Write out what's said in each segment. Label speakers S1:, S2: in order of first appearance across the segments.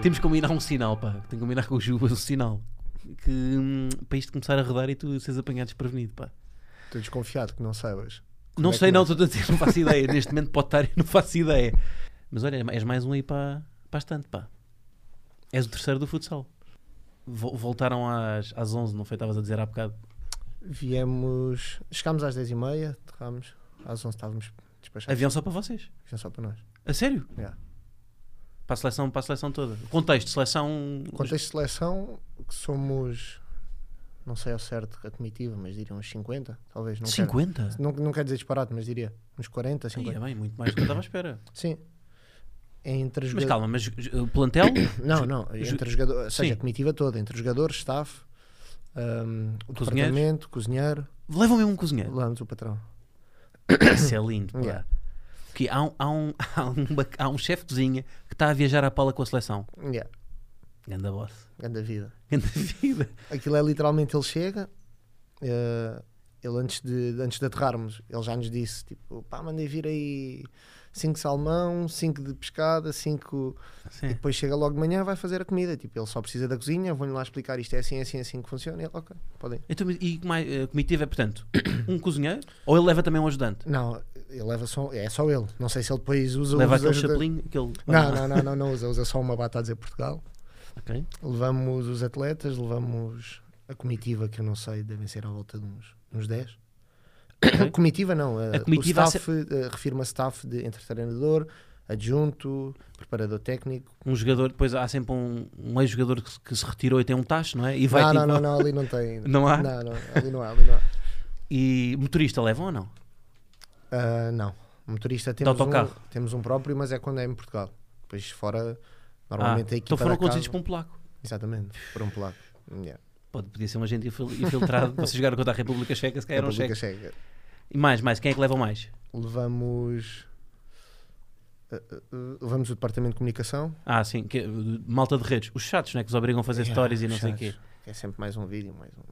S1: Temos que combinar um sinal, pá. Tem que combinar com o Juvas um sinal. Que, hum, para isto começar a rodar e tu seres apanhado desprevenido, pá.
S2: Estou desconfiado que não saibas. Como
S1: não
S2: é que
S1: sei, não,
S2: não?
S1: estou a dizer, não faço ideia. Neste momento pode estar e não faço ideia. Mas olha, és mais um aí para, para a estante, pá. És o terceiro do futsal. Vo- Voltaram às, às 11, não foi? Estavas a dizer há bocado.
S2: Viemos. Chegámos às 10h30, aterrámos. Às 11 estávamos despachados.
S1: Avião só para vocês.
S2: Avião só para nós.
S1: A sério?
S2: Yeah.
S1: Para a seleção, para a seleção toda. Contexto, seleção.
S2: Contexto de seleção, somos. Não sei ao certo a comitiva, mas diria uns 50, talvez. Não, quero-
S1: 50?
S2: não, não quero dizer disparado, mas diria uns 40,
S1: Aí
S2: 50.
S1: é bem, muito mais do que eu estava à espera.
S2: Sim. Entre
S1: Mas
S2: jogadores.
S1: calma, mas uh, plantel?
S2: Não, não,
S1: ju-
S2: entre jogadores, ou seja,
S1: Sim.
S2: a comitiva toda, entre jogadores, staff, hum, o
S1: Cozinheiros.
S2: departamento, cozinheiro,
S1: Levam mesmo um cozinheiro.
S2: lamos o patrão.
S1: Isso é lindo, pá.
S2: Yeah.
S1: Porque há um, há um, há um, bac- há um chefe de cozinha que está a viajar à pala com a seleção.
S2: Yeah,
S1: Ganda boss.
S2: grande vida.
S1: Ganda vida.
S2: Aquilo é literalmente, ele chega, eh, ele antes de, antes de aterrarmos, ele já nos disse, tipo, pá, mandei vir aí 5 salmão, 5 de pescada, 5... E
S1: Sim.
S2: depois chega logo de manhã, vai fazer a comida, tipo, ele só precisa da cozinha, vão-lhe lá explicar isto é assim, é assim, é assim que funciona, e ele, ok, podem.
S1: Então, e mais, a comitiva é, portanto, um cozinheiro ou ele leva também um ajudante?
S2: Não, ele leva só, é só ele, não sei se ele depois usa
S1: leva
S2: os
S1: aquele
S2: ajuda-
S1: chapelinho, aquele.
S2: Um Não, não, não, não, não usa, usa só uma bata a dizer Portugal.
S1: Ok.
S2: Levamos os atletas, levamos a comitiva, que eu não sei, devem ser à volta de uns, uns 10.
S1: Ok.
S2: Comitiva não, a,
S1: A comitiva
S2: o staff, eh, refirma staff de, entre treinador, adjunto, preparador técnico.
S1: Um jogador, depois há sempre um, um ex-jogador que, se- que se retirou e tem um tacho, não é? E vai
S2: não,
S1: tipo.
S2: não, não, não, ali não tem.
S1: Não há?
S2: Não, não, ali não há, ali não há.
S1: E motorista levam ou não?
S2: Ah, não, motorista temos
S1: autocarro?
S2: um, temos um próprio, mas é quando é em Portugal. Depois fora, normalmente
S1: Ah,
S2: a equipa
S1: então foram
S2: da casa...
S1: conduzidos para um polaco.
S2: Exatamente, por um polaco. Yeah.
S1: Pode, podia ser um agente infil- infiltrado. Vocês jogaram contra a República Checa, se calhar era um
S2: República
S1: cheque.
S2: Checa.
S1: E mais, mais, quem é que levam mais?
S2: levamos eh, eh, levamos o departamento de comunicação
S1: Ah, sim, que- malta de redes. Os chatos, né? Que os obrigam a fazer
S2: Yeah,
S1: stories e não
S2: chatos.
S1: sei o quê.
S2: é sempre mais um vídeo mais um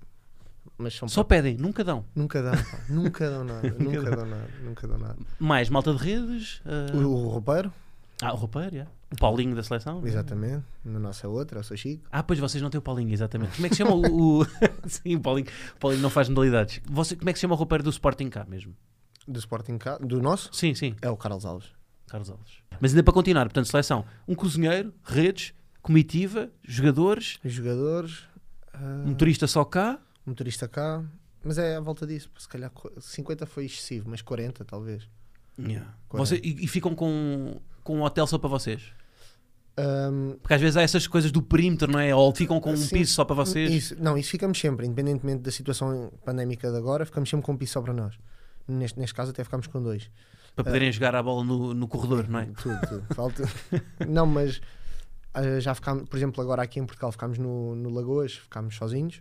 S2: mas são
S1: Só
S2: pá-
S1: pedem, nunca dão.
S2: nunca dão pá. nunca dão nada nunca
S1: dão.
S2: dão nada nunca dão nada
S1: Mais, malta de redes. ah,
S2: o, o roupeiro
S1: Ah, o roupeiro, yeah. O Paulinho da seleção.
S2: exatamente na nossa outra eu sou Chico
S1: Ah, pois vocês não têm o Paulinho, exatamente. Como é que se chama o. o- Sim, o Paulinho, o Paulinho não faz modalidades. Você, como é que se chama o roupeiro do Sporting cá mesmo?
S2: do Sporting Cá do nosso
S1: Sim, sim,
S2: é o Carlos Alves
S1: Carlos Alves. Mas ainda para continuar, portanto, seleção: um cozinheiro, redes, comitiva, jogadores,
S2: Os jogadores ah,
S1: motorista só cá.
S2: motorista cá mas é à volta disso se calhar co- 50 foi excessivo mas 40 talvez
S1: Yeah.
S2: Quarenta.
S1: Você- e, e ficam com, com um hotel só para vocês?
S2: Ahm,
S1: Porque às vezes há essas coisas do perímetro, não é? Ou ficam com um
S2: Sim.
S1: piso só para vocês.
S2: Isso, não, isso ficamos sempre, independentemente da situação pandémica de agora, ficamos sempre com um piso só para nós. Neste, neste caso até ficamos com dois.
S1: Para poderem jogar a bola no, no corredor, não é?
S2: Tudo, tudo. Falta... não, mas ah, já ficámos, por exemplo, agora aqui em Portugal ficámos no, no Lagoas, ficámos sozinhos.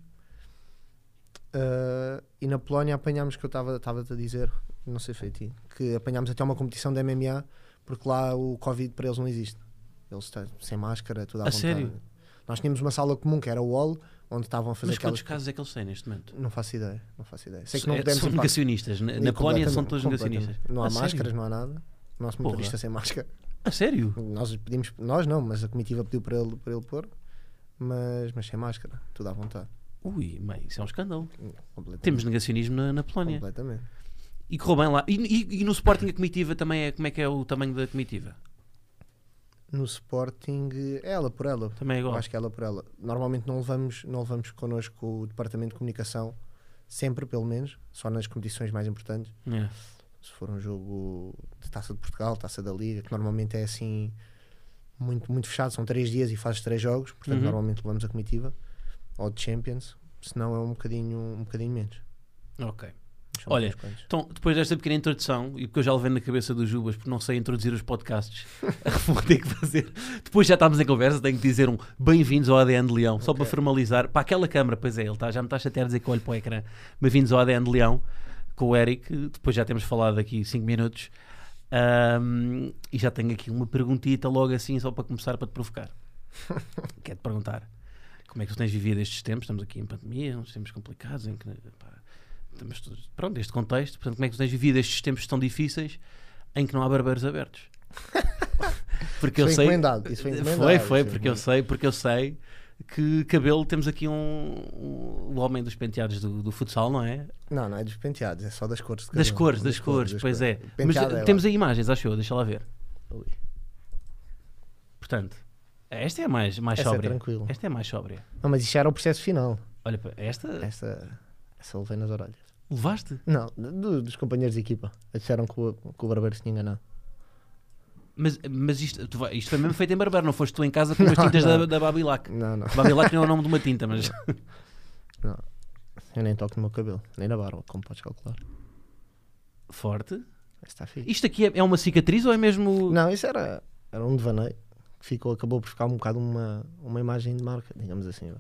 S2: Ah, e na Polónia apanhámos que eu estava a dizer, não sei se foi a ti, que apanhámos até uma competição de MMA, porque lá o Covid para eles não existe. Eles estão sem máscara, tudo à
S1: A
S2: vontade.
S1: sério?
S2: Nós tínhamos uma sala comum que era o hall, onde estavam a fazer
S1: Mas quantos
S2: aquelas
S1: casos é que eles têm neste momento?
S2: Não faço ideia, não faço ideia. Sei que
S1: É,
S2: não pudemos
S1: são
S2: ir para-
S1: negacionistas. Na, na
S2: Completamente,
S1: Polónia são todos
S2: completamente.
S1: negacionistas.
S2: Não há
S1: A
S2: máscaras,
S1: Sério?
S2: não há nada. O nosso
S1: Porra.
S2: motorista sem máscara.
S1: A sério?
S2: Nós pedimos, nós não, mas a comitiva pediu para ele, para ele pôr, mas, mas sem máscara, tudo à vontade.
S1: Ui, mãe, isso é um escândalo.
S2: Completamente.
S1: Temos negacionismo na, na Polónia.
S2: Completamente.
S1: E correu bem lá. E, e- e no Sporting a comitiva também é. Como é que é o tamanho da comitiva?
S2: No Sporting, é ela por ela.
S1: Também é
S2: Eu
S1: igual.
S2: acho que é ela por ela. Normalmente não levamos, não levamos connosco o departamento de comunicação, sempre pelo menos, só nas competições mais importantes.
S1: É.
S2: se for um jogo de Taça de Portugal, Taça da Liga, que normalmente é assim muito, muito fechado, são três dias e fazes três jogos, portanto
S1: Uhum.
S2: normalmente levamos a comitiva, ou de Champions, se não é um bocadinho, um bocadinho menos.
S1: Ok.
S2: São
S1: Olha,
S2: uns quantos.
S1: Então, depois desta pequena introdução, e porque eu já levei na cabeça dos Jubas, porque não sei introduzir os podcasts, vou ter que fazer. Depois já estamos em conversa, tenho que dizer um bem-vindos ao ADN de Leão, só para formalizar. Para aquela câmara, pois é, ele está, já me está a chatear a dizer que olho para o ecrã. Bem-vindos ao ADN de Leão, com o Eric, depois já temos falado aqui 5 minutos. Ahm, e já tenho aqui uma perguntita logo assim, só para começar, para te provocar. Quero te perguntar como é que tu tens vivido estes tempos? Estamos aqui em pandemia, uns tempos complicados em que. pá, estamos todos- pronto, este contexto. Portanto, como é que tu tens vivido estes tempos tão difíceis em que não há barbeiros abertos? Porque eu
S2: foi
S1: sei.
S2: encomendado. Isso foi encomendado.
S1: Foi,
S2: isso
S1: foi, porque eu sei, porque eu sei que cabelo temos aqui um, um- o homem dos penteados do, do futsal, não é?
S2: Não, não é dos penteados, é só das cores. de
S1: Das
S2: cabelo.
S1: cores, das, cores, pois é.
S2: O
S1: Mas
S2: penteado é
S1: temos
S2: ótimo.
S1: aí imagens, acho eu, deixa lá ver.
S2: Ui.
S1: Portanto, esta é a mais, mais
S2: Essa é
S1: sóbria.
S2: tranquilo.
S1: Esta é a mais sóbria.
S2: Não, mas isto já era o processo final.
S1: Olha, pá, esta.
S2: Essa, essa levei nas orelhas.
S1: Levaste?
S2: É. Não, do- dos companheiros de equipa. Disseram que o, que o barbeiro se tinha enganado.
S1: Mas, mas isto, tu vai- isto foi mesmo feito em barbeiro, não foste tu em casa com as
S2: Não,
S1: tintas
S2: não.
S1: da, da Babilac.
S2: Não, não.
S1: Babilac não é o nome de uma tinta, mas.
S2: Eu nem toco no meu cabelo, nem na barba, como podes calcular.
S1: Forte.
S2: Está fixe.
S1: Isto aqui é, é uma cicatriz ou é mesmo.
S2: Não, isso era, era um devaneio que ficou, acabou por ficar um bocado uma, uma imagem de marca, digamos assim. vá.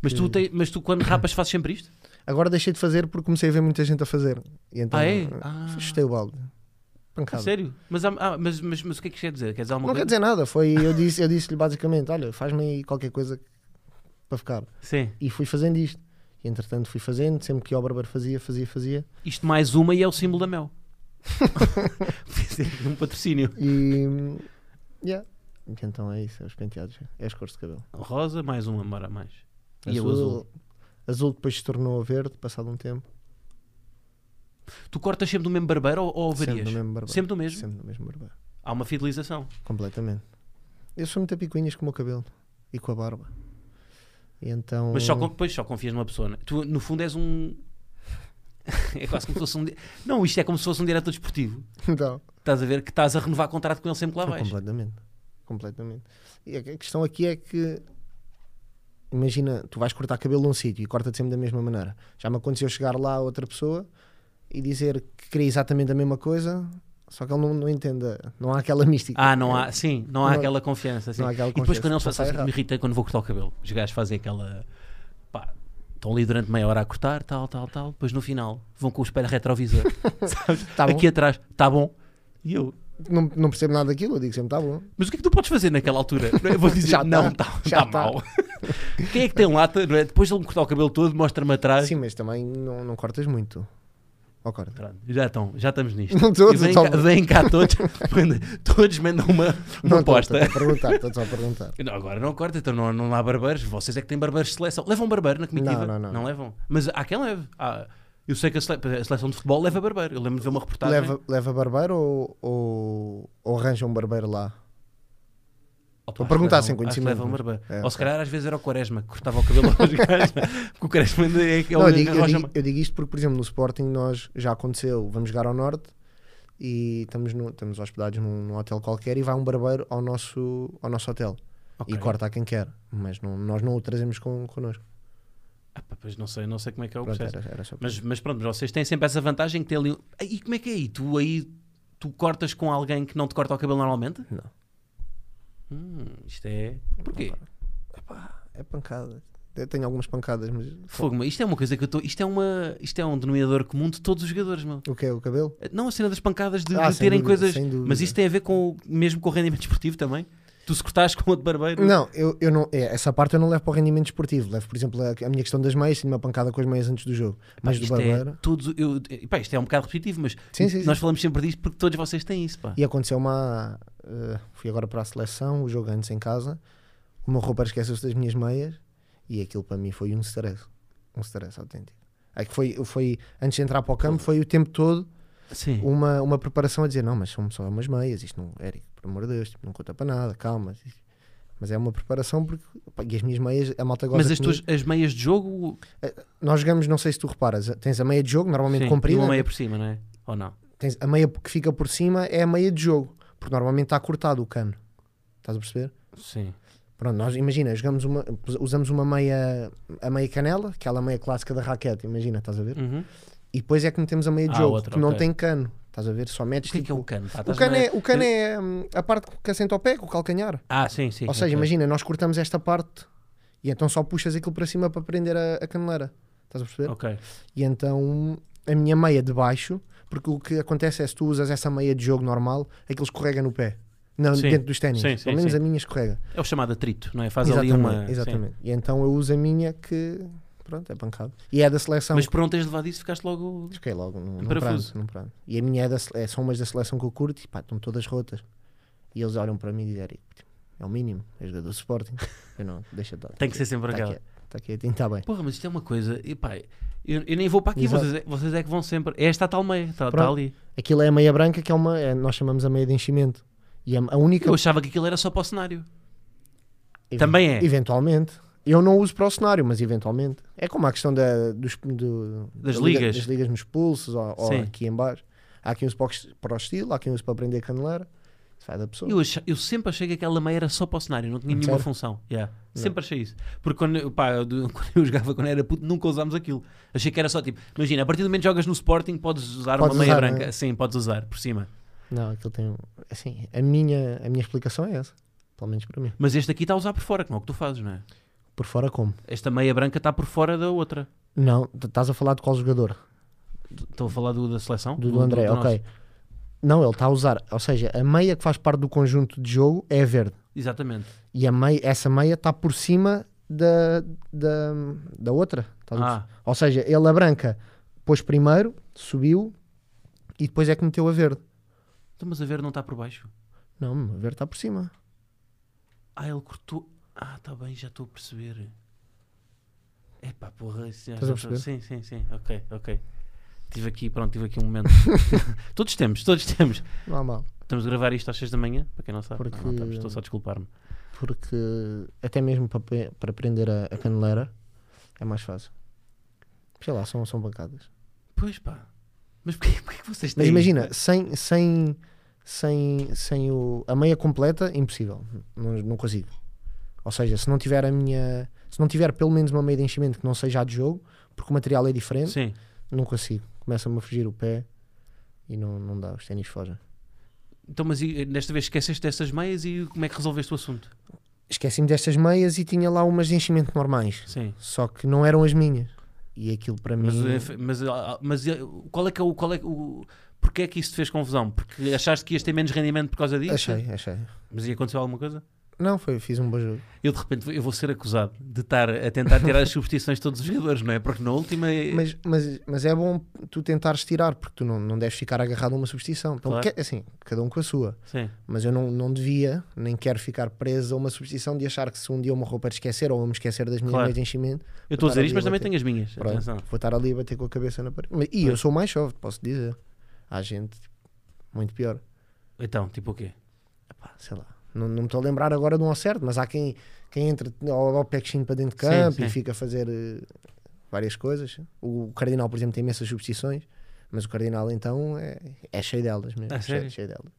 S1: Mas, tu te- mas tu quando rapas fazes sempre isto?
S2: Agora deixei de fazer porque comecei a ver muita gente a fazer. E então
S1: Ah, é?
S2: eh,
S1: Ah.
S2: chutei o balde.
S1: A
S2: Pancada.
S1: sério? Mas, há- ah, mas, mas, mas o que é que isto quer dizer? Quer dizer alguma
S2: Não quer
S1: coisa?
S2: dizer nada, foi eu disse, eu disse-lhe basicamente, olha, faz-me aí qualquer coisa para ficar.
S1: Sim.
S2: E fui fazendo isto. E entretanto fui fazendo, sempre que o barbeiro fazia, fazia, fazia.
S1: Isto mais uma e é o símbolo da mel. um patrocínio.
S2: E yeah. E então é isso, é os penteados, é as cores de cabelo.
S1: Rosa, mais uma, mora mais. E eu azul.
S2: Azul depois se tornou a verde, passado um tempo.
S1: Tu cortas sempre do mesmo barbeiro ou, ou
S2: Sempre
S1: varias?
S2: do mesmo barbeiro.
S1: Sempre do mesmo?
S2: Sempre do mesmo barbeiro.
S1: Há uma fidelização.
S2: Completamente. Eu sou muito a picuinhas com o meu cabelo e com a barba. E então.
S1: Mas só, con- depois só confias numa pessoa. né? Tu, no fundo, és um. é quase como se fosse um. di- Não, isto é como se fosse um diretor desportivo.
S2: Então,
S1: Estás a ver que estás a renovar contrato com ele sempre que lá vais.
S2: completamente. Completamente. E a a questão aqui é que. Imagina, tu vais cortar cabelo num sítio e corta-te sempre da mesma maneira. Já me aconteceu chegar lá a outra pessoa e dizer que queria exatamente a mesma coisa, só que ele não, não entenda. Não há aquela mística.
S1: Ah, não há, sim, não há
S2: Não-
S1: aquela confiança. sim.
S2: não há aquela
S1: e depois
S2: confiança,
S1: quando eles
S2: só
S1: fazem
S2: sai
S1: assim, me irrita quando vou cortar o cabelo. Os gajos fazem aquela. pá, estão ali durante meia hora a cortar, tal, tal, tal. Depois no final vão com o espelho retrovisor. sabes?
S2: Tá bom.
S1: Aqui atrás, está bom. E eu,
S2: Não, não percebo nada daquilo, eu digo sempre, tá bom.
S1: mas o que é que tu podes fazer naquela altura? Eu vou dizer,
S2: Já tá,
S1: não, está
S2: já
S1: tá
S2: tá.
S1: mal. Quem é que tem lata? não é? Depois de ele me cortar o cabelo todo, mostra-me atrás.
S2: Sim, mas também não, não cortas muito. Ou corta?
S1: Pronto, já estão, já estamos nisto.
S2: Não todos,
S1: E vêm,
S2: só-
S1: cá, vêm cá todos, mandam- todos mandam uma, uma
S2: estou-
S1: aposta.
S2: estou a perguntar, estou só a perguntar.
S1: Não, agora não corta, então não, não há barbeiros. Vocês é que têm barbeiros de seleção. Levam barbeiro na comitiva?
S2: Não, não, não.
S1: levam. Mas há quem leve. Há- eu sei que a, sele- a seleção de futebol leva barbeiro. Eu lembro de ver uma reportagem.
S2: Leva, leva barbeiro ou, ou, ou arranja um barbeiro lá?
S1: Opa,
S2: Vou perguntar
S1: acho que
S2: sem
S1: levam- acho que
S2: conhecimento,
S1: levam
S2: mas-
S1: barbeiro.
S2: é,
S1: Ou
S2: ok.
S1: se calhar às vezes era o Quaresma que cortava o cabelo aos gajos. Porque o Quaresma é, é
S2: Não,
S1: o
S2: eu, digo, eu,
S1: arroja-
S2: digo, eu digo isto porque, por exemplo, no Sporting nós já aconteceu, vamos jogar ao norte e estamos, no, estamos hospedados num, num hotel qualquer e vai um barbeiro ao nosso, ao nosso hotel
S1: Ok.
S2: e corta a quem quer, mas não- nós não o trazemos con, connosco.
S1: Ah, pá, pois não sei, não sei como é que é o
S2: Pronto,
S1: processo.
S2: era, era só
S1: Mas, mas pronto, vocês têm sempre essa vantagem que tem ali. um- E como é que é aí? Tu aí tu cortas com alguém que não te corta o cabelo normalmente?
S2: Não.
S1: Hum, isto é. Porquê?
S2: É pancada. Eu tenho algumas pancadas, mas
S1: Fogo, mas isto é uma coisa que eu estou. Isto, é uma- isto é um denominador comum de todos os jogadores, meu.
S2: o que é o cabelo?
S1: Não a cena das pancadas de,
S2: Ah,
S1: de
S2: sem
S1: terem
S2: dúvida,
S1: coisas.
S2: sem dúvida.
S1: Mas isso tem a ver com o- mesmo com o rendimento esportivo também. Tu se cortares com outro barbeiro.
S2: Não, eu, eu não, é, essa parte eu não levo para o rendimento esportivo. Levo, por exemplo, a, a minha questão das meias, tenho uma pancada com as meias antes do jogo.
S1: Pá,
S2: Mas do
S1: isto,
S2: barbeiro.
S1: é, todos, eu, eh, pá, isto é um bocado repetitivo, mas
S2: Sim, sim, sim.
S1: nós falamos sempre disto porque todos vocês têm isso. Pá.
S2: E aconteceu uma. eh, fui agora para a seleção, o jogo antes em casa. O meu roupeiro esqueceu-se das minhas meias e aquilo para mim foi um stress. Um stress autêntico. É que foi, foi antes de entrar para o campo, foi o tempo todo
S1: Sim.
S2: uma, uma preparação a dizer: Não, mas são só umas meias, isto não, Érico, por amor de Deus, tipo, não conta para nada, calma. Mas é uma preparação porque. pá, E as minhas meias, a malta gosta
S1: Mas as tuas as meias de jogo.
S2: Nós jogamos, não sei se tu reparas, eh, tens a meia de jogo, normalmente
S1: Sim, e
S2: comprida,
S1: uma meia por cima, não é? Ou não?
S2: tens a meia que fica por cima é a meia de jogo, porque normalmente está cortado o cano. Estás a perceber?
S1: Sim.
S2: Pronto, nós imagina, jogamos uma, usamos uma meia, a meia canela, aquela meia clássica da raquete, imagina, estás a ver?
S1: Uhum.
S2: E depois é que metemos a meia de
S1: Ah,
S2: jogo,
S1: outra,
S2: que não
S1: ok.
S2: tem cano, estás a ver? Só
S1: O
S2: metes
S1: que é que é
S2: tipo-
S1: o cano? Pá,
S2: o
S1: estás
S2: cano
S1: na-
S2: é, o cano é hum, a parte que assenta ao pé, com o calcanhar.
S1: Ah, sim, sim.
S2: Ou
S1: sim,
S2: seja,
S1: ok.
S2: imagina, nós cortamos esta parte e então só puxas aquilo para cima para prender a, a caneleira, estás a perceber?
S1: Ok.
S2: E então a minha meia de baixo, porque o que acontece é se tu usas essa meia de jogo normal, aquilo escorrega no pé. Não,
S1: Sim.
S2: dentro dos ténis.
S1: Sim, sim,
S2: Pelo menos
S1: sim.
S2: a minha escorrega.
S1: É o chamado atrito, não é? Faz
S2: exatamente,
S1: ali uma. sim.
S2: Exatamente. E então eu uso a minha que. Pronto, é pancado. E é da seleção.
S1: Mas por onde tens levado isso, ficaste logo.
S2: Fiquei logo num, num
S1: Parafuso.
S2: prazo, num prazo. E a minha é da, sele- é, são umas da seleção que eu curto e pá, estão todas rotas. E eles olham para mim e dizem: "Eric, é o mínimo, é jogador do Sporting. Eu não, deixa estar.
S1: Tem que ser sempre
S2: Está
S1: aquela.
S2: quieto, está quietinho, está bem.
S1: Porra, mas isto é uma coisa. E pá, eu, eu nem vou para aqui,
S2: Exato.
S1: vocês, é- vocês é que vão sempre. É esta a tal meia, está
S2: Pronto.
S1: ali.
S2: Aquilo é a meia branca, que é uma. é- nós chamamos a meia de enchimento. E a, a única.
S1: Eu achava que aquilo era só para o cenário. também é.
S2: Eventualmente. Eu não uso para o cenário, mas eventualmente. É como a questão da, dos, do-
S1: Das
S2: da liga-
S1: ligas.
S2: das ligas nos pulsos ou, ou
S1: Sim.
S2: aqui em baixo. Há quem use para o est- para o estilo, há quem use para prender a caneleira. Isso vai da pessoa.
S1: Eu, acha- eu sempre achei que aquela meia era só para o cenário, não tinha
S2: Sério?
S1: nenhuma função. Yeah.
S2: Não.
S1: Sempre achei isso. Porque quando, eu- pá, eu- do- quando eu jogava quando era puto, nunca usámos aquilo. Achei que era só tipo. Imagina, a partir do momento que jogas no Sporting, podes usar
S2: Podes
S1: uma meia
S2: usar,
S1: branca.
S2: né?
S1: Sim, podes usar por cima.
S2: Não, aquilo tem. um- Assim, a minha, a minha explicação é essa. Pelo menos para mim.
S1: Mas este aqui está a usar por fora, que não é o que tu fazes, não é?
S2: Por fora, como?
S1: Esta meia branca está por fora da outra.
S2: Não, t- estás a falar de qual jogador?
S1: Estou a falar do, da seleção?
S2: Do, do André,
S1: do
S2: ok.
S1: nosso.
S2: Não, ele está a usar. Ou seja, a meia que faz parte do conjunto de jogo é a verde.
S1: Exatamente.
S2: E a meia, essa meia está por cima da, da, da outra. Estás a
S1: Ah,
S2: perceber? Ou seja, ele a branca pôs primeiro, subiu e depois é que meteu a verde.
S1: então, mas a ver não está por baixo.
S2: Não, a verde está por cima.
S1: Ah, ele cortou. Ah, está bem, já estou a perceber. Epá, porra, isso já
S2: Estás a
S1: já tô-
S2: perceber?
S1: Sim, sim, sim. Ok, ok. Tive aqui, pronto, tive aqui um momento. todos temos, todos temos.
S2: Não há mal.
S1: Estamos a gravar isto às 6 da manhã, para quem não sabe.
S2: Porque-
S1: Não, não estamos, estou só a desculpar-me.
S2: Porque até mesmo para, pe- para prender a, a caneleira é mais fácil. Sei lá, são, são bancadas.
S1: Pois pá. Mas porquê, porquê que vocês têm.
S2: Mas imagina, sem, sem, sem, sem o, a meia completa, impossível. Não, não consigo. Ou seja, se não tiver a minha. Se não tiver pelo menos uma meia de enchimento que não seja a de jogo, porque o material é diferente,
S1: Sim.
S2: não consigo. Começa-me a fugir o pé e não, não dá. Os ténis fogem.
S1: Então, mas e, desta vez esqueceste dessas meias e como é que resolveste o assunto?
S2: Esqueci-me destas meias e tinha lá umas de enchimento normais.
S1: Sim.
S2: Só que não eram as minhas. E aquilo para mim.
S1: Mas, eh, f- mas, ah, ah, mas eh, qual é que é o. Qual é que o Porquê é que isso te fez confusão? Porque achaste que ias ter menos rendimento por causa disso?
S2: Achei, achei.
S1: Mas e aconteceu alguma coisa?
S2: Não, foi, fiz um bom jogo.
S1: Eu de repente eu vou ser acusado de estar a tentar tirar as superstições de todos os jogadores, não é? Porque na última. eh,
S2: Mas, mas, mas é bom tu tentares tirar, porque tu não, não deves ficar agarrado a uma superstição. Então,
S1: Claro.
S2: que- assim, cada um com a sua.
S1: Sim,
S2: Mas eu não, não devia, nem quero ficar preso a uma superstição de achar que se um dia eu me roupa de esquecer ou eu me esquecer das minhas
S1: Claro.
S2: meias de enchimento,
S1: eu estou a dizer
S2: Para
S1: isto, mas também
S2: ali bater.
S1: tenho as minhas.
S2: pronto,
S1: Atenção.
S2: vou estar ali a bater com a cabeça na parede. Mas- E
S1: Pois.
S2: eu sou mais jovem, posso dizer. Há gente muito pior.
S1: Então, tipo o quê?
S2: Epá, sei lá. Não, não me estou a lembrar agora de um ao certo, mas há quem, quem entra ao, ao peixinho para dentro de
S1: Sim,
S2: campo
S1: sim.
S2: e fica a fazer eh, várias coisas. O Cardinal, por exemplo, tem imensas superstições, mas o Cardinal então é, é cheio delas mesmo.
S1: Ah,
S2: é
S1: sério?
S2: cheio, cheio delas.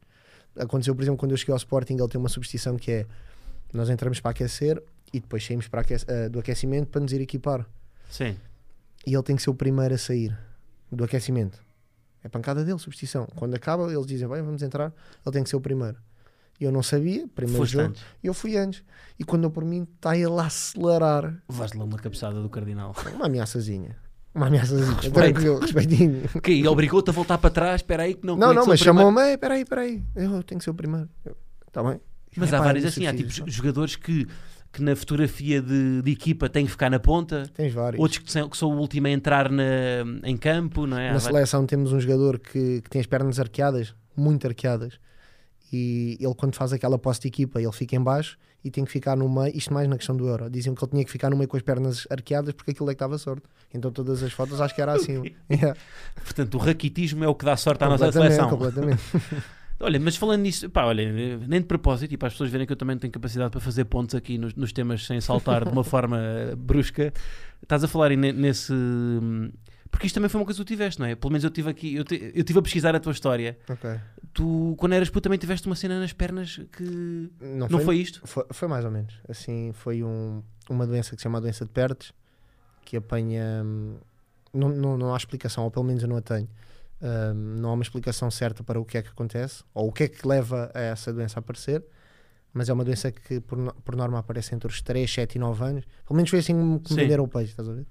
S2: Aconteceu, por exemplo, quando eu cheguei ao Sporting, ele tem uma superstição que é nós entramos para aquecer e depois saímos para aquece- eh, do aquecimento para nos ir equipar.
S1: Sim.
S2: E ele tem que ser o primeiro a sair do aquecimento. É pancada dele, substituição. Quando acaba, eles dizem, bem, vamos entrar, ele tem que ser o primeiro. Eu não sabia, primeiro
S1: Foste
S2: jogo,
S1: antes.
S2: eu fui antes. E quando eu por mim, está ele a acelerar.
S1: Vais lá uma cabeçada do Cardinal.
S2: Uma ameaçazinha. Uma ameaçazinha.
S1: Respeito.
S2: Tranquilo, respeitinho.
S1: Ok, e obrigou-te a voltar para trás, espera aí que não. como
S2: Não,
S1: é que
S2: não,
S1: sou
S2: mas
S1: o primeiro?
S2: chamou-me, "Ei, peraí, peraí. Eu tenho que ser o primeiro. Está bem?
S1: Mas
S2: Epá,
S1: há vários
S2: uma
S1: assim, há tipo
S2: substituição.
S1: jogadores que, que na fotografia de, de equipa têm que ficar na ponta,
S2: Tens vários.
S1: outros que são, que são o último a entrar na, em campo, não é?
S2: Na
S1: Há vários-
S2: seleção temos um jogador que, que tem as pernas arqueadas, muito arqueadas, e ele quando faz aquela posse de equipa, ele fica em baixo e tem que ficar no meio, isto mais na questão do Euro, diziam que ele tinha que ficar no meio com as pernas arqueadas porque aquilo é que estava sorte. Então todas as fotos acho que era assim. Yeah.
S1: Portanto, o raquitismo é o que dá sorte à nossa
S2: Completamente,
S1: seleção.
S2: completamente.
S1: Olha, mas falando nisso, pá, olha, nem de propósito, e para as pessoas verem que eu também tenho capacidade para fazer pontos aqui nos, nos temas sem saltar de uma forma eh, brusca, estás a falar aí ne- nesse. hum, Porque isto também foi uma coisa que tu tiveste, não é? Pelo menos eu tive aqui, eu, te, eu tive a pesquisar a tua história.
S2: Ok.
S1: Tu, quando eras puto, também tiveste uma cena nas pernas que.
S2: Não,
S1: Não
S2: Ah, foi,
S1: foi isto?
S2: foi- foi mais ou menos. Assim, foi um- uma doença que se chama a doença de Pertes, que apanha. hum, Não, não, não há explicação, ou pelo menos eu não a tenho. Hum, não há uma explicação certa para o que é que acontece, ou o que é que leva a essa doença a aparecer, mas é uma doença que por, no- por norma aparece entre os 3, 7 e 9 anos. Pelo menos foi assim que
S1: Sim.
S2: me venderam o peixe, estás a ver?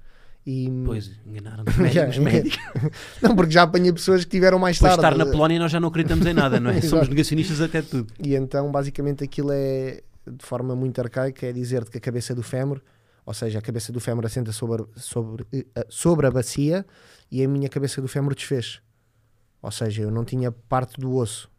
S2: E, hum,
S1: Pois, enganaram-te os médicos,
S2: Yeah,
S1: os
S2: yeah.
S1: médicos.
S2: Não, porque já apanhei pessoas que tiveram mais
S1: Depois de
S2: tarde.
S1: estar na
S2: eh,
S1: Polónia nós já não acreditamos em nada, não é? Somos
S2: Exato.
S1: negacionistas até de tudo.
S2: E então, basicamente, aquilo é de forma muito arcaica: é dizer-te que a cabeça do fémur, ou seja, a cabeça do fémur assenta sobre, a- sobre, eh, a- sobre a bacia e a minha cabeça do fémur desfez. Ou seja, eu não tinha parte do osso.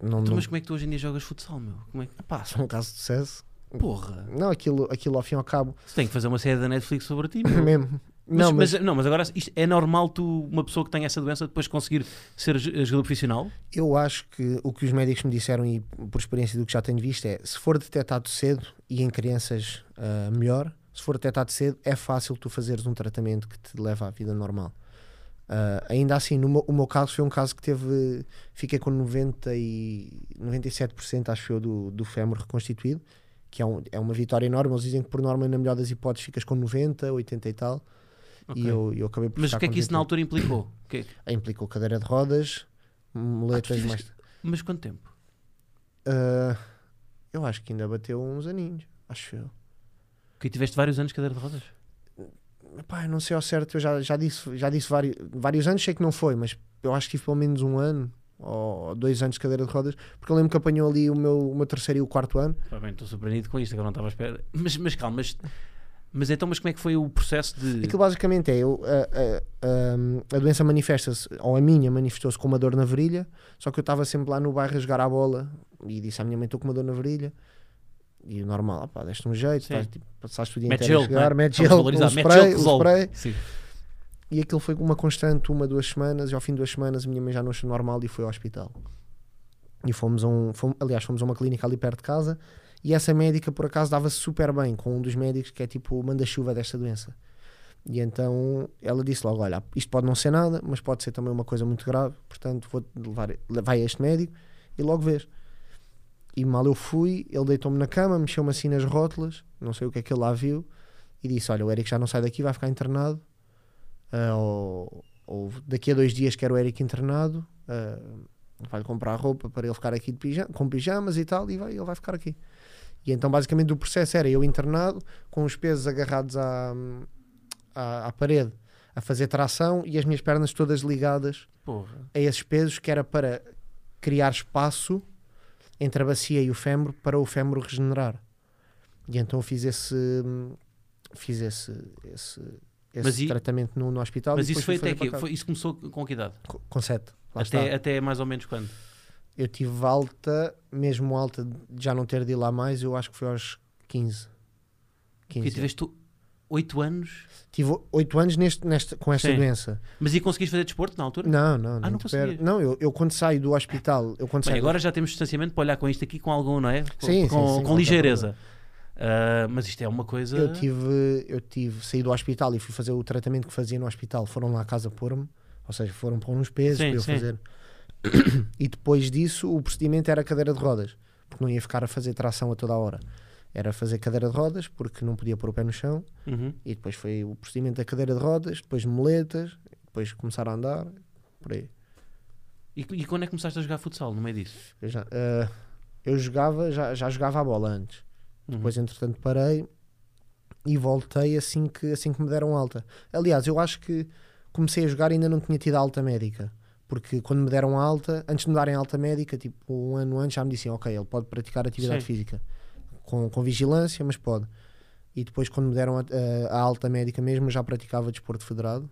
S2: Não,
S1: Tu,
S2: não,
S1: mas como é que tu hoje em dia jogas futsal, meu? Como é que... Pá,
S2: só um caso de sucesso.
S1: porra.
S2: Não, aquilo, aquilo ao fim e ao cabo,
S1: Tu tens que fazer uma série da Netflix sobre ti, meu.
S2: mesmo.
S1: Mas,
S2: não, mas,
S1: mas- não, mas agora isto- é normal tu, uma pessoa que tem essa doença, depois conseguir ser jo- jogador profissional?
S2: eu acho que o que os médicos me disseram e por experiência do que já tenho visto é se for detectado cedo e em crianças ah, melhor, se for detectado cedo é fácil tu fazeres um tratamento que te leva à vida normal. Ah, ainda assim, no meu, o meu caso foi um caso que teve, fiquei com 90 e 97% acho eu do, do fémur reconstituído, que é, um- é uma vitória enorme. Eles dizem que por norma, na melhor das hipóteses, ficas com 90, 80 e tal.
S1: Ok.
S2: E eu, eu acabei por
S1: Mas o
S2: ficar
S1: que é que
S2: com
S1: isso na
S2: 90.
S1: altura implicou? O que é que-
S2: implicou cadeira de rodas,
S1: Ah, tu
S2: muletas
S1: tiveste-
S2: mais.
S1: Mas quanto tempo?
S2: Ah, eu acho que ainda bateu uns aninhos, acho eu.
S1: Que tiveste vários anos de cadeira de rodas?
S2: Epá, eu não sei ao certo, eu já, já disse, já disse vários, vários anos, sei que não foi, mas eu acho que tive pelo menos um ano ou dois anos de cadeira de rodas, porque eu lembro que apanhou ali o meu, o meu terceiro e o quarto ano.
S1: Pá, bem, estou surpreendido com isto, agora não estava à espera. Mas, mas calma, mas, mas então, mas como é que foi o processo de.
S2: Aquilo basicamente é, eu, a, a, a, a doença manifesta-se, ou a minha manifestou-se com uma dor na virilha, só que eu estava sempre lá no bairro a jogar à bola e disse à minha mãe, estou com uma dor na virilha. E o normal, "Ah, pá, deste um jeito,
S1: Sim.
S2: estás, tipo, passaste o dia
S1: Mete
S2: inteiro a
S1: gelo, não é?
S2: jogar, mete
S1: Vamos
S2: gel,
S1: valorizar,
S2: um
S1: mete gelo,
S2: spray, um
S1: resolve.
S2: spray.
S1: Sim.
S2: E aquilo foi uma constante, uma, duas semanas, e ao fim de duas semanas a minha mãe já não achou normal e foi ao hospital. E fomos a um, fomos- aliás, fomos a uma clínica ali perto de casa, e essa médica por acaso dava se super bem com um dos médicos que é tipo o manda-chuva desta doença. E então ela disse logo: Olha, isto pode não ser nada, mas pode ser também uma coisa muito grave, portanto vou levar, vai a este médico e logo vês. E mal eu fui, ele deitou-me na cama, mexeu-me assim nas rótulas, não sei o que é que ele lá viu, e disse: Olha, o Eric já não sai daqui, vai ficar internado. Ah, ou, ou daqui a dois dias quero o Eric internado, ah, vai-lhe comprar roupa para ele ficar aqui de pijama, com pijamas e tal, e vai, ele vai ficar aqui. E então basicamente o processo era eu internado, com os pesos agarrados à, hum, à, à parede, a fazer tração e as minhas pernas todas ligadas
S1: Porra.
S2: a esses pesos, que era para criar espaço entre a bacia e o fémur, para o fémur regenerar. E então eu fiz esse... Fiz esse, esse, esse
S1: Mas e-
S2: tratamento no, no hospital.
S1: Mas
S2: e
S1: isso
S2: depois
S1: foi
S2: fui
S1: até
S2: fazer
S1: aqui.
S2: para casa.
S1: isso começou com que idade?
S2: Co- Com 7. Lá
S1: Até,
S2: está.
S1: até mais ou menos quando?
S2: Eu tive alta, mesmo alta de já não ter de ir lá mais, eu acho que foi aos 15. 15
S1: Porque tiveste 8 anos.
S2: Tive 8 anos neste, neste, com esta
S1: Sim.
S2: doença.
S1: Mas e conseguiste fazer desporto na altura?
S2: Não, não,
S1: não
S2: não.
S1: conseguias?
S2: não, eu, eu quando saio do hospital, eu quando
S1: Bem,
S2: saio do-
S1: agora já temos distanciamento para olhar com isto aqui com algum, não é? Com,
S2: Sim, sim,
S1: com,
S2: sim,
S1: com
S2: qualquer
S1: ligeireza. Ah, mas isto é uma coisa.
S2: Eu tive, eu tive, saí do hospital e fui fazer o tratamento que fazia no hospital. Foram lá à casa pôr-me, ou seja, foram pôr uns pesos
S1: Sim,
S2: para eu
S1: sim.
S2: fazer. E depois disso, o procedimento era cadeira de rodas, porque não ia ficar a fazer tração a toda a hora. Era fazer cadeira de rodas, porque não podia pôr o pé no chão.
S1: Uhum.
S2: E depois foi o procedimento da cadeira de rodas, depois moletas, depois começar a andar, por aí.
S1: E, e quando é que começaste a jogar futsal no meio disso?
S2: Eu já, ah, eu jogava, já, já jogava a bola antes.
S1: Uhum.
S2: Depois, entretanto, parei e voltei assim que, assim que me deram alta. Aliás, eu acho que comecei a jogar e ainda não tinha tido alta médica. Porque quando me deram alta, antes de me darem alta médica, tipo um ano antes, já me diziam, ok, ele pode praticar atividade
S1: Sim.
S2: física. Com, com vigilância, mas pode. E depois, quando me deram a, a- a alta médica mesmo, eu já praticava desporto federado.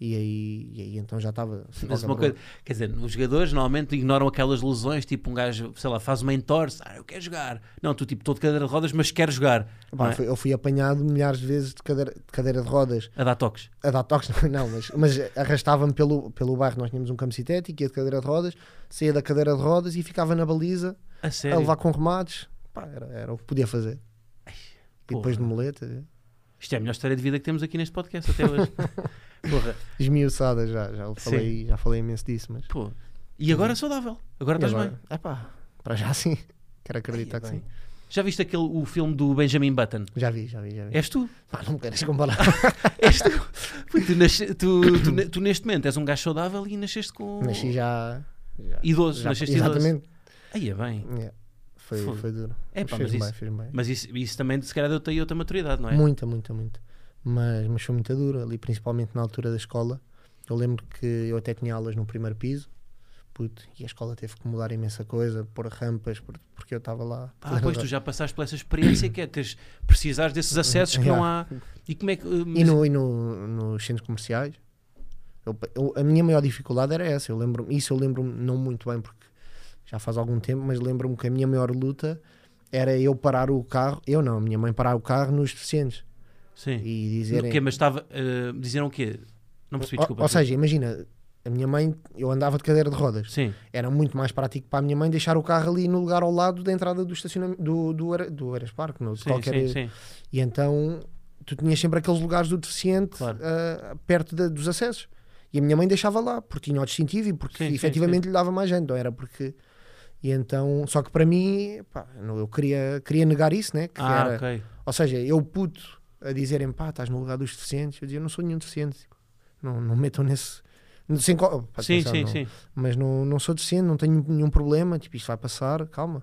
S2: E aí, e aí então já estava... sem
S1: Mas
S2: qualquer
S1: uma
S2: problema.
S1: coisa, quer dizer, os jogadores normalmente ignoram aquelas lesões, tipo um gajo, sei lá, faz uma entorse, ah, eu quero jogar. Não, tu tipo, todo cadeira de rodas, mas quero jogar.
S2: Pá,
S1: não é?
S2: fui- eu fui apanhado milhares de vezes de cadeira- de cadeira de rodas
S1: A dar toques.
S2: A dar toques, não, mas, mas arrastava-me pelo, pelo bairro. Nós tínhamos um campo sintético, ia de cadeira de rodas, saía da cadeira de rodas e ficava na baliza
S1: é A
S2: a
S1: sério.
S2: levar com remates. Pá, era, era o que podia fazer. e depois de
S1: porra.
S2: moleta,
S1: Isto é a melhor história de vida que temos aqui neste podcast até hoje. porra,
S2: esmiuçada já, já o
S1: Sim.
S2: falei, já falei imenso disso. Mas
S1: pô. E agora é saudável. Agora estás
S2: E
S1: bem.
S2: agora? Epá, para já sim, quero acreditar que
S1: Ai, é
S2: sim.
S1: bem. Já viste aquele o filme do Benjamin Button?
S2: Já vi, já vi, já vi.
S1: És tu?
S2: Pá, não me queres comparar.
S1: És tu? Pô, tu, nasce- tu, tu ne- tu neste momento és um gajo saudável e nasceste com.
S2: Nasci já. já
S1: Idoso,
S2: já-
S1: nasceste idoso.
S2: exatamente.
S1: Aí é bem.
S2: Yeah. Foi,
S1: Fogo.
S2: foi duro.
S1: É,
S2: Mas
S1: pá, mas
S2: fez-me
S1: isso-
S2: bem, fez-me bem.
S1: Mas isso, isso também, se calhar, deu-te aí outra maturidade, não é?
S2: Muita, muita, muita. Mas, mas foi muito dura ali, principalmente na altura da escola. Eu lembro que eu até tinha aulas no primeiro piso, puto, e a escola teve que mudar imensa coisa, pôr rampas, por- porque eu estava lá.
S1: Ah, pois tu já passaste por essa experiência que é teres, precisares desses acessos que não há. E como é que. uh,
S2: Uhum. E, no, e no, nos centros comerciais? Eu- eu- a minha maior dificuldade era essa. Eu lembro, isso eu lembro-me não muito bem, porque já já faz algum tempo, mas lembro-me que a minha maior luta era eu parar o carro, eu não, a minha mãe parar o carro nos deficientes
S1: Sim.
S2: e
S1: O
S2: dizerem.
S1: quê? Mas estava. eh, diziam o quê? Não percebi,
S2: ou,
S1: desculpa.
S2: ou seja, imagina, a minha mãe, eu andava de cadeira de rodas,
S1: Sim.
S2: era muito mais prático para a minha mãe deixar o carro ali no lugar ao lado da entrada do estacionamento do, do, Ara- do Aras Parque, no, de
S1: Sim,
S2: qualquer.
S1: sim, sim.
S2: E então tu tinhas sempre aqueles lugares do deficiente
S1: Claro.
S2: ah, perto da- dos acessos. E a minha mãe deixava lá, porque tinha o distintivo e porque
S1: Sim, sim,
S2: efetivamente lhe dava mais gente, não era porque. E então, só que para mim, pá, não, eu queria, queria negar isso, né? Que
S1: Ah,
S2: era-
S1: ok.
S2: Ou seja, eu puto a dizerem, pá, estás no lugar dos deficientes, eu dizia, não sou nenhum deficiente, tipo, não, não me metam nesse. Sem, co- pá,
S1: Sim,
S2: atenção,
S1: sim,
S2: não-
S1: sim.
S2: mas não, não sou deficiente, não tenho nenhum problema, tipo, isto vai passar, calma.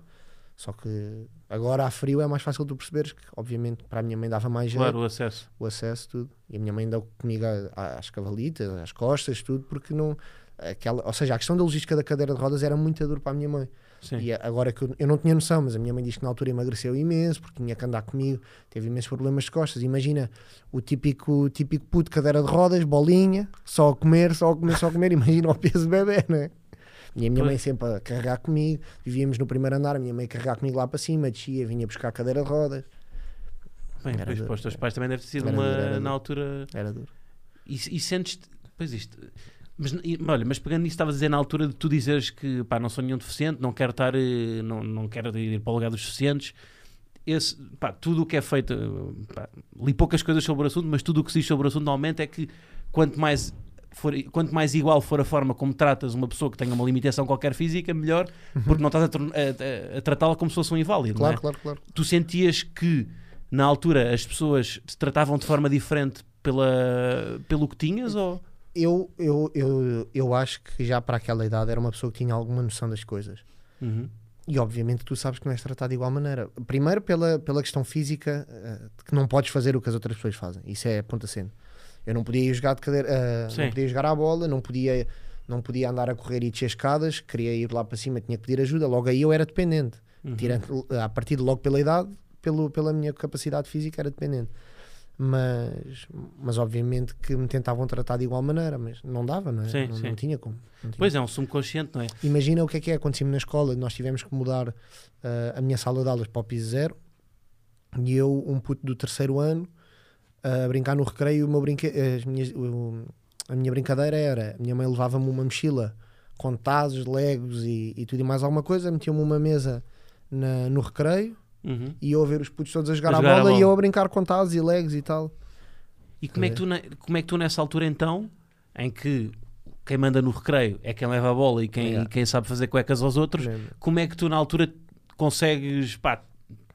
S2: Só que agora a frio é mais fácil tu perceberes que, obviamente, para a minha mãe dava mais jeito,
S1: Claro, o acesso.
S2: o acesso, tudo. E a minha mãe deu comigo a- a- às cavalitas, às costas, tudo, porque não. Aquela, ou seja, a questão da logística da cadeira de rodas era muito dura para a minha mãe.
S1: Sim.
S2: E a- agora que eu, eu não tinha noção, mas a minha mãe diz que na altura emagreceu imenso, porque tinha que andar comigo, teve imensos problemas de costas. Imagina o típico, típico puto cadeira de rodas, bolinha, só a comer, só a comer, só a comer. Imagina o peso de bebê, não é? E a minha mãe
S1: Pois.
S2: sempre a carregar comigo, vivíamos no primeiro andar, a minha mãe a carregar comigo lá para cima, descia, vinha buscar a cadeira de rodas.
S1: Bem,
S2: Era
S1: pois
S2: duro,
S1: para os teus pais também deve ter sido
S2: Era duro, era
S1: uma.
S2: duro.
S1: Na altura.
S2: Era duro.
S1: E, e sentes. Pois isto. Mas, e- olha, mas pegando nisso, estavas a dizer na altura de tu dizeres que pá, não sou nenhum deficiente, não quero estar, eh, não, não quero ir para o lugar dos deficientes. Esse, pá, tudo o que é feito, eh, pá, li poucas coisas sobre o assunto, mas tudo o que se diz sobre o assunto normalmente é que quanto mais, for, quanto mais igual for a forma como tratas uma pessoa que tenha uma limitação qualquer física, melhor, porque não estás a, torn- a- a- a tratá-la como se fosse um inválido. não é?
S2: Claro, claro, claro.
S1: tu sentias que na altura as pessoas te tratavam de forma diferente pela, pelo que tinhas ou
S2: Eu, eu, eu, eu acho que já para aquela idade era uma pessoa que tinha alguma noção das coisas. E obviamente tu sabes que não és tratado de igual maneira. Primeiro pela, pela questão física, eh, de que não podes fazer o que as outras pessoas fazem. Isso é ponta sendo. Eu não podia ir jogar de cadeira, eh,
S1: Sim.
S2: não podia jogar à bola, não podia, não podia andar a correr e descer escadas, queria ir lá para cima, tinha que pedir ajuda. Logo aí eu era dependente.
S1: Uhum.
S2: Tirando, eh, a partir de logo pela idade, pelo, pela minha capacidade física era dependente. Mas, mas obviamente que me tentavam tratar de igual maneira, mas não dava, não é?
S1: Sim,
S2: não,
S1: sim.
S2: não tinha como. Não tinha
S1: Pois é, um subconsciente, não é?
S2: Imagina o que é que é, aconteceu na escola, nós tivemos que mudar ah, a minha sala de aulas para o piso zero e eu, um puto do terceiro ano, a brincar no recreio, o meu brinque... as minhas- o- a minha brincadeira era, a minha mãe levava-me uma mochila com tazos, legos e, e tudo e mais alguma coisa, metia-me uma mesa na- no recreio
S1: Uhum.
S2: e eu a ver os putos todos a jogar,
S1: A
S2: à
S1: jogar à
S2: bola,
S1: bola.
S2: e eu a brincar com tazos e legos e tal.
S1: E como é, que
S2: É.
S1: tu, ne- como é que tu nessa altura então, em que quem manda no recreio é quem leva a bola e quem,
S2: Yeah.
S1: e quem sabe fazer cuecas aos outros, como é que tu na altura consegues pá,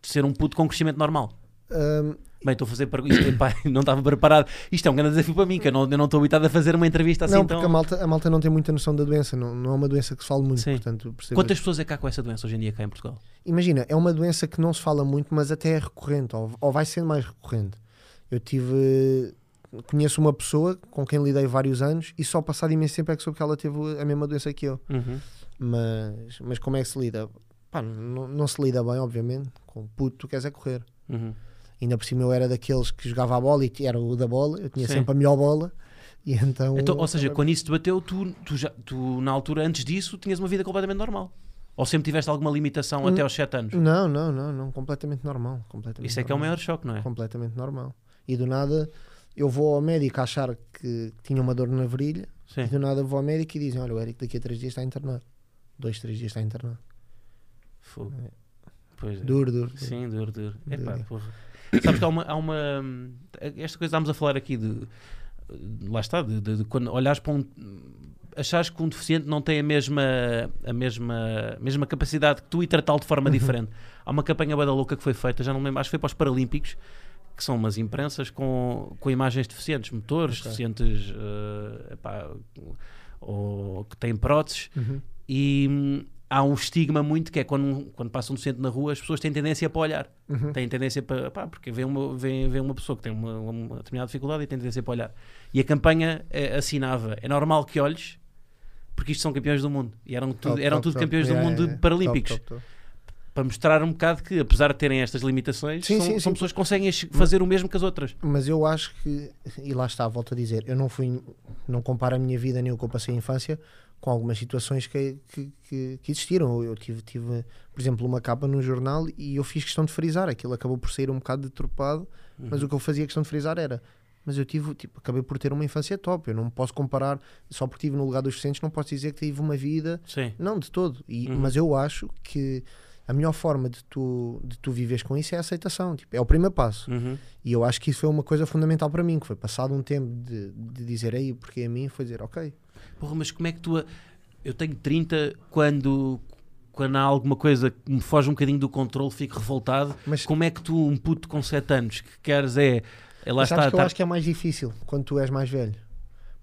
S1: ser um puto com crescimento normal?
S2: Ahm,
S1: Bem, estou a fazer perguntas, pá, não estava preparado. Isto é um grande desafio para mim, que eu não, eu não estou habitado a fazer uma entrevista assim
S2: não,
S1: tão-
S2: porque é a malta, a malta não tem muita noção da doença, não, não é uma doença que se fala muito,
S1: Sim.
S2: portanto percebo
S1: Quantas pessoas é que há com essa doença hoje em dia cá em Portugal?
S2: Imagina, é uma doença que não se fala muito, mas até é recorrente, ou, ou vai sendo mais recorrente. Eu tive. Conheço uma pessoa com quem lidei vários anos e só passado imenso tempo é que soube que ela teve a mesma doença que eu. Mas, mas como é que se lida? Pá, não, não se lida bem, obviamente. Com puto, tu queres é correr.
S1: Uhum.
S2: Ainda por cima eu era daqueles que jogava a bola e era o da bola, eu tinha
S1: Sim.
S2: sempre a melhor bola. E então,
S1: Então, ou seja, quando isso te bateu, tu, tu, já, tu na altura, antes disso, tinhas uma vida completamente normal. Ou sempre tiveste alguma limitação
S2: Hum.
S1: até aos 7 anos.
S2: Não, não, não, não, completamente normal. Completamente
S1: Isso é que é o
S2: normal.
S1: maior choque, não é?
S2: completamente normal. E do nada eu vou ao médico a achar que tinha uma dor na virilha, e
S1: Sim.
S2: do nada vou ao médico e dizem: Olha, o Eric daqui a três dias está internado. Dois, três dias está internado.
S1: Fogo. Pois é.
S2: Duro, duro. duro.
S1: Sim, duro, duro.
S2: Duro.
S1: Epá, porra. Sabes que há uma, há uma- hum, Esta coisa que estamos a falar aqui de. de- Lá está, de, de- de quando olhares para um. Achares que um deficiente não tem a mesma, a mesma, a mesma capacidade que tu e tratá-lo de
S2: Uhum.
S1: forma diferente. Há uma campanha bada louca que foi feita, já não me lembro, acho que foi para os Paralímpicos, que são umas imprensas com, com imagens deficientes, motores
S2: Ok.
S1: deficientes, eh, epá, ou que têm próteses,
S2: Uhum.
S1: e hum, há um estigma muito que é quando, um- quando passa um docente na rua, as pessoas têm tendência para olhar.
S2: Uhum.
S1: Têm tendência para. pá, porque vê uma, vê, vê uma pessoa que tem uma, uma determinada dificuldade e tem tendência para olhar. E a campanha eh, assinava: é normal que olhes, porque isto são campeões do mundo. E eram, tudo,
S2: Top,
S1: eram
S2: top,
S1: tudo
S2: top.
S1: campeões do
S2: Yeah,
S1: mundo
S2: yeah, yeah.
S1: paralímpicos.
S2: Top, top, top.
S1: Para mostrar um bocado que, apesar de terem estas limitações,
S2: Sim,
S1: são,
S2: sim,
S1: são
S2: sim.
S1: pessoas que conseguem che- fazer o mesmo que as outras.
S2: Mas eu acho que, e lá está, volto a dizer, eu não fui, não comparo a minha vida nem o que eu passei a infância com algumas situações que, que, que- que existiram. Eu, eu tive, tive, por exemplo, uma capa num jornal e eu fiz questão de frisar. Aquilo acabou por sair um bocado deturpado, mas o que eu fazia questão de frisar era. Mas eu tive, tipo, acabei por ter uma infância top. Eu não posso comparar, só porque estive no lugar dos docentes, não posso dizer que tive uma vida
S1: Sim.
S2: não, de todo. E-
S1: Uhum.
S2: Mas eu acho que a melhor forma de tu, de tu viveres com isso é a aceitação. Tipo, é o primeiro passo.
S1: Uhum.
S2: E eu acho que isso foi uma coisa fundamental para mim, que foi passado um tempo de, de dizer aí porque a mim, foi dizer ok.
S1: Porra, mas como é que tu. a- Eu tenho 30 quando. Quando há alguma coisa que me foge um bocadinho do controle, fico revoltado.
S2: Mas-
S1: Como é que tu, um puto com 7 anos, que queres é. é lá
S2: Mas sabes
S1: está,
S2: que eu
S1: tá-
S2: acho que é mais difícil quando tu és mais velho.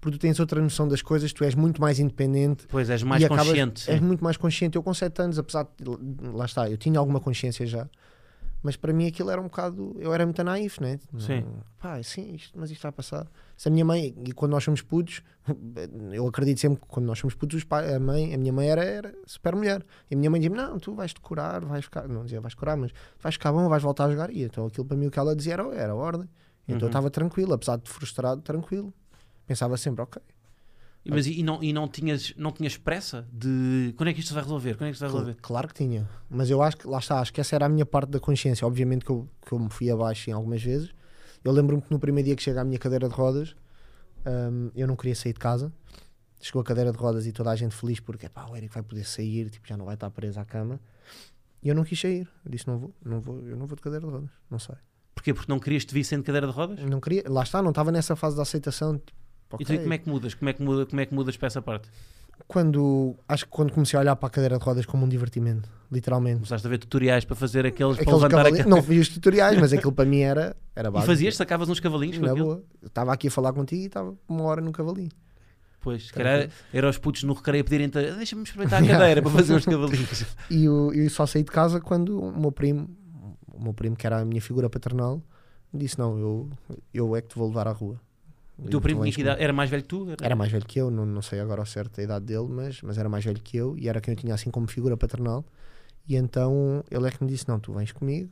S2: Porque tu tens outra noção das coisas, tu és muito mais independente.
S1: Pois és mais
S2: e acabas- é-
S1: consciente. sim.
S2: És muito mais consciente. Eu com 7 anos, apesar de. Lá está, eu tinha alguma consciência já. Mas para mim aquilo era um bocado. Eu era muito naif, né?
S1: Sim.
S2: Pá, sim, isto, mas isto vai passar. Se a minha mãe. E quando nós somos putos. Eu acredito sempre que quando nós somos putos, os pais, a, mãe, a minha mãe era, era super mulher. E a minha mãe dizia-me: Não, tu vais te curar, vais ficar. Não dizia, vais curar, mas vais ficar bom, vais voltar a jogar. E então aquilo para mim o que ela dizia era, era ordem.
S1: Uhum.
S2: Então eu estava tranquilo, apesar de frustrado, tranquilo. Pensava sempre: Ok,
S1: E- Mas e, e não, e não, tinhas, não tinhas pressa de quando é que isto se vai resolver? Quando é que isto se vai
S2: Cla-
S1: resolver?
S2: Claro que tinha. Mas eu acho que, lá está, acho que essa era a minha parte da consciência. Obviamente que eu, que eu me fui abaixo em algumas vezes. Eu lembro-me que no primeiro dia que chega à minha cadeira de rodas, hum, eu não queria sair de casa. Chegou a cadeira de rodas e toda a gente feliz porque, pá, o Eric vai poder sair, tipo, já não vai estar preso à cama. E eu não quis sair. Eu disse, não vou, não vou, eu não vou de cadeira de rodas, não sei.
S1: Porquê? Porque não querias te vir sem cadeira de rodas?
S2: Não queria, lá está, não estava nessa fase da aceitação. Tipo,
S1: E tu e
S2: ok.
S1: como é que mudas? Como é que, muda, como é que mudas para essa parte?
S2: quando, acho que quando comecei a olhar para a cadeira de rodas como um divertimento, literalmente.
S1: Começaste a ver tutoriais para fazer aqueles, para
S2: Aqueles
S1: levantar a
S2: cavalinhos-
S1: ca-
S2: Não vi os tutoriais, mas aquilo para mim era, era
S1: E
S2: básico.
S1: fazias? Sacavas uns cavalinhos com
S2: Na
S1: aquilo?
S2: boa. Eu Estava aqui a falar contigo e estava uma hora no cavalinho.
S1: Pois, se calhar eram os putos no recreio a pedirem deixa-me experimentar a cadeira para fazer uns cavalinhos.
S2: E eu, eu só saí de casa quando o meu primo, o meu primo que era a minha figura paternal, me disse: Não, eu, eu é que te vou levar à rua.
S1: O
S2: E
S1: teu
S2: tu
S1: primo tinha
S2: vens
S1: que idade? era mais velho que tu? Era-
S2: comigo. Era mais velho que eu, não, não sei agora ao certo a idade dele, mas, mas era mais velho que eu e era quem eu tinha assim como figura paternal. E então ele é que me disse: Não, tu vens comigo,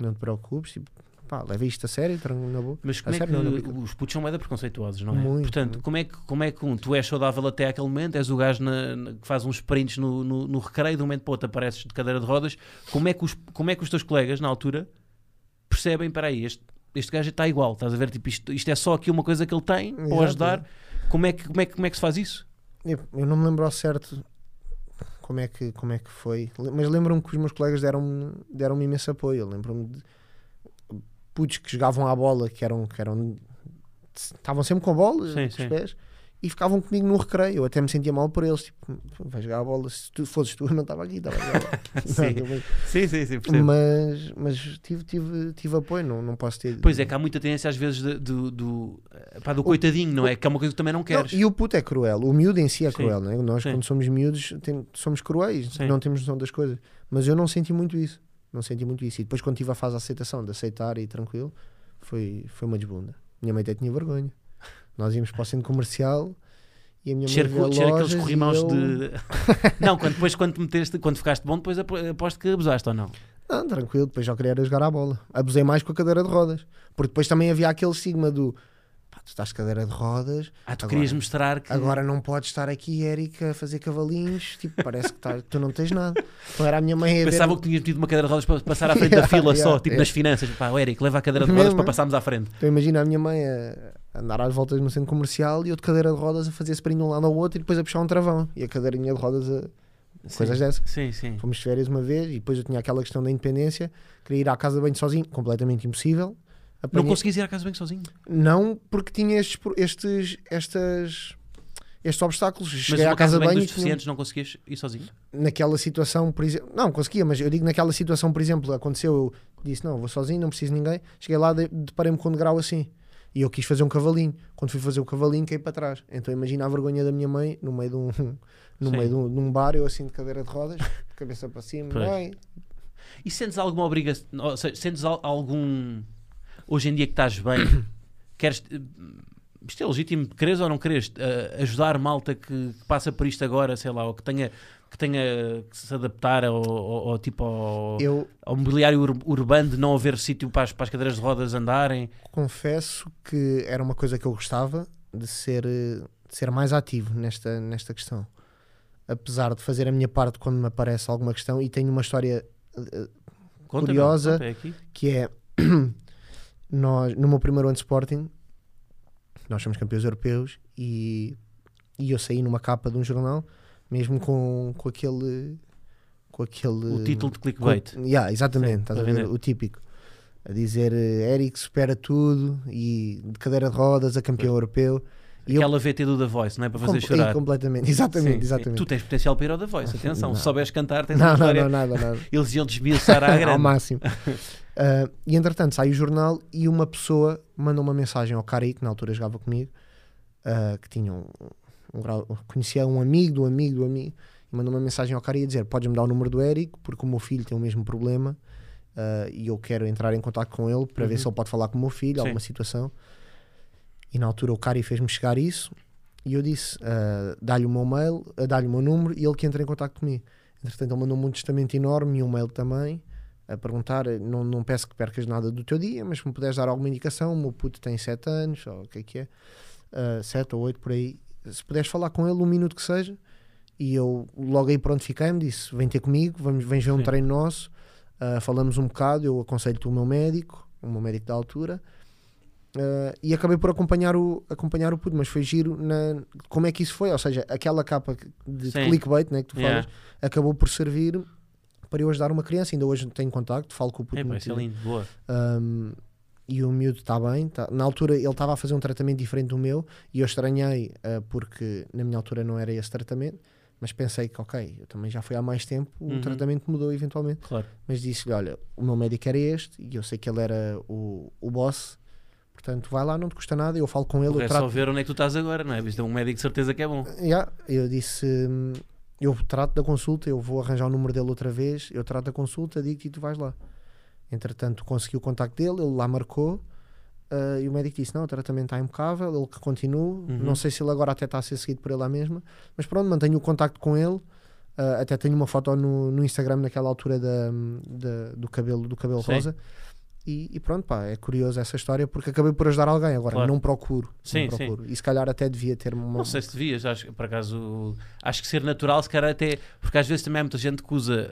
S2: não te preocupes, tipo, pá, leva isto a sério, tranquilo, na boa.
S1: Mas
S2: A
S1: como é que
S2: sério, não, não, brinca-
S1: os putos são moeda preconceituosos, não é?
S2: Muito,
S1: Portanto,
S2: muito.
S1: Como, é que, como é que um, tu és saudável até aquele momento, és o gajo na- na- que faz uns sprints no, no, no recreio, de um momento para o outro apareces de cadeira de rodas, como é que os, como é que os teus colegas na altura percebem, espera aí, este, este gajo está igual, estás a ver, tipo, isto, isto é só aqui uma coisa que ele tem para o
S2: Exato,
S1: ajudar, como é, que, como, é que, como é que se faz isso?
S2: Eu, eu não me lembro ao certo como é que, como é que foi, Le- mas lembro-me que os meus colegas deram-me deram imenso apoio. Eu Lembro-me de putos que jogavam à bola, que eram. que eram estavam sempre com a bola
S1: Sim,
S2: nos
S1: sim.
S2: pés e ficavam comigo no recreio. Eu até me sentia mal por eles. Tipo, vais jogar a bola, se tu fosses tu, eu não estava aqui, estava a jogar a bola.
S1: Sim.
S2: Não, mas-
S1: Sim, sim, sim,
S2: mas mas tive, tive, tive apoio, não, não posso ter.
S1: Pois é, que há muita tendência às vezes de- do, do, pá, do coitadinho, não é? Que é uma coisa que também não
S2: Não,
S1: queres.
S2: e o puto é cruel, o miúdo em si é
S1: Sim.
S2: cruel, não é? Nós,
S1: Sim.
S2: quando somos miúdos, tem- somos cruéis,
S1: Sim.
S2: não temos noção das coisas. Mas eu não senti muito isso, não senti muito isso. E depois, quando tive a fase da aceitação, de aceitar e tranquilo, foi, foi uma desbunda. Minha mãe até tinha vergonha. Nós íamos para o centro comercial e a minha
S1: Descer
S2: mãe. via
S1: co- descer aqueles
S2: lojas e
S1: corrimãos
S2: eu-
S1: de. não, quando, depois quando te meteste, quando ficaste bom, depois apo- aposto que abusaste ou não.
S2: Não, tranquilo, depois já queria era jogar à bola. Abusei mais com a cadeira de rodas, porque depois também havia aquele sigma do. Pá, tu estás de cadeira de rodas,
S1: Ah, tu
S2: Agora-
S1: querias mostrar que.
S2: Agora não podes estar aqui, Érica, a fazer cavalinhos. Tipo, parece que tá- tu não tens nada. Então era a minha mãe a
S1: Pensava
S2: ver.
S1: que tinhas metido uma cadeira de rodas para passar à frente da
S2: Yeah,
S1: fila só,
S2: yeah,
S1: tipo
S2: yeah.
S1: nas finanças. Pá, o Eric, leva a cadeira de rodas
S2: Mesmo,
S1: para
S2: é?
S1: passarmos à frente.
S2: Então imagina a minha mãe a a andar às voltas no centro comercial e eu de cadeira de rodas a fazer spring de um lado ao outro e depois a puxar um travão. E a cadeirinha de rodas a coisas
S1: sim.
S2: dessas.
S1: Sim, sim.
S2: Fomos de férias uma vez e depois eu tinha aquela questão da independência. Queria ir à casa de banho sozinho, completamente
S1: Não
S2: impossível. Apanhei-
S1: conseguias ir à casa bem sozinho.
S2: Não, porque tinha estes, pro- estes, estas, estes obstáculos.
S1: Mas
S2: Cheguei
S1: uma
S2: à casa de banho
S1: dos
S2: e tinha- um
S1: deficientes não conseguias ir sozinho.
S2: naquela situação, por exemplo, não conseguia, mas eu digo naquela situação, por exemplo, aconteceu, eu disse não, vou sozinho, não preciso de ninguém. Cheguei lá, de- deparei-me com um degrau assim e eu quis fazer um cavalinho. Quando fui fazer o cavalinho, caí para trás. Então imagina a vergonha da minha mãe no meio de um, no
S1: Sim.
S2: meio de um, de um bar, eu assim de cadeira de rodas, cabeça para cima,
S1: Pois.
S2: mãe.
S1: E sentes alguma obrigação? Ou seja, sentes al- algum. Hoje em dia que estás bem, queres. Isto é legítimo, queres ou não queres eh, ajudar malta que, que passa por isto agora, sei lá, ou que tenha que, tenha que se adaptar ao, ao- ao tipo ao,
S2: Eu
S1: ao mobiliário ur- urbano de não haver sítio para as, para as cadeiras de rodas andarem.
S2: confesso que era uma coisa que eu gostava de ser, eh, de ser mais ativo nesta, nesta questão. apesar de fazer a minha parte quando me aparece alguma questão, e tenho uma história eh,
S1: Conta,
S2: curiosa.
S1: não, conta, é aqui.
S2: que é nós, no meu primeiro ano de Sporting, nós somos campeões europeus e, e eu saí numa capa de um jornal, mesmo com, com aquele. Com aquele
S1: O título de clickbait.
S2: eh, com- yeah, exatamente,
S1: Sim,
S2: estás
S1: a
S2: a ver
S1: vender.
S2: o típico. A dizer eh, Eric supera tudo e de cadeira de rodas a campeão europeu. E eu-
S1: Aquela VT do The Voice, não é? Para fazer
S2: com-
S1: chorar.
S2: e completamente, exatamente,
S1: Sim, sim.
S2: exatamente.
S1: Tu tens potencial para ir ao The Voice, atenção.
S2: Não.
S1: Se souberes cantar, tens uma
S2: Não, não,
S1: história.
S2: não, nada, nada.
S1: Eles iam desmiuçar à
S2: ao
S1: grande.
S2: máximo. Ah, e entretanto sai o jornal e uma pessoa mandou uma mensagem ao Cari, que na altura jogava comigo, ah, que tinha um, um grau- conhecia um amigo do amigo do amigo, e mandou uma mensagem ao Cari a dizer: Podes-me dar o número do Eric, porque o meu filho tem o mesmo problema ah, e eu quero entrar em contato com ele para ver
S1: Uhum.
S2: se ele pode falar com o meu filho,
S1: Sim.
S2: alguma situação. E na altura o Cari fez-me chegar isso e eu disse: ah, Dá-lhe o meu mail, ah, dá-lhe o meu número e ele que entra em contato comigo. Entretanto, ele mandou-me um testamento enorme e um mail também a perguntar, não, não peço que percas nada do teu dia, mas se me puderes dar alguma indicação, o meu puto tem 7 anos, ou o que é que é, 7 ou 8 por aí, se puderes falar com ele um minuto que seja, e eu logo aí pronto fiquei-me, disse, vem ter comigo, vamos, vens ver um
S1: Sim.
S2: treino nosso, ah, falamos um bocado, eu aconselho-te o meu médico, o meu médico da altura, ah, e acabei por acompanhar o, acompanhar o puto, mas foi giro na, como é que isso foi, ou seja, aquela capa de
S1: Sim.
S2: clickbait né, que tu falas,
S1: Yeah.
S2: acabou por servir para eu ajudar uma criança. Ainda hoje tenho contacto, falo com o puto.
S1: É, pá,
S2: muito
S1: isso é lindo, boa.
S2: um, e o miúdo está bem. tá- Na altura ele estava a fazer um tratamento diferente do meu e eu estranhei ah, porque na minha altura não era esse tratamento. Mas pensei que, ok, eu também já fui há mais tempo, o
S1: Uhum.
S2: tratamento mudou eventualmente.
S1: Claro.
S2: Mas disse-lhe: olha, o meu médico era este e eu sei que ele era o, o boss, portanto vai lá, não te custa nada. Eu falo com ele,
S1: O
S2: eu
S1: resto é
S2: trato
S1: só ver onde é que tu estás agora, não é? Visto um médico de certeza que é bom.
S2: Yeah, eu disse: hum, Eu trato da consulta, eu vou arranjar o número dele outra vez. Eu trato da consulta, digo-te e tu vais lá. Entretanto, consegui o contacto dele, ele lá marcou. ah, e o médico disse: Não, o tratamento está impecável, ele que continua.
S1: Uhum.
S2: Não sei se ele agora até está a ser seguido por ele lá mesma, mas pronto, mantenho o contacto com ele. Ah, até tenho uma foto no, no Instagram naquela altura da, da- do cabelo, do cabelo
S1: Sim.
S2: rosa. E, e pronto, pá, é curioso essa história porque acabei por ajudar alguém. Agora,
S1: Claro.
S2: não procuro.
S1: Sim,
S2: não
S1: sim.
S2: procuro. E se calhar até devia ter uma.
S1: Não sei se devias, acho, por acaso, acho que ser natural, se calhar até, porque às vezes também há muita gente que usa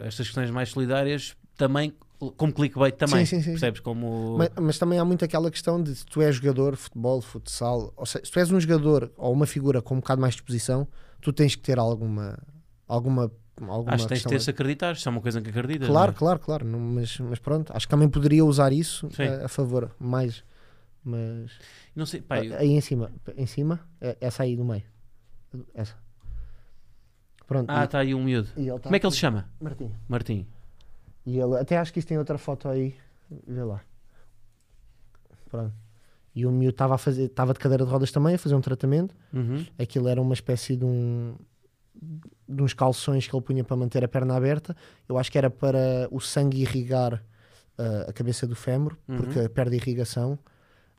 S1: eh, estas questões mais solidárias também como clickbait também,
S2: Sim, sim, sim.
S1: percebes? Como...
S2: Mas, mas também há muito aquela questão de se tu és jogador, futebol, futsal, ou seja, se tu és um jogador ou uma figura com um bocado mais de exposição, tu tens que ter alguma. alguma, alguma
S1: acho que tens de ter se
S2: questão.
S1: acreditar, isso é uma coisa que acreditas.
S2: Claro,
S1: não é?
S2: claro, claro. não- mas, mas pronto, acho que também poderia usar isso eh,
S1: Sim.
S2: a, a favor, mais. Mas. eh,
S1: é? Não sei, pá, eu-
S2: Aí em cima, em cima, é- essa aí do meio. Essa. Pronto.
S1: Ah,
S2: e-
S1: está aí um miúdo.
S2: e ele tá
S1: Como é que ele se
S2: aqui.
S1: chama?
S2: Martim.
S1: Martim.
S2: E ele, até acho que isso tem outra foto aí. Vê lá. Pronto. E o miúdo estava a fazer, estava de cadeira de rodas também, a fazer um tratamento.
S1: Uhum.
S2: Aquilo era uma espécie de um de uns calções que ele punha para manter a perna aberta. Eu acho que era para o sangue irrigar ah, a cabeça do fémur,
S1: Uhum.
S2: porque perde irrigação.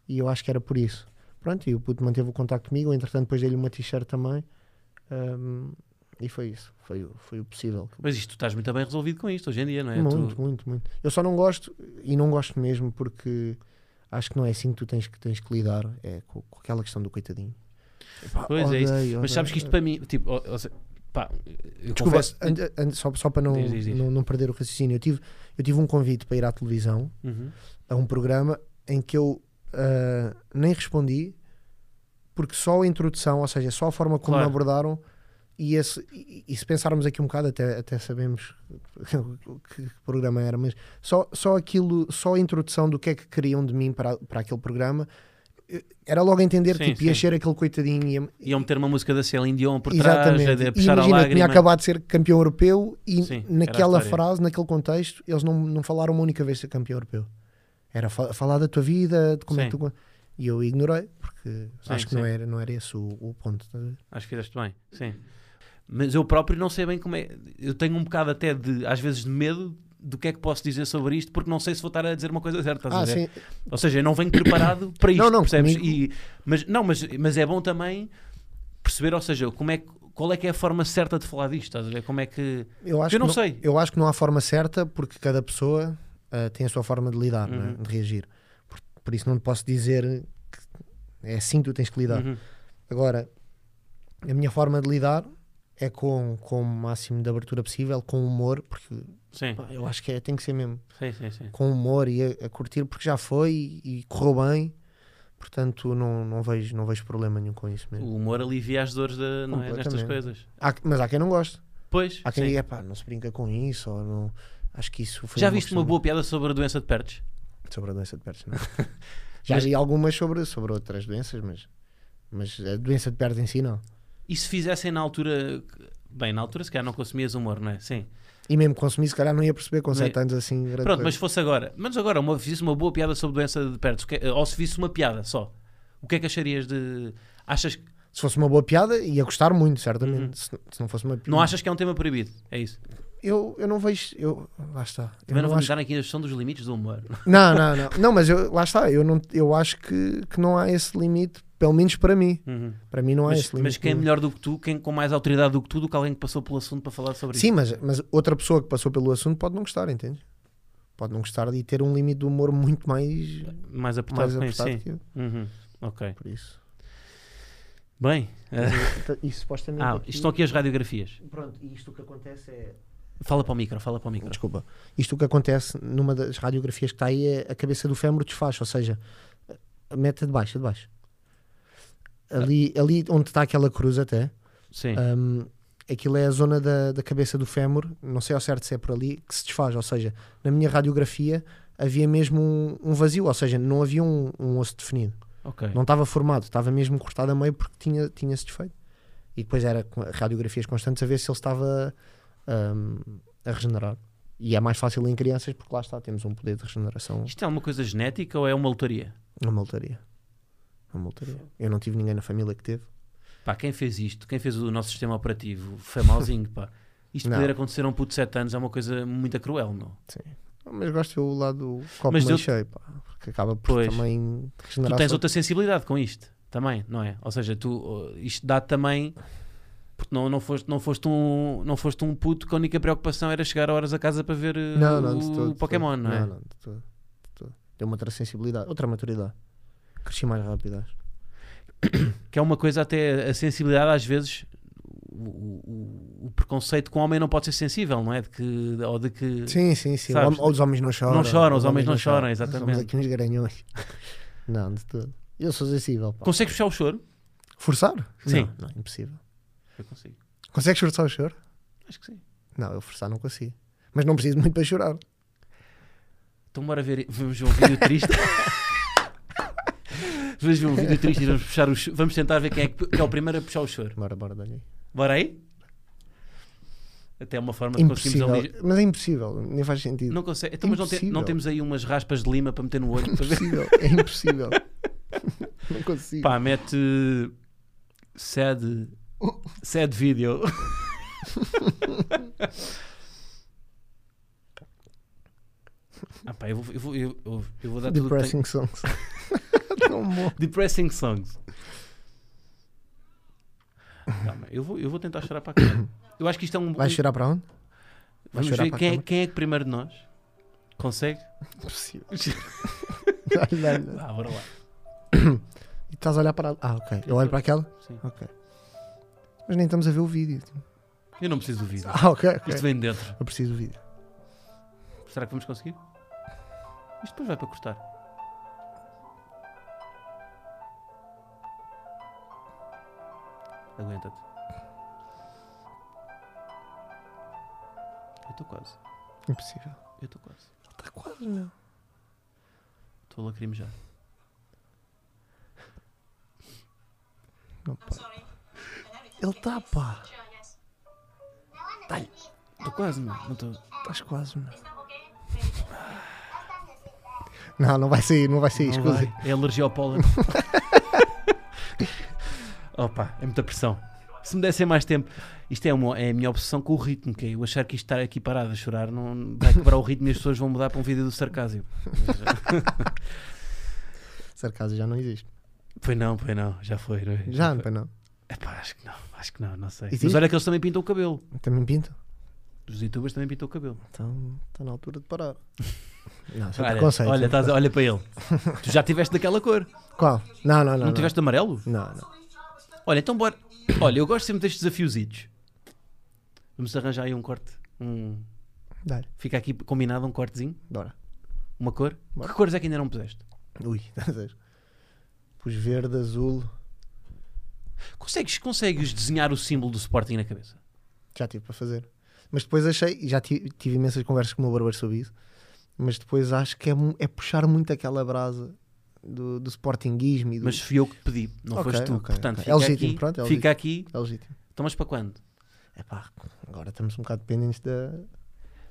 S2: E eu acho que era por isso. Pronto, e o puto manteve o contacto comigo. eu, Entretanto, depois dei-lhe uma t-shirt também. Ahm, e foi isso. Foi, o- foi o possível.
S1: Mas isto, tu estás muito bem resolvido com isto hoje em dia, não é?
S2: Muito,
S1: Tu-
S2: muito, muito. Eu só não gosto, e não gosto mesmo, porque acho que não é assim que tu tens que, tens que lidar é, com, com aquela questão do coitadinho. Epá,
S1: Pois é isso.
S2: odeio,
S1: Mas sabes que isto
S2: odeio.
S1: para mim, tipo, ou- ou seja, pá, eu
S2: Desculpa,
S1: confesso-
S2: ande- ande- só, só para não,
S1: Diz, diz, diz.
S2: Não, não perder o raciocínio, eu tive, eu tive um convite para ir à televisão,
S1: Uhum.
S2: a um programa, em que eu ah, nem respondi, porque só a introdução, ou seja, só a forma como
S1: Claro.
S2: me abordaram. E, esse- e- e se pensarmos aqui um bocado, até, até sabemos que, que programa era, mas só, só aquilo, só a introdução do que é que queriam de mim para, para aquele programa, eh, era logo a entender
S1: Sim,
S2: que tipo, ia
S1: sim.
S2: ser aquele coitadinho. Ia,
S1: Iam meter uma música da Celine Dion por trás, a,
S2: exatamente.
S1: de- a
S2: E
S1: puxar a
S2: imagina, eu tinha
S1: lágrima.
S2: acabado de ser campeão europeu e
S1: Sim, era a
S2: naquela
S1: história.
S2: frase, naquele contexto, eles não, não falaram uma única vez de ser campeão europeu. Era fa- falar da tua vida, de como é que
S1: Sim.
S2: tu. E eu ignorei, porque
S1: Sim,
S2: acho que não
S1: sim.
S2: era, não era esse o, o ponto. estás a ver?
S1: Acho que fizeste bem, sim. Mas eu próprio não sei bem como é. Eu tenho um bocado até de, às vezes, de medo do que é que posso dizer sobre isto, porque não sei se vou estar a dizer uma coisa certa. estás a
S2: Ah,
S1: ver?
S2: sim,
S1: Ou seja, eu não venho preparado para isto,
S2: Não, não,
S1: percebes? E-
S2: comigo-
S1: mas, não, mas, mas é bom também perceber, ou seja, como é que- qual é que é a forma certa de falar disto, estás a ver? Como é que...
S2: eu acho
S1: eu
S2: que
S1: não sei.
S2: Eu acho que não há forma certa porque cada pessoa ah, tem a sua forma de lidar, não é?
S1: Uhum.
S2: de reagir. Por, por isso não te posso dizer que é assim que tu tens que lidar.
S1: Uhum.
S2: Agora, a minha forma de lidar é com, com o máximo de abertura possível, com humor, porque
S1: Sim,
S2: pá, eu acho que é, tem que ser mesmo
S1: sim, sim. sim.
S2: com humor e a, a curtir, porque já foi e, e correu bem, portanto não, não, vejo, não vejo problema nenhum com isso mesmo.
S1: O humor alivia as dores de, não é, nestas
S2: Completamente.
S1: coisas.
S2: Há- mas há quem não goste,
S1: Pois,
S2: há quem
S1: sim.
S2: diga, pá, não se brinca com isso, ou não. Acho que isso foi
S1: já viste uma
S2: questão-
S1: boa piada sobre a doença de Pertes?
S2: Sobre a doença de Pertes, não. é? Já
S1: Mas-
S2: vi algumas sobre, sobre outras doenças, mas, mas a doença de Pertes em si não.
S1: E se fizessem na altura. Bem, na altura se calhar não consumias humor, não é? Sim.
S2: E mesmo consumir, se calhar não ia perceber com
S1: Não ia-
S2: 7 anos assim. Grande
S1: Pronto, mas
S2: coisa.
S1: fosse agora. Mas agora, uma, fizesse uma boa piada sobre doença de Pertes, o que- é- ou se visse uma piada só, o que é que acharias de. Achas que-
S2: Se fosse uma boa piada, ia gostar muito, certamente.
S1: Uhum.
S2: Se, se não fosse uma piada.
S1: Não achas que é um tema proibido? É isso.
S2: Hum. Eu, eu não vejo. Eu, lá está. Eu
S1: Também não, vamos
S2: acho...
S1: dar aqui a questão dos limites do humor.
S2: não, não, não. Não, mas eu, lá está. Eu, não, eu acho que, que não há esse limite, pelo menos para mim.
S1: Uhum.
S2: Para mim não há
S1: Mas,
S2: esse limite.
S1: mas quem é
S2: nenhum.
S1: melhor do que tu, quem com mais autoridade do que tu, do que alguém que passou pelo assunto para falar sobre
S2: Sim, mas, mas outra pessoa que passou pelo assunto pode não gostar, entende? Pode não gostar de ter um limite de humor muito mais,
S1: isso? Mais apertado
S2: mais
S1: com isso, sim.
S2: apertado que eu.
S1: Uhum. Ok.
S2: Por isso.
S1: Bem, eh,
S2: E supostamente.
S1: ah,
S2: aqui-
S1: estão aqui as radiografias.
S2: Pronto, e isto o que acontece é.
S1: Fala para o micro, fala para o micro.
S2: Desculpa. Isto o que acontece numa das radiografias que está aí é a cabeça do fémur desfaz, ou seja, a meta de baixo, a de baixo. Ali, ali onde está aquela cruz até,
S1: Sim.
S2: hum, aquilo é a zona da, da cabeça do fémur, não sei ao certo se é por ali, que se desfaz, ou seja, na minha radiografia havia mesmo um, um vazio, ou seja, não havia um, um osso definido,
S1: ok.
S2: não estava formado, estava mesmo cortado a meio porque tinha, tinha-se desfeito. E depois era com radiografias constantes a ver se ele estava hum, a regenerar. E é mais fácil em crianças porque lá está, temos um poder de regeneração,
S1: Isto é alguma coisa genética ou é uma lotaria?
S2: uma maltaria. Uma maltaria. Eu não tive ninguém na família que teve.
S1: Pá, quem fez isto, quem fez o nosso sistema operativo, foi mauzinho, pá. Isto
S2: Não.
S1: poder acontecer a um puto de 7 anos é uma coisa muito cruel, não?
S2: Mas gosto do lado copo
S1: Mas
S2: meio
S1: deu-te-
S2: cheio, pá, porque acaba por
S1: Pois.
S2: também
S1: Tu
S2: regenerar.
S1: tens
S2: só-
S1: outra sensibilidade com isto, também, não é? Ou seja, tu, oh, isto dá também... Porque não, não, foste, não, foste um, não foste um puto que a única preocupação era chegar a horas a casa para ver eh,
S2: Não, não,
S1: o,
S2: de todo, de todo.
S1: Pokémon, não é?
S2: Não, não, de todo, de todo. Deu-me outra sensibilidade, outra maturidade. Cresci mais rápido, acho.
S1: Que é uma coisa até... A sensibilidade às vezes... O, o- o preconceito com o homem não pode ser sensível, não é? De que, ou de que...
S2: Sim, sim, sim.
S1: Sabes?
S2: Ou- ou os homens não choram.
S1: Não choram, os homens não choram,
S2: Somos
S1: exatamente.
S2: aqui uns garanhões. não, de todo. Eu sou sensível, pá.
S1: Consegues puxar o choro?
S2: Forçar?
S1: Sim.
S2: Não, não, impossível.
S1: Eu consigo.
S2: Consegues forçar o choro?
S1: Acho que sim.
S2: Não, eu forçar não consigo. Mas não preciso muito para chorar.
S1: Então bora ver, vamos ver um vídeo triste. vamos ver um vídeo triste e vamos puxar o cho- Vamos tentar ver quem é que, que é o primeiro a puxar o choro.
S2: Bora, bora, dá-lhe aí.
S1: Bora aí? Até é uma forma de conseguirmos
S2: Impossível.
S1: ali.
S2: Mas é impossível, nem faz sentido.
S1: Não consegue. Então, mas não, tem- não
S2: Impossível.
S1: temos aí umas raspas de lima para meter no olho.
S2: É
S1: Para ver?
S2: impossível, é impossível. não consigo.
S1: Pá, mete. Sad. Sad video. ah, pá, eu vou, eu vou, eu, eu- eu vou dar tudo o que tenho.
S2: Depressing songs. Tão bom.
S1: Depressing songs. Calma, eu vou, eu vou tentar chorar para a câmera. Eu acho que isto é um.
S2: Vais chorar para onde? vai
S1: Vamos
S2: chorar
S1: ver
S2: para a
S1: quem é,
S2: câmara?
S1: quem é que primeiro de nós consegue.
S2: Impossível. Dá-lhe, dá-lhe.
S1: Ah, bora lá.
S2: E estás a olhar para. Ah, ok. Eu olho para aquela?
S1: Sim.
S2: Ok. Mas nem estamos a ver o vídeo. tipo.
S1: Eu não preciso do vídeo.
S2: Ah, ok. ok.
S1: Isto vem de dentro.
S2: Eu preciso do vídeo.
S1: Será que vamos conseguir? Isto depois vai para cortar. Aguenta-te. Eu estou quase.
S2: Impossível.
S1: Eu estou quase.
S2: Está Tá quase, meu.
S1: Estou a lacrimejar.
S2: Não, pá. Ele está, pá. Dá-lhe.
S1: Estou quase, meu. Não estou.
S2: Estás quase, meu. Não, não vai sair, não vai sair.
S1: Não
S2: Escusa.
S1: vai. É alergia ao pólen. Opa, é muita pressão. Se me dessem mais tempo, isto é, uma, é a minha obsessão com o ritmo, que é eu achar que isto estar aqui parado a chorar não vai quebrar o ritmo e as pessoas vão mudar para um vídeo do sarcasmo.
S2: Sarcasmo já não existe.
S1: Pois não, pois não, já foi, não é?
S2: Já,
S1: foi.
S2: para não.
S1: Epá, acho que não, acho que não, não sei.
S2: Existe?
S1: Mas olha que eles também pintam o cabelo.
S2: Também pinto?
S1: Os youtubers também pintam o cabelo.
S2: Então está na altura de parar. Não, isso é
S1: Olha,
S2: preconceito.
S1: olha,
S2: é
S1: estás a- olha para ele. Tu já tiveste daquela cor.
S2: Qual? Não, não, não.
S1: Não,
S2: Não,
S1: tiveste amarelo?
S2: não, não.
S1: Olha, então bora. Olha, eu gosto sempre destes desafiositos. Vamos arranjar aí um corte. Um...
S2: Dá-lhe.
S1: Fica aqui combinado um cortezinho,
S2: Bora.
S1: uma cor.
S2: Bora.
S1: Que cores é que ainda não puseste?
S2: Ui, estás a ver? Pus verde, azul.
S1: Consegues, consegues desenhar o símbolo do Sporting na cabeça?
S2: Já tive para fazer. Mas depois achei, e já ti- tive, imensas conversas com o meu barbeiro sobre isso, mas depois acho que é, mu- é puxar muito aquela brasa do, do sportinguismo e do.
S1: Mas fui eu que te pedi, não
S2: Ok,
S1: foste tu.
S2: ok,
S1: Portanto,
S2: ok. É
S1: fica,
S2: legítimo,
S1: aqui,
S2: pronto, é
S1: fica aqui.
S2: É legítimo.
S1: Então, mas para quando?
S2: Epá, agora estamos um bocado dependentes da.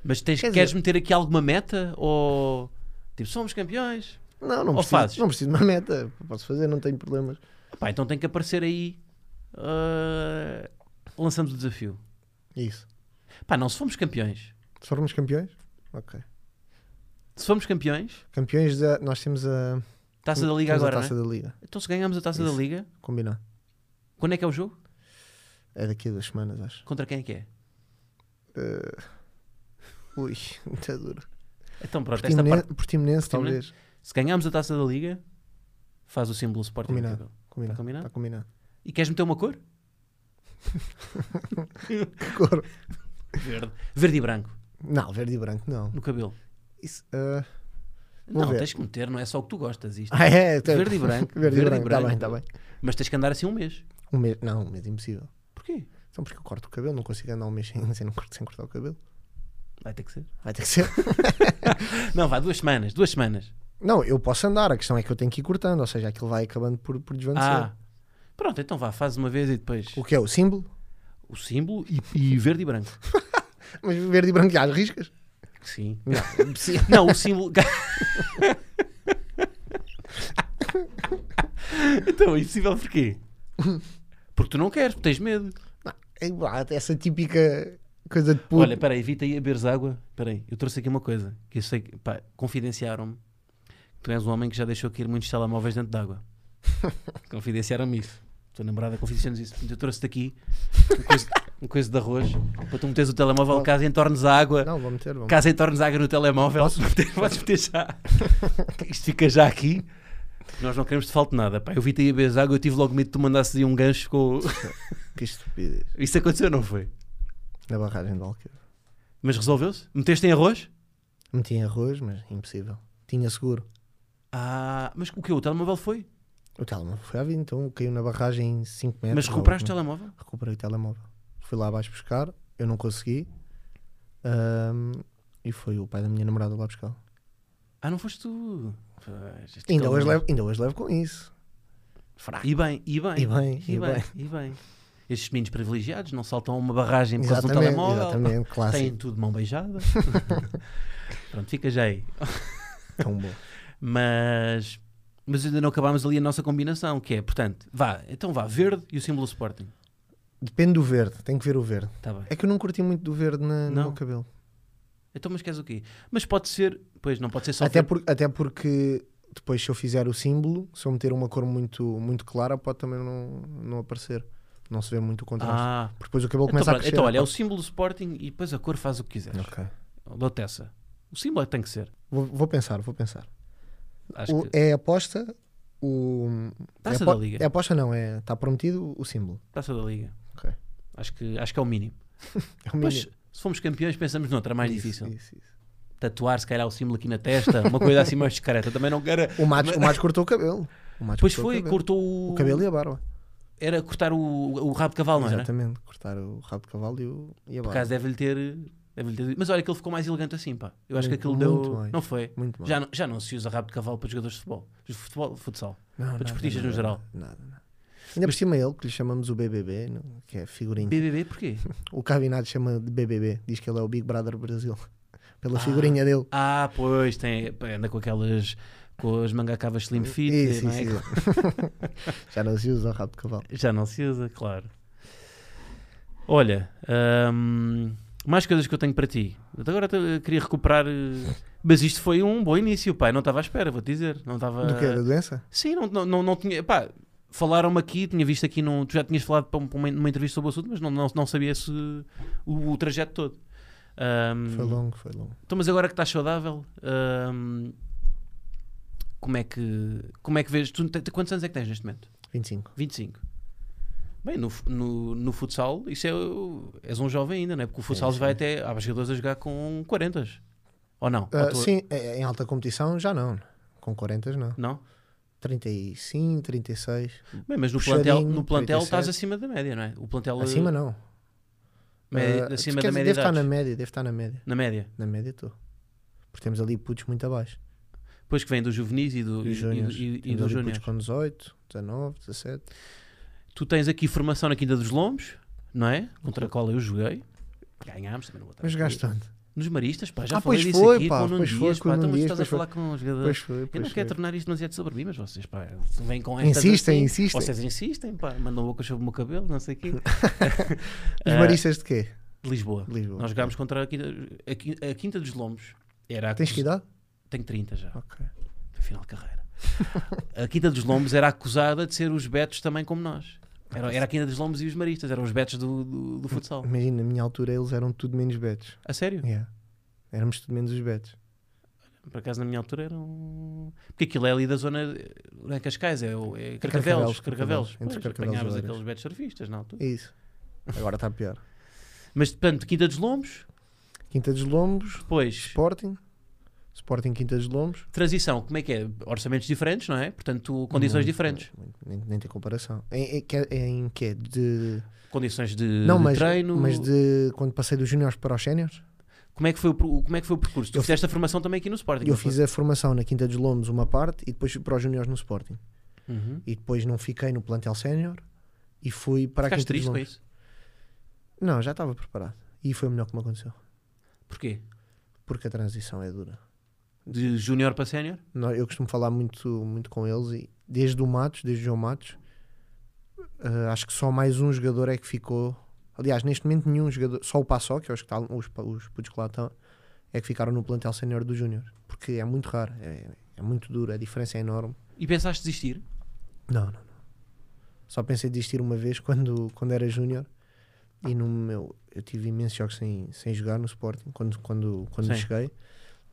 S1: Mas tens,
S2: Quer
S1: queres meter aqui alguma meta? Ou tipo, somos campeões?
S2: Não, não
S1: Ou
S2: preciso,
S1: fazes?
S2: não preciso de uma meta. Posso fazer, não tenho problemas.
S1: Pá, então tem que aparecer aí. ah, lançamos o desafio.
S2: É Isso.
S1: Pá, não, se fomos campeões.
S2: Se formos campeões? Ok.
S1: Se fomos campeões,
S2: Campeões, da, nós temos a.
S1: taça da liga
S2: Hum, temos
S1: agora,
S2: A
S1: não é?
S2: taça da Liga,
S1: Então se ganhamos a taça da
S2: Isso.
S1: liga,
S2: combinado.
S1: quando é que é o jogo?
S2: É daqui a duas semanas, acho.
S1: Contra quem é que é?
S2: Eh, Ui, muito duro.
S1: Então pronto, esta
S2: Portimonense,
S1: parte. Portimonense?
S2: Portimonense, talvez.
S1: Se ganharmos a taça da liga, faz o símbolo Sporting. no
S2: Combinado.
S1: cabelo.
S2: Combinado.
S1: Tá combinado?
S2: Tá combinado.
S1: E queres meter uma cor?
S2: Que cor?
S1: Verde. Verde e branco
S2: Não, verde e branco, não.
S1: no cabelo.
S2: Isso, ah, Vou
S1: não,
S2: ver.
S1: tens que meter, não é só o que tu gostas isto.
S2: ah, é, tá-
S1: Verde e branco.
S2: Verde, e branco, tá bem, tá bem.
S1: Mas tens que andar assim um mês.
S2: Um mês, não, um mês é impossível.
S1: Porquê?
S2: Então, porque eu corto o cabelo, não consigo andar um mês sem, sem, sem cortar o cabelo.
S1: Vai ter que ser.
S2: Vai ter que ser.
S1: Não, vá, duas semanas, duas semanas.
S2: Não, eu posso andar, a questão é que eu tenho que ir cortando, ou seja, aquilo vai acabando por, por desvanecer.
S1: Ah. Pronto, então vá, faz uma vez e depois
S2: O que é? O símbolo?
S1: o símbolo e, e verde e branco.
S2: Mas verde e branco já as riscas?
S1: Sim.
S2: Não, sim.
S1: Não, o símbolo. então, é impossível porquê? Porque tu não queres, porque tens medo.
S2: É igual, essa típica coisa de puto.
S1: Olha, peraí, evita aí beberes água. Peraí, eu trouxe aqui uma coisa que eu sei que, pá, confidenciaram-me. Tu és um homem que já deixou cair muitos telemóveis dentro de água. confidenciaram-me isso. Tua namorada confidenciou-nos isso. Portanto, Eu trouxe-te aqui um coisa, um coisa de arroz para tu meteres o telemóvel caso entornes a água.
S2: Não, vou meter, vou meter.
S1: Caso entornes água no telemóvel, podes meter já. Isto fica já aqui. Nós não queremos que te falte nada. Pá. Eu vi-te aí a beber água, eu tive logo medo de tu mandasses aí um gancho com. o-
S2: Que estupidez.
S1: Isso aconteceu, não foi?
S2: Na barragem de Alqueva.
S1: Mas resolveu-se? Meteste em arroz?
S2: Meti em arroz, mas impossível. Tinha seguro.
S1: Ah, mas o que? O telemóvel foi?
S2: O telemóvel foi à vida, então caiu na barragem em 5 metros.
S1: mas
S2: ou
S1: recuperaste o
S2: alguma-
S1: telemóvel?
S2: Recuperei o telemóvel. Fui lá abaixo buscar, eu não consegui. Ahm, e foi o pai da minha namorada lá buscar. Então,
S1: Ah, não foste tu. Pois, este
S2: Ainda
S1: telemóvel.
S2: hoje, levo, ainda hoje levo com isso.
S1: E bem, e bem.
S2: E bem,
S1: e, bem, e bem. Estes meninos privilegiados não saltam uma barragem por causa do
S2: Exatamente,
S1: telemóvel.
S2: exatamente, Ah,
S1: Têm
S2: clássico.
S1: tudo de mão beijada. Pronto, fica já aí.
S2: Tão bom.
S1: Mas, mas ainda não acabámos ali a nossa combinação, que é, portanto, vá, então vá, verde e o símbolo Sporting.
S2: Depende do verde, tem que ver o verde.
S1: Está bem.
S2: É que eu não curti muito do verde na, no
S1: Não?
S2: meu cabelo.
S1: Então, mas queres o quê? Mas pode ser, pois não pode ser só
S2: Até,
S1: verde.
S2: por- até porque depois, se eu fizer o símbolo, se eu meter uma cor muito, muito clara, pode também não, não aparecer. Não se vê muito o contraste.
S1: Ah,
S2: Porque depois o cabelo
S1: então,
S2: começa a
S1: pronto,
S2: crescer.
S1: então olha, é o símbolo do Sporting e depois a cor faz o que quiseres.
S2: Ok.
S1: Dou-te essa. O símbolo é que tem que ser.
S2: Vou, vou pensar, vou pensar.
S1: Acho
S2: O-
S1: que.
S2: É a aposta, o.
S1: Taça
S2: é
S1: da
S2: apo-
S1: Liga.
S2: É a aposta, não, é. Está prometido o símbolo.
S1: Taça da Liga.
S2: Ok.
S1: Acho que, acho que é o mínimo.
S2: É o
S1: Mas
S2: mínimo.
S1: se formos campeões, pensamos noutra mais
S2: Isso,
S1: difícil.
S2: isso, isso.
S1: Tatuar, se calhar, o símbolo aqui na testa, uma coisa assim mais discreta. Também não quero.
S2: O Matos, o Matos cortou o cabelo. O Matos
S1: Depois
S2: cortou
S1: foi,
S2: o cabelo.
S1: cortou o.
S2: O cabelo e a barba.
S1: Era cortar o, o rabo de cavalo, não era?
S2: Exatamente, cortar o rabo de cavalo e, o, e a
S1: Por
S2: barba.
S1: acaso deve-lhe ter, deve ter. Mas olha que ele ficou mais elegante assim, pá. Eu acho
S2: Muito-
S1: que aquilo
S2: muito
S1: deu.
S2: bem.
S1: Não foi?
S2: Muito bem.
S1: Já não, já não se usa rabo de cavalo para jogadores de futebol. De futebol futsal.
S2: Não, nada,
S1: desportistas no
S2: nada,
S1: geral.
S2: Nada, nada. Ainda por cima ele, que lhe chamamos o BBB, não- que é figurinha.
S1: BBB porquê?
S2: O Cavinado chama de BBB, diz que ele é o Big Brother Brasil, pela
S1: Ah.
S2: figurinha dele.
S1: Ah, pois, tem, pá, anda com aquelas. com as mangacavas slim fit.
S2: Isso,
S1: não
S2: isso,
S1: é?
S2: isso. Já não se usa o rabo de cavalo.
S1: Já não se usa, claro. Olha, hum, mais coisas que eu tenho para ti. Eu Agora te- queria recuperar. eh, Mas isto foi um bom início, pai. Não estava à espera, vou-te dizer. Não estava.
S2: Do que? Da doença?
S1: Sim, não, não, não, não tinha. Pá, falaram-me aqui, tinha visto aqui num. Tu já tinhas falado para um- para uma, numa entrevista sobre o assunto, mas não, não, não sabia se o, o trajeto todo. Ahm,
S2: Foi longo, foi longo.
S1: Então, mas agora que estás saudável, ahm, como é que como é que vês? Tu, te- te- quantos anos é que tens neste momento?
S2: 25.
S1: 25. Bem, no, fu- no, no futsal, isso é. o- És um jovem ainda, não é? Porque o futsal vai até. Há jogadores a jogar com 40. Ou não?
S2: Ah,
S1: Ou tu-
S2: Sim, eh, em alta competição já não. né? Com 40 não.
S1: Não?
S2: 35, 36.
S1: Bem, mas no
S2: Puxadinho,
S1: plantel, no plantel
S2: 37.
S1: estás acima da média, não é? O plantel. eh,
S2: Acima não.
S1: me-
S2: Ah,
S1: acima da
S2: quer
S1: média.
S2: dizer, Deve estar
S1: de
S2: na
S1: idades.
S2: média, deve estar na média.
S1: na média.
S2: Na média estou. Porque temos ali putos muito abaixo.
S1: Depois que vem dos juvenis e, do,
S2: E
S1: e,
S2: os júniores.
S1: e- e- e
S2: Temos
S1: dos
S2: ali
S1: júniores.
S2: putos com 18, 19, 17.
S1: Tu tens aqui formação na Quinta dos Lombos, não é? Contra a qual eu joguei. Ganhámos também, não vou estar
S2: Uhum. Mas
S1: aqui.
S2: gastaste onde?
S1: Nos Maristas, pá, já
S2: Ah,
S1: falei
S2: pois
S1: disso
S2: foi,
S1: aqui
S2: pá,
S1: com o Nuno
S2: pois foi,
S1: Dias,
S2: com o
S1: pá, então
S2: Nuno
S1: mas
S2: Dias,
S1: estás a
S2: pois foi.
S1: falar com os jogadores.
S2: Pois foi,
S1: Eu não
S2: pois foi.
S1: quero tornar isto demasiado sobre mim, mas vocês, pá, vêm com estas
S2: Insistem,
S1: assim,
S2: insistem.
S1: Vocês insistem, pá, mandam bocas sobre o meu cabelo, não sei o quê.
S2: Os
S1: Ah,
S2: maristas de quê?
S1: de Lisboa.
S2: De Lisboa.
S1: Nós jogámos contra a Quinta, a Qui- a Quinta dos Lombos. Era a
S2: Tens que
S1: acus-
S2: idade?
S1: Tenho 30 já,
S2: Ok.
S1: final de carreira. a Quinta dos Lombos era acusada de ser os betos também como nós. Era, era a Quinta dos Lombos e os maristas, eram os betos do, do, do futsal.
S2: Imagina, na minha altura eles eram tudo menos betos.
S1: A sério?
S2: Yeah. Éramos tudo menos os betos.
S1: Por acaso na minha altura eram. Porque aquilo é ali da zona. Não é Cascais, é, o- é Carcavelos. Carcavelos.
S2: Carcavelos, Carcavelos. Entre
S1: Pois,
S2: Carcavelos e
S1: apanhavas
S2: Oeiras.
S1: aqueles betos surfistas na altura.
S2: É isso. Agora está pior.
S1: Mas, portanto, Quinta dos Lombos,
S2: Quinta dos Lombos,
S1: depois.
S2: Sporting. Sporting Quinta dos Lombos.
S1: Transição, como é que é? Orçamentos diferentes, não é? Portanto, condições
S2: Muito,
S1: diferentes.
S2: muito, Nem, nem tem comparação. Em, em, que- em que? De,
S1: Condições de,
S2: não,
S1: de
S2: mas,
S1: treino.
S2: mas de quando passei dos juniores para os séniores.
S1: Como, é que foi o, pro- como é que foi o percurso? Tu
S2: Eu
S1: fizeste a formação também aqui no Sporting.
S2: Eu
S1: não foi?
S2: fiz a formação na Quinta dos Lombos, uma parte, e depois fui para os juniores no Sporting.
S1: Uhum.
S2: E depois não fiquei no plantel sénior e fui para
S1: Ficaste
S2: a Quinta dos
S1: triste com
S2: Lombos.
S1: isso?
S2: Não, já estava preparado. E foi o melhor que me aconteceu.
S1: Porquê?
S2: Porque a transição é dura.
S1: De júnior para sénior?
S2: Nó- Eu costumo falar muito, muito com eles e desde o Matos, desde o João Matos, eh, acho que só mais um jogador é que ficou. Aliás, neste momento nenhum jogador, só o Passó, que é os, que tá, os, pa- os putos que lá estão, é que ficaram no plantel sénior do Júnior. Porque é muito raro, é, é muito duro, a diferença é enorme.
S1: E pensaste desistir?
S2: Não, não, não. Só pensei em desistir uma vez quando, quando era júnior e no meu eu tive imensos jogos sem, sem jogar no Sporting quando, quando, quando
S1: Sim.
S2: cheguei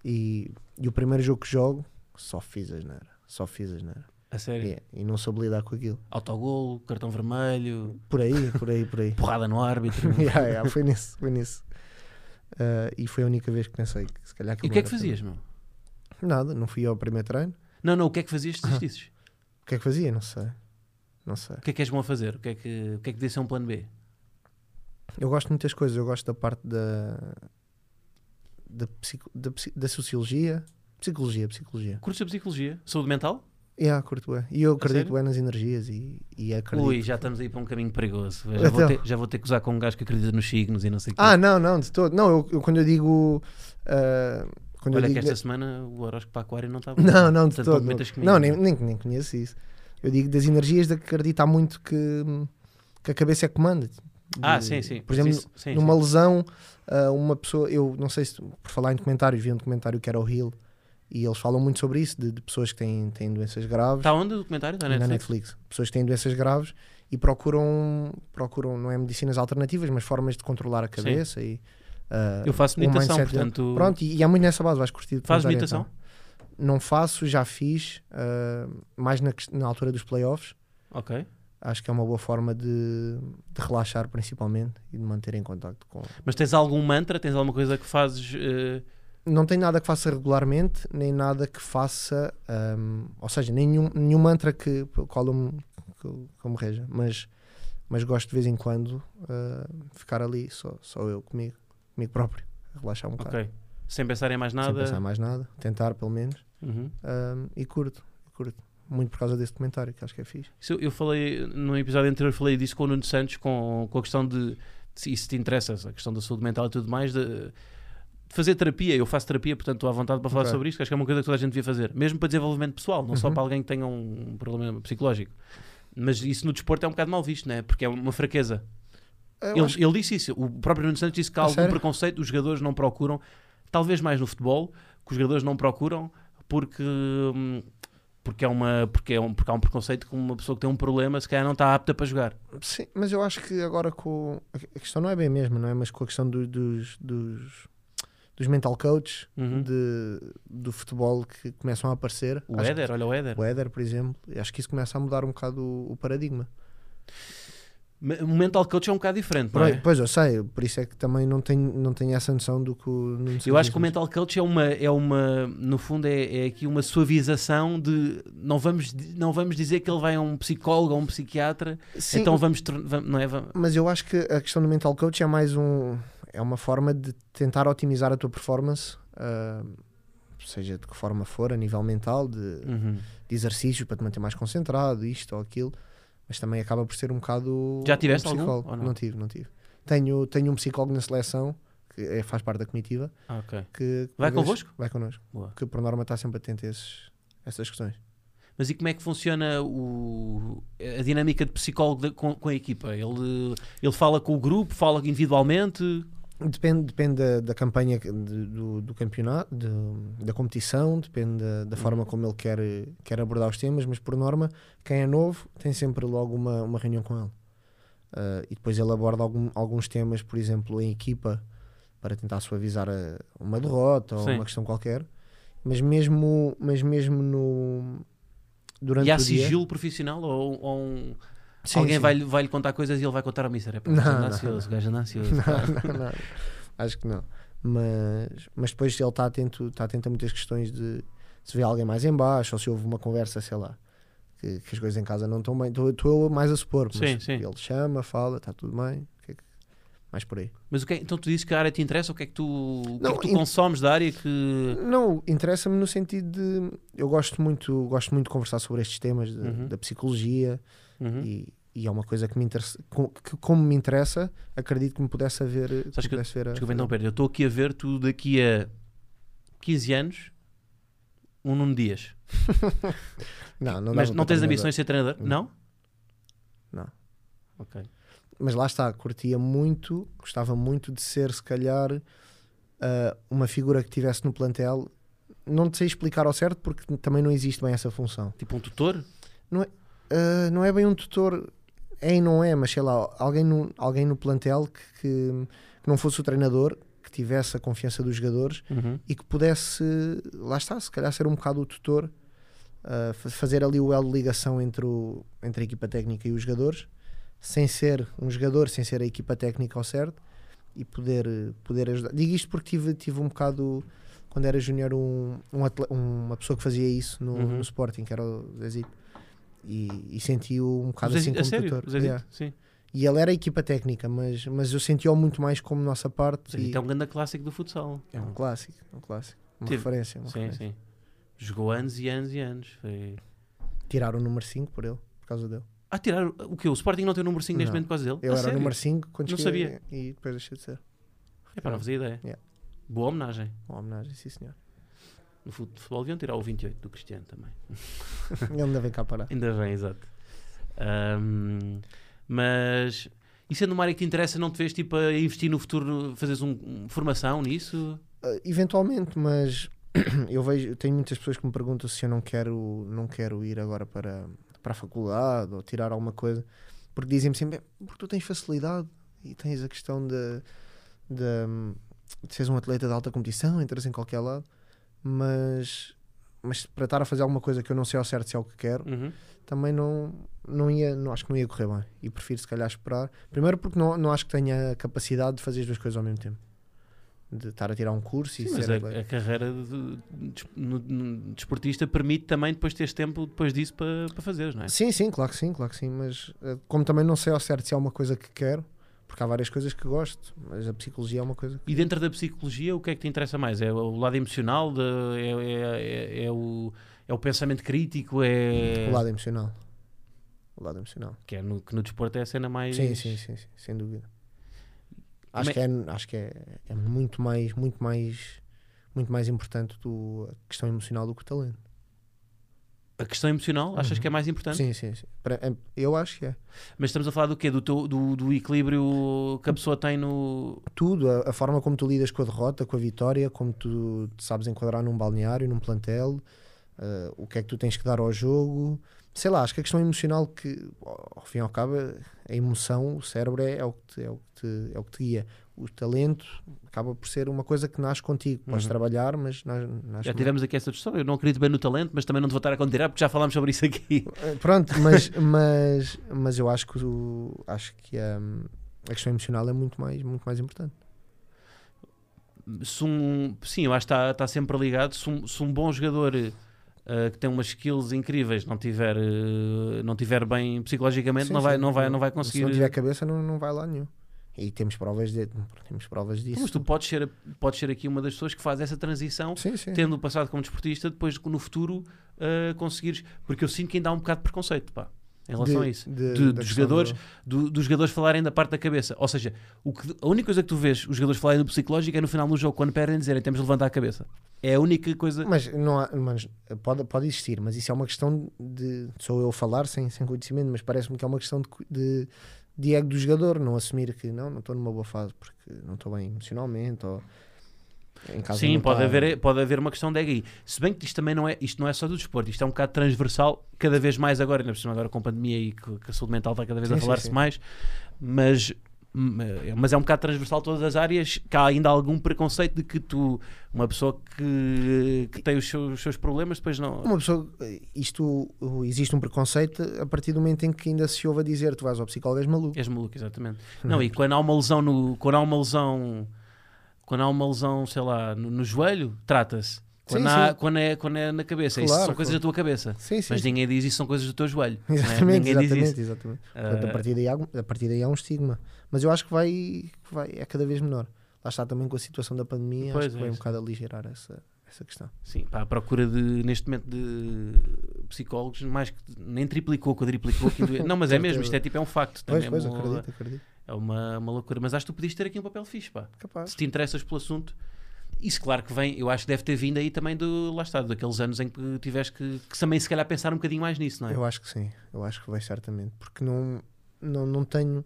S2: e, e o primeiro jogo que jogo só fiz asneira, só fiz asneira
S1: A sério?
S2: yeah, e não soube lidar com aquilo.
S1: Autogolo, cartão vermelho,
S2: Por aí, por aí, por aí.
S1: porrada no árbitro.
S2: yeah, yeah, foi nisso, foi nisso. Ah, e foi a única vez que pensei que se calhar
S1: e o
S2: não
S1: que é que
S2: era para mim.
S1: fazias, meu?
S2: Nada, não fui ao primeiro treino.
S1: Não, não, o que é que fazias
S2: Ah.
S1: se desistisses?
S2: O que é que fazia? Não sei. Não sei.
S1: O que é que és bom a fazer? O que é que, o que, é que podia ser um plano B?
S2: Eu gosto de muitas coisas. Eu gosto da parte da. da, psico- da, psi- da sociologia. Psicologia, psicologia.
S1: Cursos de psicologia? Saúde mental?
S2: Yeah, curto bué. E eu acredito
S1: sério?
S2: bem nas energias e, e acredito.
S1: Ui, já estamos aí para um caminho perigoso. Já vou,
S2: Então.
S1: ter, já vou ter que usar com um gajo que acredita nos signos e não sei o quê.
S2: Ah, não, não, de todo. Não, eu, eu quando eu digo. ah, quando
S1: Olha
S2: eu
S1: que
S2: digo
S1: esta semana o horóscopo para aquário não está bom.
S2: Não, não, de
S1: Portanto,
S2: todo.
S1: metas
S2: Não,
S1: comigo.
S2: Não, nem, nem, nem conheço isso. Eu digo das energias de acreditar muito que, que a cabeça é que manda. De-
S1: Ah, sim, sim.
S2: Por exemplo,
S1: Sim, sim,
S2: numa
S1: sim.
S2: lesão, ah, uma pessoa, eu não sei se por falar em documentários, vi um documentário que era o Hill e eles falam muito sobre isso, de, de pessoas que têm, têm doenças graves
S1: Está onde o documentário? Está Tá, na
S2: na
S1: Netflix?
S2: Netflix. Pessoas que têm doenças graves e procuram, procuram não é medicinas alternativas, mas formas de controlar a cabeça e ah,
S1: Eu faço
S2: o
S1: meditação,
S2: mindset dele.
S1: portanto.
S2: Pronto, e, e há muito nessa base, vais curtir. o
S1: Fazes
S2: documentário,
S1: meditação?
S2: então. Não faço, já fiz, ah, mais na, ques- na altura dos playoffs.
S1: Ok.
S2: Acho que é uma boa forma de, de relaxar principalmente e de manter em contacto com,
S1: Mas tens algum mantra? Tens alguma coisa que fazes? eh,
S2: não tem nada que faça regularmente, nem nada que faça, hum, ou seja, nenhum, nenhum mantra que pelo qual eu me, que, eu- que eu me reja, mas, mas gosto de vez em quando uh, ficar ali, só, só eu comigo, comigo próprio, a relaxar um bocado,
S1: Ok. Sem pensar em mais
S2: sem
S1: nada.
S2: pensar mais nada, tentar pelo menos,
S1: Uhum.
S2: hum, e curto, curto, muito por causa desse comentário que acho que é fixe.
S1: Isso eu- eu falei, num episódio anterior, falei disso com o Nuno Santos, com, com a questão de. Se isso te interessa, a questão da saúde mental e tudo mais, de, de fazer terapia. Eu faço terapia, portanto estou à vontade para falar
S2: Ok.
S1: sobre isto, que acho que é uma coisa que toda a gente devia fazer, mesmo para desenvolvimento pessoal, não só
S2: Uhum.
S1: para alguém que tenha um problema psicológico. Mas isso no desporto é um bocado mal visto, né? porque é uma fraqueza.
S2: Eu
S1: Ele,
S2: acho-
S1: ele disse isso. O próprio Nuno Santos disse que há
S2: A
S1: algum
S2: sério?
S1: preconceito, os jogadores não procuram, talvez mais no futebol, que os jogadores não procuram porque. hum, Porque, é uma, porque, é um, porque há um preconceito que uma pessoa que tem um problema se calhar não está apta para jogar.
S2: Sim, mas eu acho que agora com. A questão não é bem a mesma, não é? Mas com a questão do- dos, dos, dos mental coaches
S1: Uhum.
S2: de, do futebol que começam a aparecer.
S1: O
S2: Acho
S1: Éder, olha o Éder.
S2: que- o Éder, por exemplo. Acho que isso começa a mudar um bocado o, o paradigma.
S1: Ma- O mental coach é um bocado diferente, não
S2: Pois,
S1: é?
S2: pois, eu sei, por isso é que também não tenho, não tenho essa noção do que o Nuno
S1: Eu
S2: Santos
S1: acho que o
S2: diz.
S1: mental coach é uma, é uma no fundo, é, é aqui uma suavização de não vamos, di- não vamos dizer que ele vai a um psicólogo ou um psiquiatra,
S2: Sim,
S1: então vamos, torn- vam- não é? Vam-
S2: mas eu acho que a questão do mental coach é mais um é uma forma de tentar otimizar a tua performance ah, seja de que forma for a nível mental de,
S1: Uhum.
S2: de exercícios para te manter mais concentrado isto ou aquilo mas também acaba por ser um bocado
S1: Já tiveste
S2: um
S1: algum,
S2: psicólogo.
S1: ou não?
S2: tive não tive tenho tenho um psicólogo na seleção que é- faz parte da comitiva
S1: Ah, ok.
S2: que
S1: Vai
S2: por vezes-
S1: convosco?
S2: vai connosco
S1: Boa.
S2: que por norma está sempre atento a esses, essas questões
S1: Mas e como é que funciona o, a dinâmica de psicólogo da- com, com a equipa? Ele, ele fala com o grupo, fala individualmente?
S2: Depende, depende da, da campanha que- de- do, do campeonato, de- da competição, depende da, da
S1: Uhum.
S2: forma como ele quer, quer abordar os temas, mas por norma, quem é novo tem sempre logo uma, uma reunião com ele. Ah, e depois ele aborda algum- alguns temas, por exemplo, em equipa, para tentar suavizar a- uma derrota ou
S1: Sim.
S2: uma questão qualquer. Mas mesmo, mas mesmo no, durante
S1: e há
S2: o dia...
S1: sigilo profissional ou, ou um-
S2: Sim,
S1: alguém
S2: sim.
S1: vai-lhe vai-lhe contar coisas e ele vai contar ao Mister? É pá, o
S2: Não,
S1: gajo anda
S2: não,
S1: ansioso, o gajo anda ansioso.
S2: não, não, não. Acho que não. Mas, mas depois ele está atento, está atento a muitas questões de se vê alguém mais em baixo ou se houve uma conversa, sei lá, que, que as coisas em casa não estão bem. Estou estou eu mais a supor, mas
S1: Sim, sim.
S2: ele chama, fala, está tudo bem, o que é que- mais por aí.
S1: Mas o que é- então tu dizes que a área te interessa? O que é que tu, o que é
S2: Não,
S1: que tu
S2: in-
S1: consomes da área que.
S2: Não, interessa-me no sentido de eu gosto muito, gosto muito de conversar sobre estes temas de-
S1: Uhum.
S2: da psicologia
S1: Uhum.
S2: e, e é uma coisa que me interessa, com- que como me interessa, acredito que me pudesse haver. Que
S1: Sabes
S2: me
S1: que eu-
S2: pudesse ver a-
S1: Desculpa interromper, eu estou aqui a ver tu daqui a 15 anos, um Nuno Dias.
S2: não,
S1: Mas não
S2: não dava para
S1: tens
S2: treinador.
S1: ambições de ser treinador? Não?
S2: Não.
S1: Ok.
S2: mas lá está, curtia muito, gostava muito de ser, se calhar, ah, uma figura que tivesse no plantel. Não te sei explicar ao certo porque também não existe bem essa função.
S1: Tipo um tutor?
S2: Ah, não é bem um tutor, é e não é, mas sei lá, alguém no, alguém no plantel que, que- que não fosse o treinador, que tivesse a confiança dos jogadores e que pudesse, lá está, se calhar ser um bocado o tutor, ah, fa- fazer ali o elo de ligação entre, o, entre a equipa técnica e os jogadores, sem ser um jogador, sem ser a equipa técnica ao certo, e poder, eh, poder ajudar. Digo isto porque tive, tive um bocado, quando era júnior, um, um atle- uma pessoa que fazia isso no,
S1: Uhum.
S2: no Sporting, que era o Zezito, e, e senti-o um bocado
S1: O
S2: assim
S1: Zezito- a
S2: como
S1: sério?
S2: tutor.
S1: O Zezito?
S2: Yeah.
S1: Sim.
S2: E ele era a equipa técnica, mas, mas eu senti-o muito mais como nossa
S1: O
S2: parte.
S1: Zezito
S2: e-
S1: é um grande clássico do futsal.
S2: é um clássico, é um clássico. Uma
S1: Tive-
S2: referência. Uma
S1: Sim,
S2: referência.
S1: sim. Jogou anos e anos e anos. Foi...
S2: Tiraram o número 5 por ele, por causa dele.
S1: Ah, tiraram o quê? O Sporting não tem o número 5 neste
S2: Não.
S1: momento por causa dele?
S2: Eu
S1: Ah,
S2: era
S1: sério?
S2: o número 5 quando
S1: Não
S2: cheguei
S1: sabia.
S2: e depois deixei de ser.
S1: É para não fazer ideia.
S2: Yeah.
S1: Boa homenagem.
S2: Uma homenagem, sim senhor.
S1: No fut- futebol deviam tirar o 28 do Cristiano também.
S2: Ele ainda vem cá parar.
S1: Ainda bem, exato. Ahm, mas e sendo uma área que te interessa, não te vês tipo a investir no futuro, fazeres um, um- formação nisso?
S2: Ah, eventualmente, mas eu vejo, tenho muitas pessoas que me perguntam se eu não quero, não quero ir agora para, para a faculdade ou tirar alguma coisa, porque dizem-me sempre, "Bem, porque tu tens facilidade e tens a questão de, de, de seres um atleta de alta competição, entras em qualquer lado, mas, mas para estar a fazer alguma coisa que eu não sei ao certo se é o que quero,
S1: Uhum.
S2: também não, não ia, não, acho que não ia correr bem. E prefiro se calhar esperar. Primeiro porque não, não acho que tenha a capacidade de fazer as duas coisas ao mesmo tempo. De estar a tirar um curso e
S1: Sim, mas é
S2: ser
S1: a,
S2: atleta.
S1: a carreira de, de- no- no- desportista permite também depois teres tempo depois disso para, para fazeres, não é?
S2: Sim, sim, claro que sim, claro que sim. Mas eh, como também não sei ao certo se é uma coisa que quero, porque há várias coisas que gosto, mas a psicologia é uma coisa que.
S1: E dentro da psicologia, o que é que te interessa mais? É o lado emocional? de- é, é- é- é o, é o pensamento crítico? É,
S2: O lado emocional. O lado emocional.
S1: Que, é no, que no desporto é a cena mais.
S2: Sim, sim, sim, sim, sem dúvida. Acho
S1: Mas-
S2: que, é, acho que é, é muito mais, muito mais, muito mais importante do, a questão emocional do que o talento.
S1: A questão emocional, achas
S2: Uhum.
S1: que é mais importante?
S2: Sim, sim, sim. Para- é- eu acho que é.
S1: Mas estamos a falar do quê? Do, teu- do, do equilíbrio que a pessoa tem no.
S2: Tudo, a, a forma como tu lidas com a derrota, com a vitória, como tu te sabes enquadrar num balneário, num plantel, eh, o que é que tu tens que dar ao jogo. Sei lá, acho que a questão emocional que, ao ao fim e ao cabo, a emoção, o cérebro é, é o, que te, é, o que te, é o que te guia. o talento acaba por ser uma coisa que nasce contigo. Podes
S1: Uhum.
S2: trabalhar, mas nas- nasce
S1: Já tivemos aqui essa discussão. Eu não acredito bem no talento, mas também não te vou estar a condenar porque já falámos sobre isso aqui.
S2: Eh, Pronto, mas, mas, mas eu acho que, o- acho que hum, a questão emocional é muito mais, muito mais importante.
S1: Se um- sim, eu acho que está está sempre ligado. Se um, se um bom jogador eh, que tem umas skills incríveis não tiver, eh, não tiver bem psicologicamente,
S2: Sim,
S1: não, vai,
S2: sim.
S1: não, vai, não vai
S2: Se
S1: conseguir. eh,
S2: não tiver cabeça, não, não vai lá nenhum. E temos provas, de, temos provas disso.
S1: Mas tu podes ser, podes ser aqui uma das pessoas que faz essa transição,
S2: Sim, sim.
S1: tendo o passado como desportista, depois no futuro eh, conseguires. Porque eu sinto que ainda há um bocado de preconceito pá, em relação
S2: De-
S1: a isso.
S2: de-
S1: de-
S2: da
S1: dos
S2: questão
S1: jogadores,
S2: do-
S1: do- dos jogadores falarem da parte da cabeça. Ou seja, o que- a única coisa que tu vês os jogadores falarem do psicológico é no final do jogo, quando perdem, dizerem temos de levantar a cabeça. É a única coisa.
S2: Mas, não há- mas pode, pode existir, mas isso é uma questão de. Sou eu a falar sem, sem conhecimento, mas parece-me que é uma questão de, cu- de, de ego do jogador, não assumir que não, não estou numa boa fase porque não estou bem emocionalmente ou. Em casa
S1: Sim,
S2: não
S1: pode,
S2: tá-
S1: haver, pode haver uma questão de ego aí. Se bem que isto também não é, isto não é só do desporto, isto é um bocado transversal, cada vez mais agora, ainda por cima agora com a pandemia e que, que a saúde mental está cada vez
S2: Sim,
S1: a
S2: sim,
S1: falar-se
S2: sim.
S1: mais, mas, mas é um bocado transversal todas as áreas, que há ainda algum preconceito de que tu, uma pessoa que, que tem os seus, os seus problemas, depois não...
S2: Uma pessoa, isto o- existe um preconceito a partir do momento em que ainda se ouve a dizer tu vais ao psicólogo és maluco.
S1: És maluco, exatamente. Não, e quando há uma lesão no. Quando há uma lesão. Quando há uma lesão, sei lá, no, no joelho, trata-se. Quando,
S2: Sim,
S1: há-
S2: sim.
S1: quando é, quando é na cabeça, isso
S2: Claro,
S1: são coisas
S2: claro.
S1: da tua cabeça.
S2: Sim, sim.
S1: Mas ninguém diz isso, são coisas do teu joelho. não é?
S2: Exatamente,
S1: Ninguém diz isso.
S2: exatamente, exatamente. Portanto,
S1: Ah,
S2: a, partir daí há, algum- a partir daí há um estigma. Mas eu acho que vai, que vai é cada vez menor. Lá está também com a situação da pandemia,
S1: Pois,
S2: acho que
S1: é
S2: vai um
S1: isso.
S2: bocado aligerar essa, essa questão.
S1: Sim, pá, a procura de, neste momento de psicólogos, mais que nem triplicou, quadriplicou. que ainda- Não, mas é mesmo, isto é tipo, é um facto.
S2: Pois,
S1: também
S2: pois,
S1: é uma,
S2: acredito, acredito.
S1: é uma, uma loucura. Mas acho que tu podias ter aqui um papel fixe, pá.
S2: Capaz.
S1: se te interessas pelo assunto. Isso, claro que vem, eu acho que deve ter vindo aí também do, lá está, daqueles anos em que tiveste que, que também se calhar pensar um bocadinho mais nisso, não é?
S2: Eu acho que sim, eu acho que vai certamente, porque não, não, não tenho,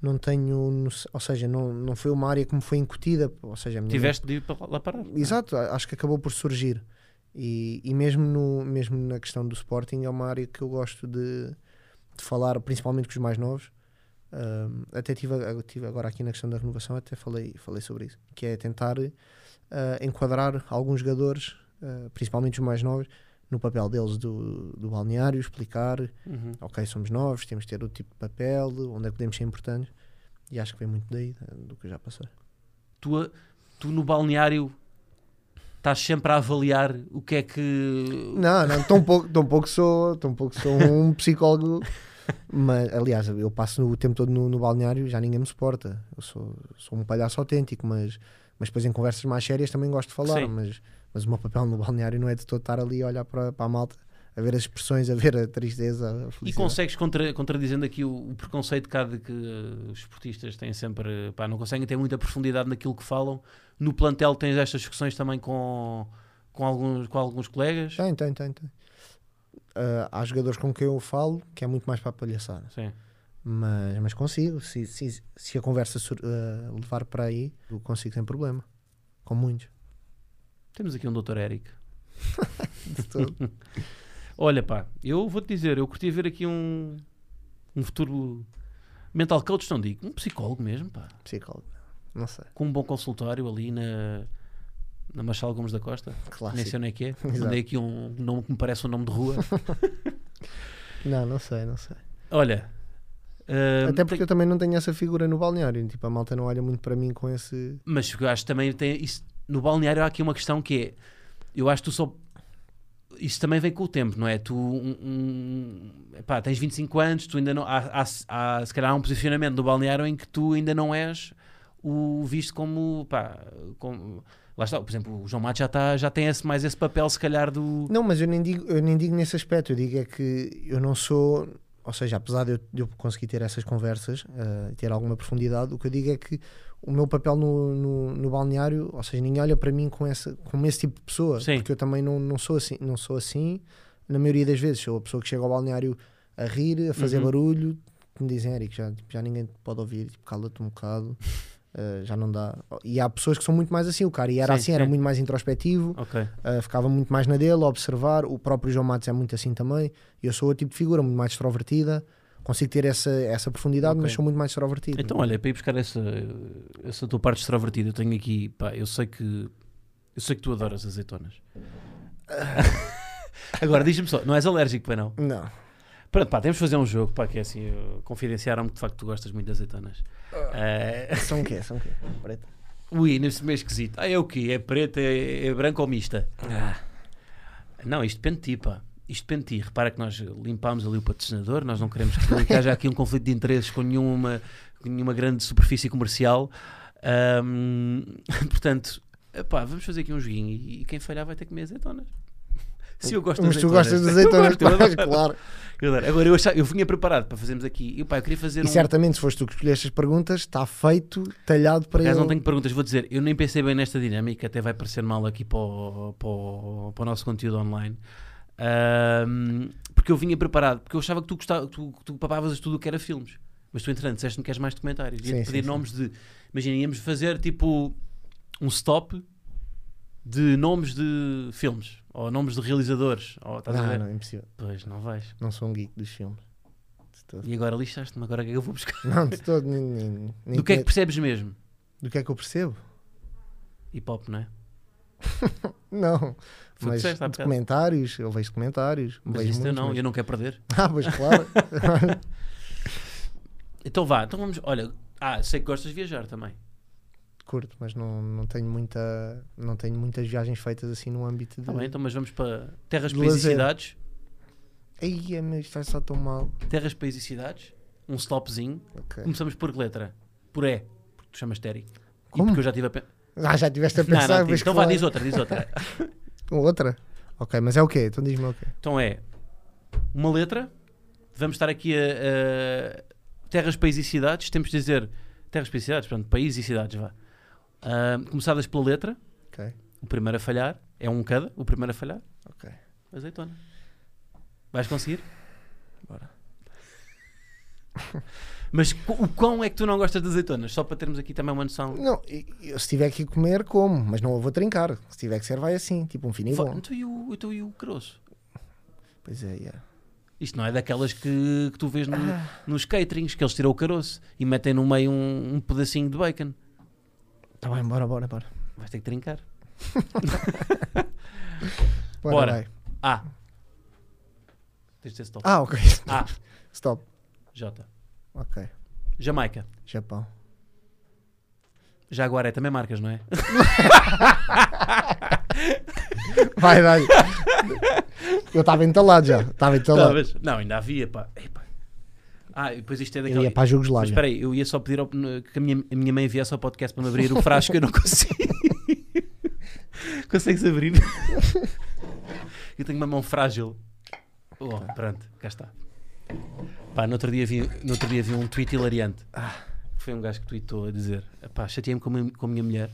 S2: não tenho, noção- ou seja, não, não foi uma área que me foi incutida, ou seja, a minha mãe-
S1: Tiveste de ir para lá- lá parar.
S2: Exato, a- acho que acabou por surgir. E, e mesmo, no, mesmo na questão do Sporting, é uma área que eu gosto de, de falar, principalmente com os mais novos. Ahm, até tive, a- tive agora aqui na questão da renovação, até falei, falei sobre isso, que é tentar ah, enquadrar alguns jogadores, ah, principalmente os mais novos, no papel deles do, do balneário, explicar,
S1: Uhum.
S2: ok, somos novos, temos de ter outro tipo de papel, onde é que podemos ser importantes. E acho que vem muito daí, ah, do que eu já passei.
S1: Tu, a- tu no balneário estás sempre a avaliar o que é que.
S2: Não, não, tão pouco, tão pouco sou, tão pouco sou um psicólogo. Mas, aliás, eu passo o tempo todo no, no balneário e já ninguém me suporta. Eu sou, sou um palhaço autêntico, mas, mas depois em conversas mais sérias também gosto de falar.
S1: Sim.
S2: Mas, mas o meu papel no balneário não é de todo estar ali a olhar para, para a malta, a ver as expressões, a ver a tristeza, a felicidade.
S1: E consegues, contra, contradizendo aqui o, o preconceito cá de que eh, os esportistas têm sempre. eh, Pá, não conseguem ter muita profundidade naquilo que falam. No plantel tens estas discussões também com, com, alguns, com alguns colegas.
S2: Tem, tem, tem. tem. Ah, há jogadores com quem eu falo que é muito mais para a palhaçada.
S1: Sim.
S2: Mas, mas consigo, se, se, se a conversa sur- ah, levar para aí, eu consigo sem problema. Com muitos.
S1: Temos aqui um doutor Eric.
S2: De todo.
S1: Olha, pá, eu vou-te dizer, eu curti ver aqui um, um futuro mental coach, não digo, um psicólogo mesmo, pá,
S2: Psicólogo. Não sei.
S1: com um bom consultório ali na, na Machal Gomes da Costa, nem sei
S2: Clássico.
S1: onde é que é,
S2: Exato.
S1: mandei aqui um nome que me parece um nome de rua.
S2: Não, não sei, não sei.
S1: Hum, Olha, ah,
S2: Até porque
S1: tem-
S2: eu também não tenho essa figura no balneário. Tipo, a malta não olha muito para mim com esse.
S1: mas eu acho que também tem isso, no balneário há aqui uma questão que é, eu acho que tu só, isso também vem com o tempo, não é? Tu, um, um, epá, tens 25 anos, tu ainda não, há, há- há, se calhar há um posicionamento do balneário em que tu ainda não és o visto como, pá, como- lá está, por exemplo, o João Mato já, tá, já tem esse, mais esse papel, se calhar, do...
S2: Não, mas eu nem digo, eu nem digo nesse aspecto. Eu digo é que eu não sou. Ou seja, apesar de eu, de eu conseguir ter essas conversas ah, e ter alguma profundidade, o que eu digo é que o meu papel no, no, no balneário, ou seja, ninguém olha para mim com, essa, com esse tipo de pessoa,
S1: Sim.
S2: porque eu também não, não sou assim, não sou assim, na maioria das vezes, sou a pessoa que chega ao balneário a rir, a fazer
S1: Uhum.
S2: barulho, que me dizem, Eric, já, tipo, já ninguém te pode ouvir, tipo, cala-te um bocado, eh, já não dá. E há pessoas que são muito mais assim, o cara, e era
S1: Sim,
S2: assim, era
S1: sim.
S2: muito mais introspectivo,
S1: Ok,
S2: eh, ficava muito mais na dele, a observar, o próprio João Matos é muito assim também, e eu sou outro tipo de figura, muito mais extrovertida, Consigo ter essa, essa profundidade,
S1: Ok.
S2: mas sou muito mais extrovertido.
S1: Então, olha, para ir buscar essa, essa tua parte extrovertida, eu tenho aqui, pá, eu sei que eu sei que tu adoras azeitonas. Agora, diz-me só, não és alérgico, para não?
S2: Não.
S1: Pronto, pá, temos de fazer um jogo, pá, que é assim, eu- confidenciaram-me que de facto tu gostas muito de azeitonas. Eh,
S2: São o quê? São o quê? Preta.
S1: ui, nesse meio esquisito. Ah, é o quê? É preta, é, é branca ou mista?
S2: Ah.
S1: Não, isto depende de ti, pá. Isto depende de ti. Repara que nós limpámos ali o patrocinador, nós não queremos que que haja aqui um conflito de interesses com nenhuma, com nenhuma grande superfície comercial. Ahm, portanto, epá, vamos fazer aqui um joguinho e, e quem falhar vai ter que comer azeitonas. Se eu gosto de
S2: Mas tu
S1: azeitonas.
S2: gostas de
S1: Eu
S2: azeitonas,
S1: gosto, eu
S2: pá,
S1: adoro.
S2: claro.
S1: Eu adoro. Agora eu, achava, eu vinha preparado para fazermos aqui. E pá, eu queria fazer
S2: E
S1: um.
S2: certamente, se foste tu que escolheste as perguntas, está feito, talhado para
S1: Aliás,
S2: ele.
S1: não tenho perguntas, vou dizer, eu nem pensei bem nesta dinâmica, até vai parecer mal aqui para o, para o- para o nosso conteúdo online. Ahm, porque eu vinha preparado, porque eu achava que tu, gostava, que tu, que tu papavas tudo o que era filmes. Mas tu, entretanto, disseste-me que és mais documentários.
S2: Sim,
S1: Ia-te
S2: sim,
S1: pedir
S2: sim.
S1: nomes de. Imagina, íamos fazer tipo um stop de nomes de filmes, ou nomes de realizadores. Ou, estás a
S2: Não,
S1: ver?
S2: não, é impossível.
S1: Pois, não vais.
S2: Não sou um geek dos filmes. De todo.
S1: E agora lixaste-me, agora o que é que eu vou buscar?
S2: Não, de todo. Nem, nem, nem
S1: Do que é que
S2: tinha-
S1: percebes mesmo?
S2: do que é que eu percebo?
S1: Hip hop, não é?
S2: Não.
S1: Foi o que
S2: Mas
S1: disseste há bocado.
S2: documentários, eu vejo documentários.
S1: Mas
S2: vejo
S1: isso eu
S2: muitos,
S1: não,
S2: mas-
S1: eu não quero perder.
S2: Ah, pois claro.
S1: Então vá, então vamos. Olha, ah, sei que gostas de viajar também.
S2: Curto, mas não, não tenho muita. Não tenho muitas viagens feitas assim no âmbito de.
S1: Está bem, então, mas vamos para terras,
S2: De
S1: países e
S2: lazer.
S1: cidades.
S2: Ai, é, mas isto vai só tão mal.
S1: Terras, países e cidades. Um stopzinho.
S2: Ok.
S1: Começamos por que letra? Por E. Porque tu chamas Terry. E
S2: Como?
S1: porque eu já tive a pensar.
S2: Ah, já tiveste a
S1: Não, não,
S2: pensar,
S1: tive.
S2: mas
S1: então vá,
S2: claro.
S1: diz outra, diz outra.
S2: Outra? Ok, mas é o quê? Então diz-me o quê?
S1: então é uma letra. Vamos estar aqui a, a terras, países e cidades. Temos de dizer terras, países e cidades, pronto, países e cidades, vá. Ah, começadas pela letra.
S2: Ok.
S1: O primeiro a falhar é um cada. O primeiro a falhar.
S2: Ok.
S1: Azeitona. Vais conseguir?
S2: Bora.
S1: Mas co- o quão é que tu não gostas de azeitonas? Só para termos aqui também uma noção.
S2: Não, e- eu, se tiver que comer, como, mas não a vou trincar. Se tiver que ser, vai assim, tipo um fininho
S1: Fa-
S2: bom.
S1: Então e o, então e o caroço?
S2: Pois é, yeah.
S1: Isto não é daquelas que, que tu vês no-
S2: Ah.
S1: nos caterings, que eles tiram o caroço e metem no meio um, um pedacinho de bacon.
S2: Tá bem, bora, bora, bora.
S1: Vais ter que trincar.
S2: Bora,
S1: Bora.
S2: vai.
S1: A. Ah. Tens de ter stop.
S2: Ah, ok.
S1: A.
S2: Stop.
S1: J.
S2: Ok.
S1: Jamaica.
S2: Japão.
S1: Jaguar é também marcas, não é?
S2: Vai, vai. Eu estava entalado já. Estava entalado.
S1: Talvez. Não, ainda havia, pá. Epá. Ah, e depois isto é
S2: Eu
S1: daquela.
S2: ia para a
S1: Mas
S2: Jugoslávia.
S1: espera aí, eu ia só pedir ao- que a minha, a minha mãe viesse ao podcast para me abrir o frasco e eu não consigo. Consegues abrir? eu tenho uma mão frágil. Oh, pronto, cá está. Pá, no outro dia vi, no outro dia vi um tweet hilariante. Foi um gajo que tweetou a dizer: pá, chateei-me com, a minha- com a minha mulher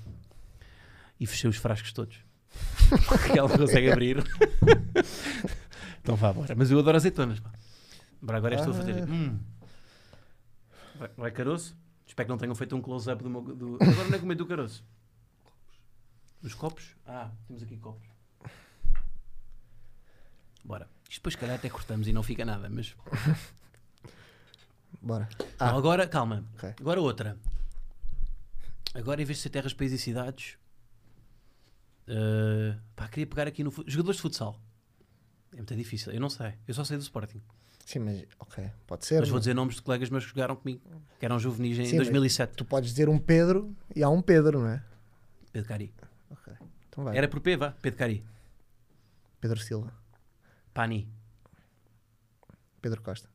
S1: e fechei os frascos todos. Porque ela não consegue abrir. então vá, bora. Mas eu adoro azeitonas. Pá. Bora, agora és tu a fazer. Hum. Vai, vai caroço? Espero que não tenham feito um close-up do meu. Do... Agora não é comer do caroço. Dos copos? Ah, temos aqui copos. Bora. Isto depois, se calhar, até cortamos e não fica nada, mas.
S2: Bora.
S1: Não, agora, calma.
S2: Ah. Ok.
S1: Agora outra. Agora, em vez de ser terras, países e cidades. eh, pá, queria pegar aqui no. fu- Jogadores de futsal. É muito difícil, eu não sei. Eu só sei do Sporting.
S2: Sim, mas ok. Pode ser.
S1: Mas vou
S2: não?
S1: dizer nomes de colegas meus que jogaram comigo, que eram juvenis em
S2: Sim, mas
S1: 2007.
S2: Tu podes dizer um Pedro e há um Pedro, não é?
S1: Pedro Cari.
S2: Então vai.
S1: Era por P, vá. Pedro Cari.
S2: Pedro Silva.
S1: Pani.
S2: Pedro Costa.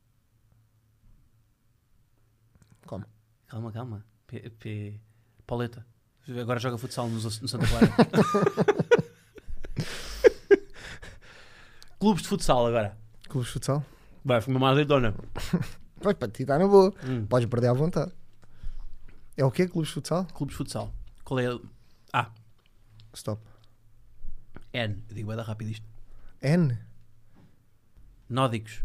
S2: Como?
S1: Calma, calma. P, P- Pauleta. Agora joga futsal no, no Santa Clara. Clubes de futsal agora.
S2: Clubes de futsal?
S1: Vai, foi uma azeitona.
S2: Pois, para ti está na boa.
S1: Hum.
S2: Podes perder à vontade. É o quê? Clubes de futsal?
S1: Clubes de futsal. Qual é? a- Ah,
S2: Stop.
S1: N. Eu digo, vai dar rápido isto.
S2: N?
S1: Nórdicos.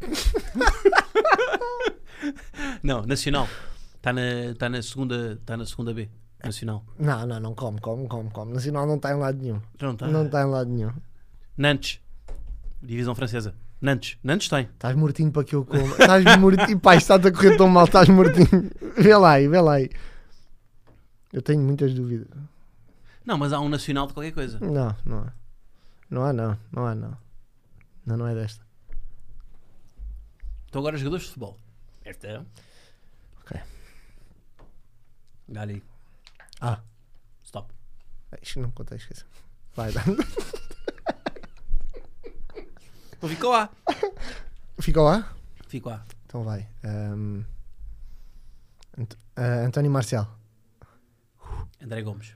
S1: não, Nacional. Está na, tá na, segunda, tá na segunda B. Nacional.
S2: Não, não, não. Come, come, come, come.
S1: tá?
S2: Nacional não tá. está em lado tá nenhum.
S1: Já não está?
S2: Não está em lado nenhum.
S1: Nantes. Divisão Francesa. Nantes. Nantes tem.
S2: Estás mortinho para que eu coma. Estás mortinho. Pá, isto está a correr tão mal, estás mortinho. Vê lá aí, vê lá aí. Eu tenho muitas dúvidas.
S1: Não, mas há um nacional de qualquer coisa.
S2: Não, não há. Não há, não. Não há, não. Não, não é desta.
S1: Então agora jogadores de futebol. Esta. é
S2: Ok.
S1: Dá ali.
S2: Ah.
S1: Stop.
S2: Isto não conta, esquece. Vai, dá.
S1: Então ficou A.
S2: Ficou lá?
S1: Fico A.
S2: Então vai. Ahm, Ant- ah, António Marcial.
S1: André Gomes.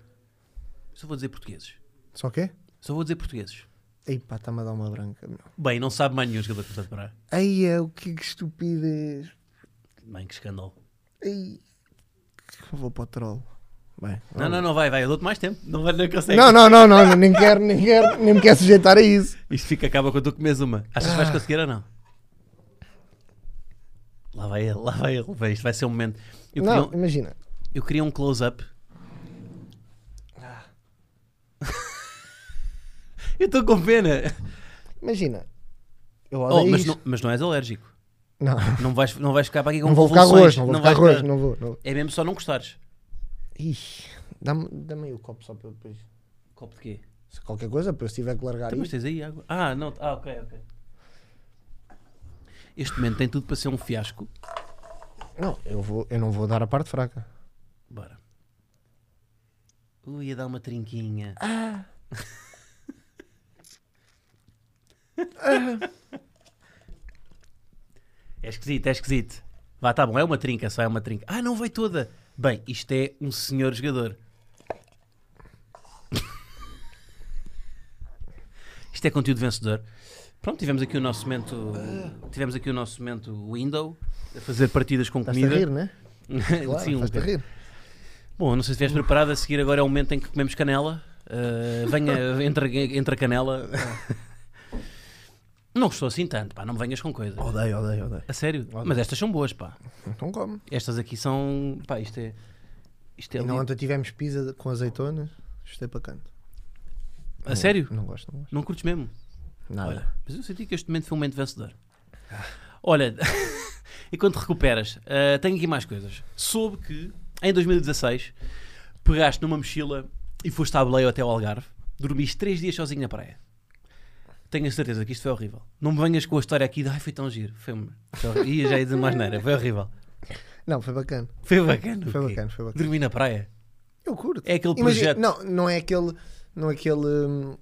S1: Só vou dizer portugueses.
S2: Só o quê?
S1: Só vou dizer portugueses.
S2: Ei pá, está-me a dar uma branca. meu.
S1: Bem, não sabe mais nenhum jogador que está a parar.
S2: Ei, é, o que, que estupidez.
S1: Bem, que escândalo.
S2: Ei. Vou para o troll. Bem,
S1: Não, não, não, vai, vai. Eu dou-te mais tempo. Não vai, não consegue.
S2: Não, não, não, não, nem quero, nem quero, nem me quero sujeitar a isso.
S1: Isto fica, acaba quando tu comes uma. Achas
S2: Ah.
S1: que vais conseguir ou não? Lá vai ele, lá vai ele. Vai, isto vai ser um momento. Eu queria,
S2: Não,
S1: um-
S2: imagina.
S1: eu queria um close-up.
S2: Ah.
S1: eu estou com pena.
S2: Imagina. Eu
S1: Oh,
S2: odeio
S1: mas,
S2: isto.
S1: não, mas não és alérgico.
S2: Não, não,
S1: Não vais, não vais ficar para aqui com
S2: vou ficar
S1: convulsões.
S2: roxo, não vou ficar
S1: vais
S2: roxo, não vou. Não. vou.
S1: É mesmo só não gostares.
S2: Ih, dá-me dá aí o copo só para eu depois.
S1: Copo de quê?
S2: Se qualquer coisa, para eu se tiver que largar
S1: Então, mas
S2: isto.
S1: tens aí água. Ah, não. Ah, ok, ok. Este momento tem tudo para ser um fiasco.
S2: Não, eu, vou, eu não vou dar a parte fraca.
S1: Bora. Ui, ia dar uma trinquinha. é esquisito, é esquisito. Vá, tá bom, é uma trinca, só é uma trinca. Ah, não vai toda. Bem, isto é um senhor jogador. isto é conteúdo vencedor. Pronto, tivemos aqui o nosso momento. Tivemos aqui o nosso momento window. A fazer partidas com
S2: Estás-te a rir,
S1: comida.
S2: né? Claro,
S1: Sim, um
S2: estás-te a
S1: bocado.
S2: rir.
S1: Bom, não sei se estiveres preparado, a seguir agora é o momento em que comemos canela. Uh, venha, entra, entra canela.
S2: É.
S1: não gostou assim tanto, pá, não me venhas com coisas.
S2: Odeio, odeio, odeio.
S1: A sério? Mas estas são boas, pá.
S2: Então come.
S1: Estas aqui são. pá, isto é. Isto é.
S2: E
S1: ali-
S2: não, ontem tivemos pizza de- com azeitonas. Chutei para canto.
S1: A sério?
S2: Não gosto, não gosto.
S1: Não curtes mesmo?
S2: Nada.
S1: Olha, mas eu senti que este momento foi um momento vencedor. Olha, enquanto recuperas, ah, tenho aqui mais coisas. Soube que em 2016 pegaste numa mochila e foste à Belém até ao Algarve, dormiste três dias sozinho na praia. Tenho a certeza que isto foi horrível. Não me venhas com a história aqui de ai, foi tão giro. Foi, um- foi horrível." Ia já ia dizer mais neira, foi horrível.
S2: Não, foi bacana.
S1: Foi bacana. o
S2: Foi
S1: quê?
S2: bacana, foi bacana.
S1: Dormi na praia.
S2: Eu curto.
S1: É aquele
S2: Imagina-
S1: projeto.
S2: não, não é aquele. Não é aquele. hum,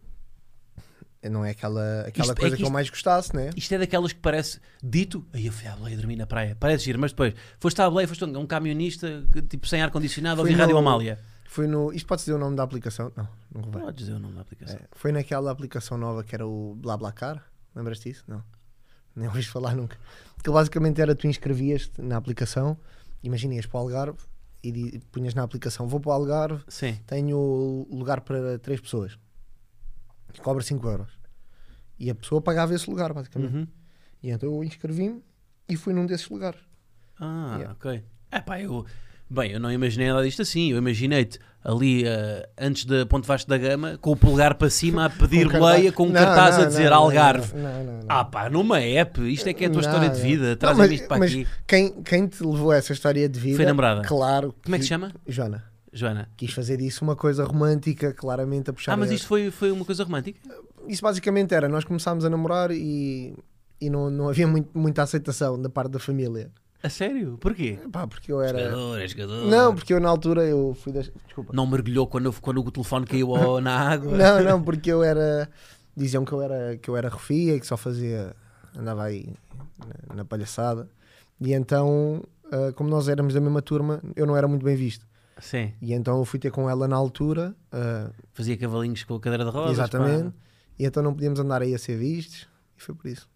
S2: Não é aquela, aquela
S1: Isto- é
S2: coisa
S1: que
S2: que eu
S1: isto-
S2: mais gostasse, né?
S1: Isto é daquelas que parece dito, aí eu fui à Belém e dormi na praia. Parece giro, mas depois foste à Belém, foste um um camionista que, tipo sem ar-condicionado,
S2: Fui
S1: ouvi Rádio
S2: no-
S1: Amália.
S2: Foi no. Isto pode dizer o nome da aplicação? Não, não vai.
S1: Podes dizer o nome da aplicação.
S2: É, foi naquela aplicação nova que era o BlaBlaCar. Lembras disso? Não. Nem ouviste falar nunca. Que basicamente era tu inscrevias-te na aplicação, imagina ias para o Algarve e di- punhas na aplicação: vou para o Algarve,
S1: Sim.
S2: tenho lugar para três pessoas. E cobra 5 euros. E a pessoa pagava esse lugar, basicamente.
S1: Uhum.
S2: E então eu inscrevi-me e fui num desses lugares.
S1: Ah,
S2: Yeah.
S1: ok. É pá, eu. Bem, eu não imaginei nada disto assim. Eu imaginei-te ali eh, antes da Ponte Vasco da Gama, com o polegar para cima a pedir boleia, com um
S2: Não,
S1: cartaz
S2: não,
S1: a dizer
S2: não, não,
S1: Algarve.
S2: Não, não, não, não.
S1: Ah pá, numa app, isto é que é a tua
S2: Não,
S1: história de
S2: não.
S1: vida.
S2: Não,
S1: Trazem
S2: mas-
S1: isto para
S2: mas
S1: aqui.
S2: Quem, quem te levou a essa história de vida?
S1: Foi namorada.
S2: Claro.
S1: Como é que se chama?
S2: Joana.
S1: Joana.
S2: Quis fazer disso uma coisa romântica, claramente a puxar.
S1: Ah, mas
S2: a-
S1: isto foi, foi uma coisa romântica?
S2: Isso basicamente era, nós começámos a namorar e, e não, não havia muito- muita aceitação da parte da família.
S1: A sério? Porquê?
S2: Pá, porque eu era.
S1: Jogador, é jogador.
S2: Não, porque eu na altura eu fui. Das... Desculpa.
S1: Não mergulhou quando, quando o telefone caiu ao- na água.
S2: Não, não, porque eu era. Diziam que eu era, que eu era refia e que só fazia. andava aí na, na palhaçada. E então, ah, como nós éramos da mesma turma, eu não era muito bem visto.
S1: Sim.
S2: E então eu fui ter com ela na altura. ah,
S1: Fazia cavalinhos com a cadeira de rodas.
S2: exatamente.
S1: pá.
S2: E então não podíamos andar aí a ser vistos. E foi por isso.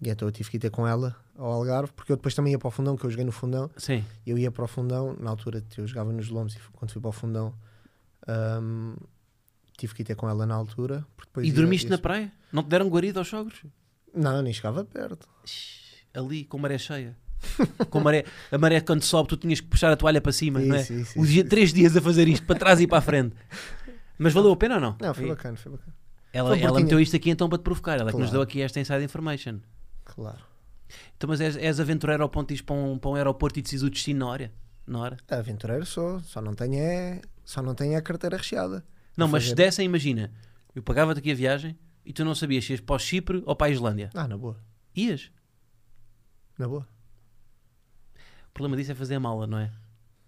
S2: E então eu tive que ir ter com ela ao Algarve, porque eu depois também ia para o fundão, que eu joguei no fundão.
S1: Sim.
S2: Eu ia para o fundão, na altura eu jogava nos Lomes e fui- quando fui para o fundão. ahm, tive que ir ter com ela na altura. porque depois
S1: E
S2: ia-
S1: dormiste
S2: ia-
S1: na praia? Não te deram guarida aos sogros?
S2: Não, nem chegava perto.
S1: Shhh, Ali, com maré cheia. Com maré, a maré quando sobe, tu tinhas que puxar a toalha para cima, não é?
S2: Isso, isso,
S1: o
S2: isso,
S1: dia,
S2: isso.
S1: Três dias a fazer isto, para trás e para a frente. Mas valeu a pena ou não?
S2: Não, foi
S1: E-
S2: bacana, foi bacana.
S1: Ela,
S2: Foi
S1: ela
S2: Portinha.
S1: meteu isto aqui então para te provocar. Ela é que nos
S2: Claro.
S1: deu aqui esta inside information.
S2: Claro.
S1: Então, mas és, és aventureiro ao ponto de ir para um, para um aeroporto e decides o destino na hora? Na hora?
S2: Aventureiro sou, só não tenho é, só não tenho é a carteira recheada.
S1: Não,
S2: Vou
S1: mas se
S2: fazer-
S1: dessem, imagina, eu pagava-te aqui a viagem e tu não sabias se ias para o Chipre ou para a Islândia.
S2: Ah, na boa,
S1: Ias.
S2: na boa.
S1: O problema disso é fazer a mala, não é?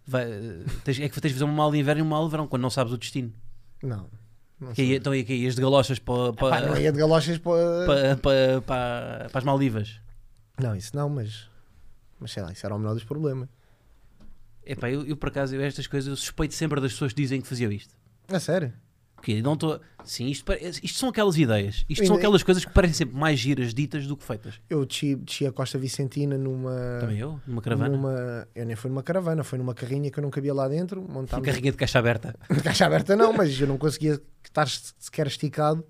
S1: Vai, eh, tens- é que tens de fazer uma mala de inverno e uma mala de verão, quando não sabes o destino.
S2: Não. não
S1: Que
S2: sou.
S1: ia, então ia, que ias de galochas para,
S2: Pá, não
S1: para,
S2: ia de galochas para.
S1: para, para, para- para as Maldivas.
S2: Não, isso não, mas. Mas sei lá, isso era o menor dos problemas.
S1: Epá, eu, eu por acaso, eu estas coisas, eu suspeito sempre das pessoas que dizem que faziam isto.
S2: É sério?
S1: Porque não estou... Sim, isto, pare- isto são aquelas ideias. Isto são
S2: Ainda-
S1: aquelas coisas que parecem sempre mais giras ditas do que feitas.
S2: Eu desci, desci a Costa Vicentina numa.
S1: Também eu, numa caravana.
S2: numa- eu nem fui numa caravana, foi numa carrinha que eu não cabia lá dentro.
S1: Uma
S2: Montámos
S1: carrinha de caixa aberta.
S2: de caixa aberta, não, mas eu não conseguia estar sequer esticado.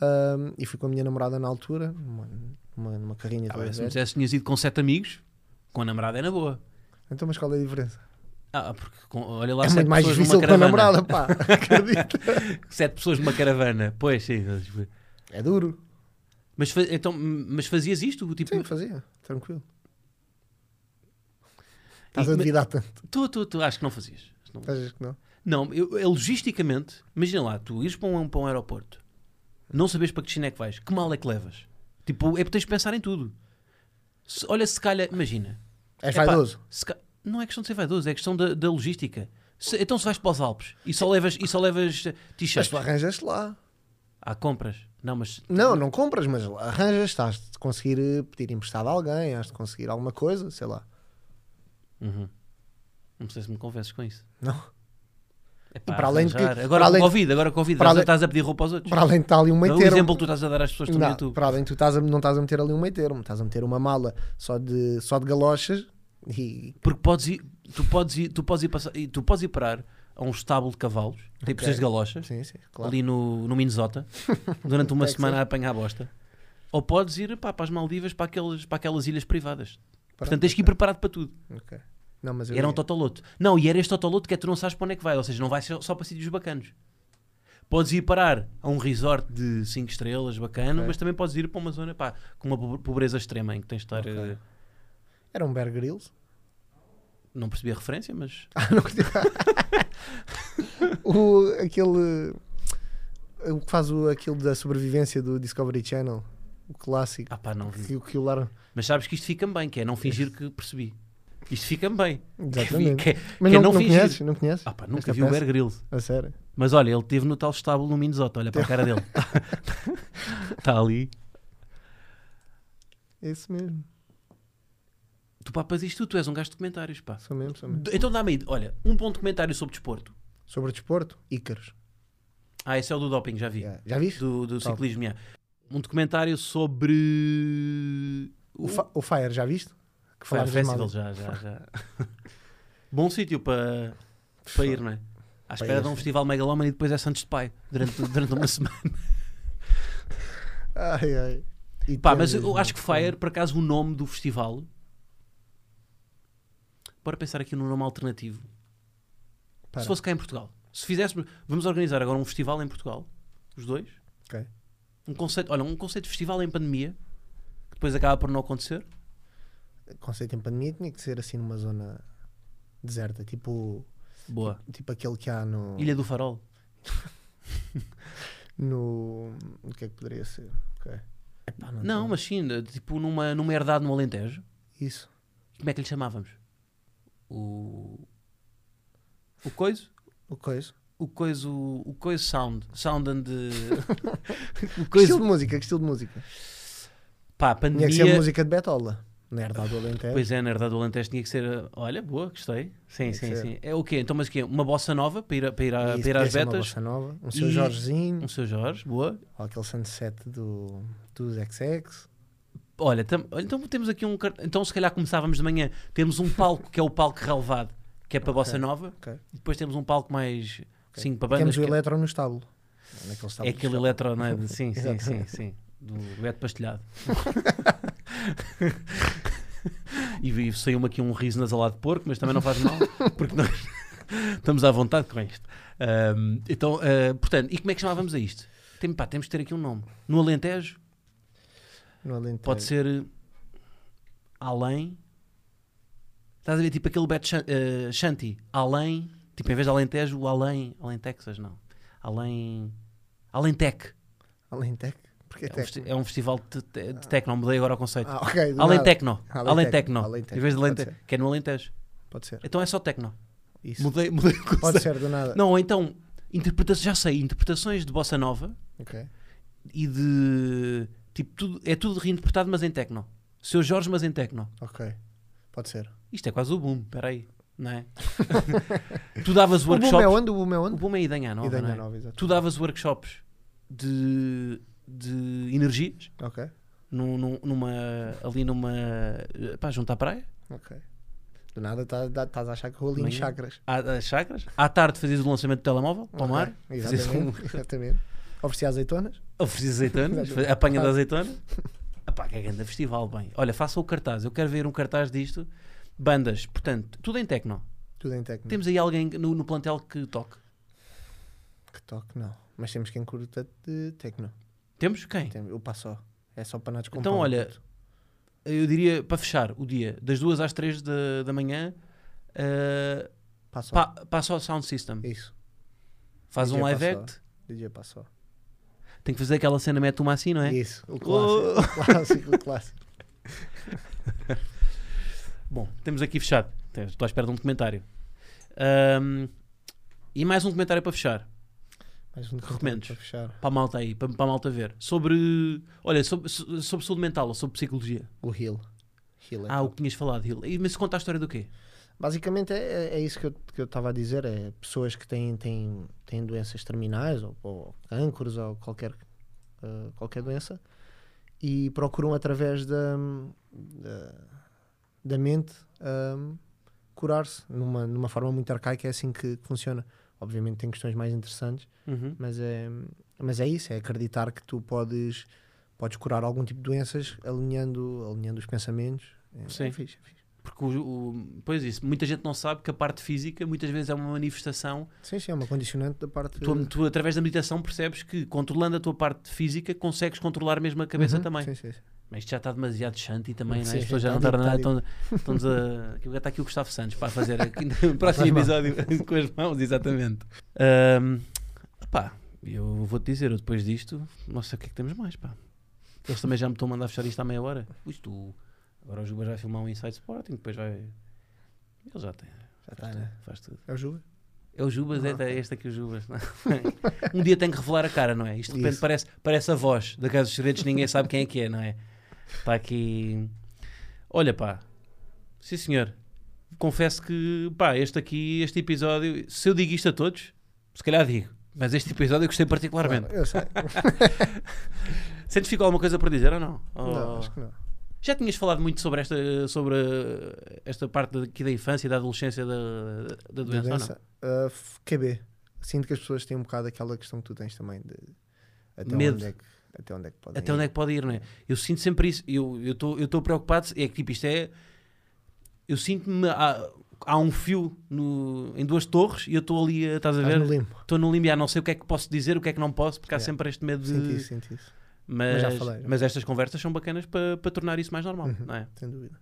S2: Ahm, e fui com a minha namorada na altura, numa, numa, numa carrinha
S1: Ah,
S2: de
S1: bem, se me
S2: aberto.
S1: dissesse que tinhas ido com sete amigos, com a namorada é na boa.
S2: Então, mas qual é a diferença?
S1: Ah, porque com- olha lá,
S2: é
S1: sete
S2: muito mais
S1: pessoas
S2: difícil
S1: numa
S2: com a
S1: caravana.
S2: namorada, pá. Acredito.
S1: Sete pessoas numa caravana. Pois, sim.
S2: É duro.
S1: Mas, fa- então, mas fazias isto? Tipo,
S2: Sim, fazia, tranquilo.
S1: e-
S2: Estás a duvidar tanto,
S1: Tu, tu, tu, acho que não fazias. Acho que não-
S2: estás a dizer que não?
S1: Não, eu, eu logisticamente, imagina lá, tu ires para um, para um aeroporto, não sabes para que destino é que vais, que mal é que levas? Tipo, é porque tens de pensar em tudo. Se- olha, se calhar, imagina,
S2: És
S1: Epá,
S2: É vaidoso.
S1: se ca- não é questão de ser vaidoso, é questão da, da logística. Se- então se vais para os Alpes e só levas, e só levas eh,
S2: Mas
S1: t-shirts,
S2: tu arranjas lá.
S1: há compras. Não, mas
S2: Não, não compras, mas arranjas, estás de conseguir eh, pedir emprestado a alguém, has de conseguir alguma coisa, sei lá.
S1: Uhum. não sei se me convences com isso.
S2: Não.
S1: É pá,
S2: para além de
S1: arranjar.
S2: que-
S1: agora
S2: para
S1: com
S2: além-
S1: Covid, agora com Covid,
S2: para
S1: estás, a-
S2: além-
S1: estás a pedir roupa aos outros.
S2: Para além de estar ali um
S1: Não é
S2: meio
S1: o
S2: termo.
S1: exemplo que tu estás a dar às pessoas que estão no
S2: Não,
S1: YouTube.
S2: para além de tu estás a, não estás a meter ali um meio termo, estás a meter uma mala só de, só de galochas e
S1: Porque podes ir, tu podes ir, tu podes ir, passar, e tu podes ir parar a um estábulo de cavalos, tem
S2: Ok.
S1: precisas de galochas,
S2: sim, sim, claro.
S1: ali no, no Minnesota, durante uma
S2: Texas.
S1: semana a apanhar a bosta. Ou podes ir pá, para as Maldivas, para, aqueles, para aquelas ilhas privadas. Portanto, tens que ir preparado para tudo.
S2: Ok. Não, mas eu
S1: Era um
S2: ia-
S1: totoloto. Não, e era este totoloto que é tu não sabes para onde é que vai. Ou seja, não vai só, só para sítios bacanos. Podes ir parar a um resort de 5 estrelas, bacana,
S2: Ok.
S1: mas também podes ir para uma zona pá, com uma po- pobreza extrema em que tens de estar.
S2: Ok.
S1: eh,
S2: Era um Bear Grylls.
S1: Não percebi a referência, mas.
S2: Ah, não curti. o, aquele. eh, O que faz o, aquilo da sobrevivência do Discovery Channel, o clássico.
S1: Ah, pá, não vi.
S2: que, o- que o Lar.
S1: Mas sabes que isto fica bem, que é não fingir que percebi. Isto fica bem. Que é fi-
S2: Exatamente.
S1: que é-
S2: Mas
S1: que é
S2: não, não,
S1: não fingir.
S2: conheces? Não conheces?
S1: Ah pá, nunca
S2: Esta
S1: vi o
S2: peça?
S1: Bear Grylls.
S2: A sério.
S1: Mas olha, ele teve no tal estábulo no Minnesota, olha para a cara dele. Está ali.
S2: Esse É mesmo.
S1: Tu papas isto tudo, tu és um gajo de comentários, pá.
S2: Sou mesmo, sou mesmo.
S1: D- Então dá-me aí, olha, um ponto de comentário sobre desporto.
S2: Sobre o desporto, Ícaros.
S1: Ah, esse é o do doping, já vi.
S2: Yeah. Já viste?
S1: Do, do
S2: Top.
S1: ciclismo, yeah. Um documentário sobre...
S2: O, Fi- o Fire, já viste? Que
S1: Fire
S2: falámos de
S1: Festival,
S2: Mali.
S1: já, já, já. Bom sítio para para ir, não é? À espera
S2: ir,
S1: de um
S2: sim.
S1: festival megalómano e depois é Santos de Pai durante, durante uma semana.
S2: Ai, ai. E
S1: Pá, mas
S2: temos,
S1: eu
S2: não.
S1: acho que Fire, por acaso, o nome do festival. Bora pensar aqui num nome alternativo.
S2: Para.
S1: Se fosse cá em Portugal. Se fizéssemos. Vamos organizar agora um festival em Portugal. Os dois.
S2: Ok.
S1: Um conceito. Olha, um conceito de festival em pandemia. Que depois acaba por não acontecer.
S2: Conceito em pandemia tinha que ser assim numa zona deserta, tipo,
S1: Boa.
S2: tipo aquele que há no.
S1: Ilha do Farol.
S2: no... O que é que poderia ser? Ok. Epá,
S1: Não,
S2: sei.
S1: mas sim. de- Tipo numa, numa herdade no Alentejo.
S2: Isso.
S1: Como é que lhe chamávamos? O. O coiso?
S2: O é coisa.
S1: O coiso. O coiso sound. Sound and. eh, o
S2: Que
S1: coiso
S2: estilo de música? Que estilo de música?
S1: Pá,
S2: Tinha que ser
S1: pandemia.
S2: música de Betola. Na herdade do Alentejo.
S1: Pois é, na verdade o Alentejo tinha que ser. uh, Olha, boa, gostei. Sim,
S2: Tinha que
S1: sim,
S2: ser.
S1: sim. É o quê? Então, mas o quê? Uma bossa nova para ir, a- para ir, a-
S2: E isso
S1: para ir às
S2: podia ser uma
S1: betas.
S2: bossa nova, um seu
S1: E-
S2: Jorgezinho,
S1: Um seu Jorge, boa.
S2: ou aquele sunset do, dos XX.
S1: Olha, tam- olha, então temos aqui um. car- Então, se calhar começávamos de manhã. Temos um palco que é o palco relevado, que é para a bossa nova.
S2: Ok.
S1: E depois temos um palco mais. Sim, para
S2: E
S1: bandas.
S2: temos o
S1: que é-
S2: Eletro no estábulo. Naquele
S1: é
S2: estábulo de
S1: aquele
S2: chá.
S1: eletro, não é? Sim, sim, sim,
S2: Exatamente.
S1: sim. Do Beto Pastelhado. e e saiu-me aqui um riso nasalado de porco, mas também não faz mal, porque nós estamos à vontade com isto. Ahm, então, ah, portanto, e como é que chamávamos a isto? Tem, pá, temos de ter aqui um nome. No Alentejo,
S2: No Alentejo.
S1: pode ser eh, Além. Estás a ver, tipo aquele Beto Chan- eh, Shanti. Além. Tipo, em vez de Alentejo, o Além. Além Texas, não. Além. Além Tech.
S2: Alentejo? Porque é
S1: É um, festi-
S2: Tec?
S1: é um festival de, te- de tecno, mudei agora o conceito.
S2: Ah, ok. do
S1: Além
S2: nada.
S1: Tecno.
S2: Além
S1: Além
S2: Tecno,
S1: Tecno.
S2: Além Tecno,
S1: Em vez de Além
S2: pode
S1: Tecno. Que é no Alentejo.
S2: Pode ser.
S1: Então é só Tecno.
S2: Isso.
S1: Mudei, mudei o conceito.
S2: Pode ser do nada.
S1: Não, ou então, interpreta já sei, interpretações de bossa nova
S2: Ok.
S1: e de. Tipo, tudo, é tudo reinterpretado, mas em tecno. Seu Jorge, mas em tecno.
S2: Ok. Pode ser.
S1: Isto é quase o boom, peraí. Não é? tu davas
S2: O boom é
S1: workshops.
S2: onde? O boom é
S1: O
S2: onde?
S1: boom é Idanha Nova.
S2: Ideia
S1: não é?
S2: nova, exato.
S1: Tu davas workshops de, de energias
S2: Ok.
S1: num- num- numa, ali numa. pá, junto à praia,
S2: Ok. Do nada tá- tá- estás a achar que eu alinho
S1: Amanhã.
S2: chakras.
S1: à, às chacras. À tarde fazias o lançamento do telemóvel, ao mar.
S2: Ok,
S1: Fazias um-
S2: Exatamente. exatamente. Oferecia azeitonas.
S1: Ofereci azeitonas,
S2: Exatamente.
S1: apanha da azeitona. Epá, que é grande festival, bem. Olha, faça o cartaz, eu quero ver um cartaz disto. Bandas, portanto, tudo em tecno.
S2: Tudo em técnico.
S1: Temos aí alguém no, no plantel que toque.
S2: Que toque, não. Mas temos quem curta de tecno.
S1: Temos quem?
S2: Tem- O passo. É só para nós
S1: Então, olha, eu diria para fechar o dia, das 2 às 3 da, da manhã, eh,
S2: Passo.
S1: pa- passa ao Sound System.
S2: Isso.
S1: Faz um
S2: DJ
S1: live
S2: passa.
S1: act,
S2: DJ passo.
S1: tem que fazer aquela cena, mete uma assim, não é?
S2: Isso. O clássico. O clássico, o clássico.
S1: Bom, temos aqui fechado. Temos- Estou à espera de um comentário. Ahm, e mais um comentário para fechar.
S2: Mais um
S1: Recomendos.
S2: Para fechar.
S1: para a malta aí, para, para a malta ver. Sobre. Olha, sobre, so- sobre saúde mental ou sobre psicologia.
S2: O Hill. Hill é
S1: Ah, o
S2: top.
S1: que tinhas falado, Hill. E- Mas conta a história do quê?
S2: Basicamente é, é isso que eu que eu estava a dizer. É pessoas que têm, têm, têm doenças terminais ou, ou cânceres ou qualquer, eh, qualquer doença e procuram através da, da, da mente ahm, curar-se numa, numa forma muito arcaica. É assim que funciona. Obviamente tem questões mais interessantes,
S1: Uhum.
S2: mas é, mas é isso. É acreditar que tu podes, podes curar algum tipo de doenças alinhando, alinhando os pensamentos. É,
S1: Sim.
S2: é fixe, é fixe.
S1: Porque, o, o- pois isso, muita gente não sabe que a parte física muitas vezes é uma manifestação.
S2: Sim, sim, é uma condicionante da parte
S1: Tu, tu, através da meditação, percebes que controlando a tua parte física consegues controlar mesmo a cabeça
S2: Uhum,
S1: também.
S2: Sim, sim, sim.
S1: Mas isto já está demasiado shanty também, não é?
S2: Sim,
S1: As pessoas já
S2: está
S1: não estão nada.
S2: dito, está
S1: Estão, estão-nos a. aqui- Está aqui o Gustavo Santos para fazer aqui no próximo
S2: mãos.
S1: episódio com as mãos, exatamente. Ahm, pá, eu vou-te dizer, eu depois disto, não sei o que é que temos mais, pá. Eles também já me estão a mandar fechar isto à meia hora. Isto, o- agora o Juba vai filmar um Inside Sporting, depois vai. Ele já tem,
S2: Já
S1: faz,
S2: está,
S1: tudo,
S2: né?
S1: faz tudo.
S2: É o Juba?
S1: É o Jubas, é,
S2: Ah, ok.
S1: é este aqui o Jubas. não é? um dia tem que revelar a cara, não é? Isto de repente
S2: Isso.
S1: parece, parece a voz da Casa dos Segredos, ninguém sabe quem é que é, não é? Está aqui. Olha, pá. Sim, senhor. Confesso que, pá, este aqui, este episódio, se eu digo isto a todos, se calhar digo, mas este episódio eu gostei particularmente.
S2: eu sei.
S1: Sentes que ficou alguma coisa para dizer ou não? Ou-
S2: Não, acho que não.
S1: Já tinhas falado muito sobre esta, sobre eh, esta parte daqui da infância e da adolescência da, da doença, ou não?
S2: Doença, ah, f- QB. Sinto que as pessoas têm um bocado aquela questão que tu tens também de até
S1: Medo.
S2: onde é que até onde é que podem
S1: Até
S2: ir.
S1: onde é que pode ir, não é? Eu sinto sempre isso. Eu estou eu tô preocupado. É que tipo, isto é. Eu sinto-me. Há, há um fio no, em duas torres e eu estou ali, eh, estás a
S2: Estás no
S1: ver?
S2: limbo.
S1: Estou no limiar. Não sei o que é que posso dizer, o que é que não posso, porque há
S2: Yeah.
S1: sempre este medo de.
S2: Sinto isso, sinto isso.
S1: Mas,
S2: Mas já falei, é? Uhum. já
S1: mas estas conversas são bacanas para tornar isso mais normal, não é?
S2: Sem dúvida.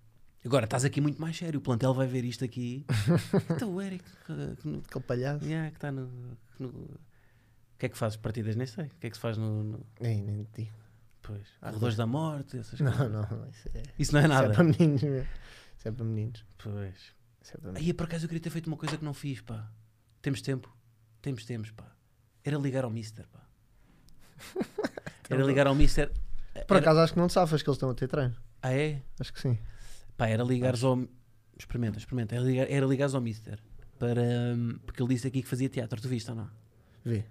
S1: Agora, estás aqui muito mais sério. O plantel vai ver isto aqui. então, o Eric. eh, que no-
S2: Aquele palhaço.
S1: yeah, que está no, no- O que é que fazes? Partidas? Nem sei. O que é que se faz no. no
S2: Nem, nem te digo.
S1: pois,
S2: Ah,
S1: Corredores da Morte, essas
S2: Não,
S1: coisas.
S2: não, não, isso é.
S1: Isso não é
S2: Isso é
S1: nada.
S2: para meninos mesmo. Isso é para meninos.
S1: Pois.
S2: Isso é para meninos.
S1: Aí, por acaso, eu queria ter feito uma coisa que não fiz, pá. Temos tempo. Temos tempo, pá. Era ligar ao Mister, pá. Era ligar ao Mister.
S2: Por
S1: era-
S2: acaso acho que não te safas que eles estão a ter treino.
S1: Ah, é?
S2: Acho que sim.
S1: Pá, era ligares ao. Experimenta, experimenta. Era, ligar, era ligares ao Mister. Para, hum, porque ele disse aqui que fazia teatro. Tu viste ou não?
S2: Vê.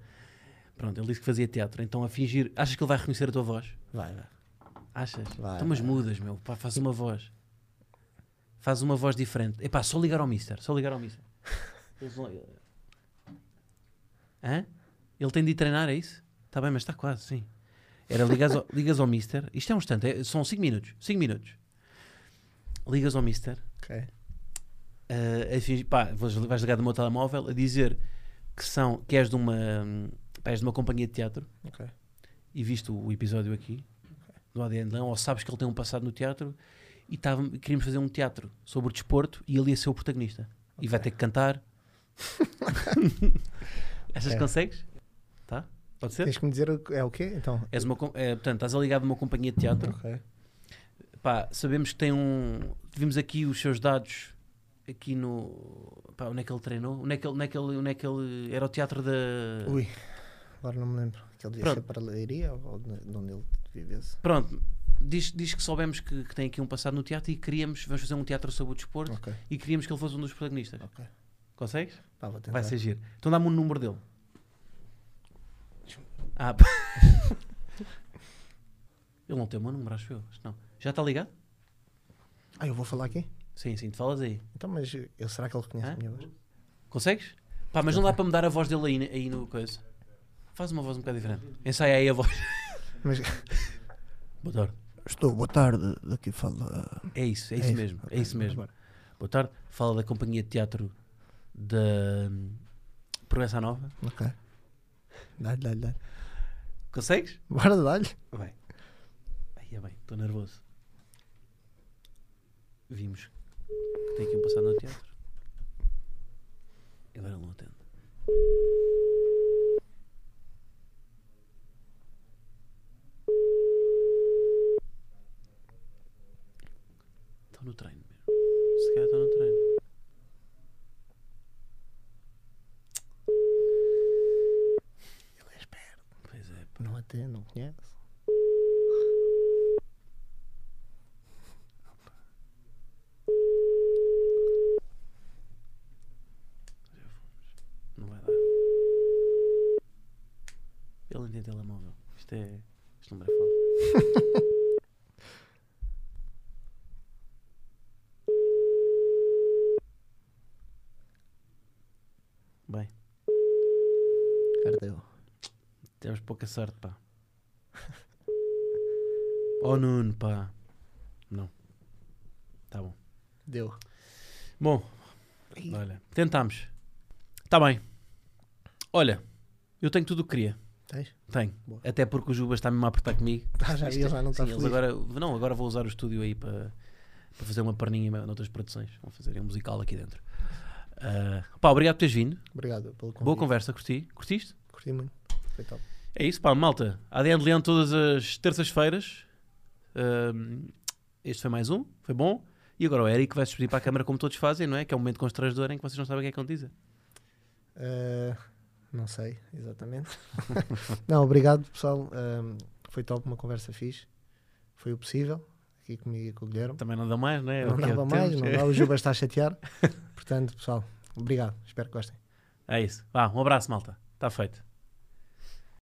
S1: Pronto, ele disse que fazia teatro. Então, a fingir. Achas que ele vai reconhecer a tua voz?
S2: Vai, vai.
S1: Achas?
S2: Vai,
S1: então, mas
S2: vai.
S1: mudas, meu. Pá, faz uma voz. Faz uma voz diferente. Epá, só ligar ao Mister. Só ligar ao Mister. Eles vão- Hã? Ele tem de ir treinar, é isso? Está bem, mas está quase, sim. Era ligas ao, ligas ao Mister. Isto é um instante. é- são 5 minutos. 5 minutos. Ligas ao Mister.
S2: Ok.
S1: ah, a fingir- pá, vais vais ligar do meu telemóvel a dizer que, são, que és de uma, hum, pá, és de uma companhia de teatro
S2: Ok.
S1: e viste o episódio aqui do ADN Leão, ou sabes que ele tem um passado no teatro e tava, queríamos fazer um teatro sobre o desporto e ele ia ser o protagonista. E vai ter que cantar. Achas
S2: Ok.
S1: que consegues? Tá? Pode ser?
S2: É. Tens que me dizer o- é o quê? Então.
S1: És uma, com- é, portanto, estás a ligar de uma companhia de teatro
S2: Ok.
S1: pá, sabemos que tem um. Vimos aqui os seus dados aqui no. Pá, onde é que ele treinou? Onde é que ele, onde é que ele, onde é que ele- era o teatro da.
S2: Ui, agora não me lembro. Que ele devia
S1: Pronto.
S2: ser para Leiria ou de de onde ele vivesse.
S1: Pronto, diz, diz que soubemos que, que tem aqui um passado no teatro e queríamos. Vamos fazer um teatro sobre o desporto
S2: Ok,
S1: e queríamos que ele fosse um dos protagonistas.
S2: ok. tá.
S1: Consegues?
S2: Pá, vou tentar.
S1: Vai ser giro. Então dá-me um número dele. Ah, pá. Ele não tem o meu número, acho eu. Acho que Não. Já está ligado?
S2: Ah, eu vou falar aqui?
S1: Sim, sim, tu falas aí.
S2: Então, mas eu, será que ele reconhece
S1: Hã?
S2: a minha voz?
S1: Consegues? Pá, mas não dá para mudar a voz dele aí, aí no coisa. Faz uma voz um bocado diferente. Ensaia aí a voz.
S2: Mas...
S1: Boa tarde.
S2: Estou, boa tarde. Daqui fala.
S1: É isso, é isso mesmo. É isso mesmo. Boa tarde. Fala da companhia de teatro da hum, Progressa Nova.
S2: Ok. Dá-lhe, dá-lhe, dá-lhe.
S1: Consegues?
S2: Bora, dá-lhe.
S1: Bem. Aí é bem, estou nervoso. Vimos que tem aqui um passado no teatro. E Agora ele não atende. Estão no treino mesmo. Se calhar estão no treino.
S2: Ele é esperto.
S1: Pois é, pá.
S2: Não atende, não conhece.
S1: Não vai dar. Ele entende telemóvel. Isto é. Isto não é foda. Bem,
S2: Ardeu.
S1: temos pouca sorte, pá. Oh Nuno, pá. Não. Tá bom.
S2: Deu.
S1: Bom,
S2: Ih.
S1: olha, tentámos. Tá bem. Olha, eu tenho tudo o que queria.
S2: Tens?
S1: Tenho.
S2: Boa.
S1: Até porque o Jubas está-me a apertar comigo.
S2: Tá, já vi, ele já não está
S1: Sim, eles
S2: feliz.
S1: agora, não, agora vou usar o estúdio aí para, para fazer uma perninha em outras produções. Vou fazer um musical aqui dentro. Ah, pá, obrigado por teres vindo.
S2: Obrigado pelo convite.
S1: Boa conversa, curti. Curtiste?
S2: Curti muito. Foi top.
S1: É isso, pá, malta. ADN de Leão todas as terças-feiras. Ahm, este foi mais um, foi bom. E agora o Eric vai se despedir para a câmara como todos fazem, não é? Que é um momento constrangedor em que vocês não sabem o que é que acontece.
S2: Ah, não sei, exatamente. não, obrigado pessoal. Ahm, foi top, uma conversa fixe. Foi o possível. Aqui comigo e com o Guilherme.
S1: Também não dá mais, não é?
S2: não
S1: O que é
S2: dava
S1: que
S2: mais,
S1: temos?
S2: não dá. O Juba está a chatear. Portanto, pessoal, obrigado. Espero que gostem.
S1: É isso. Vá, um abraço, malta. Está feito.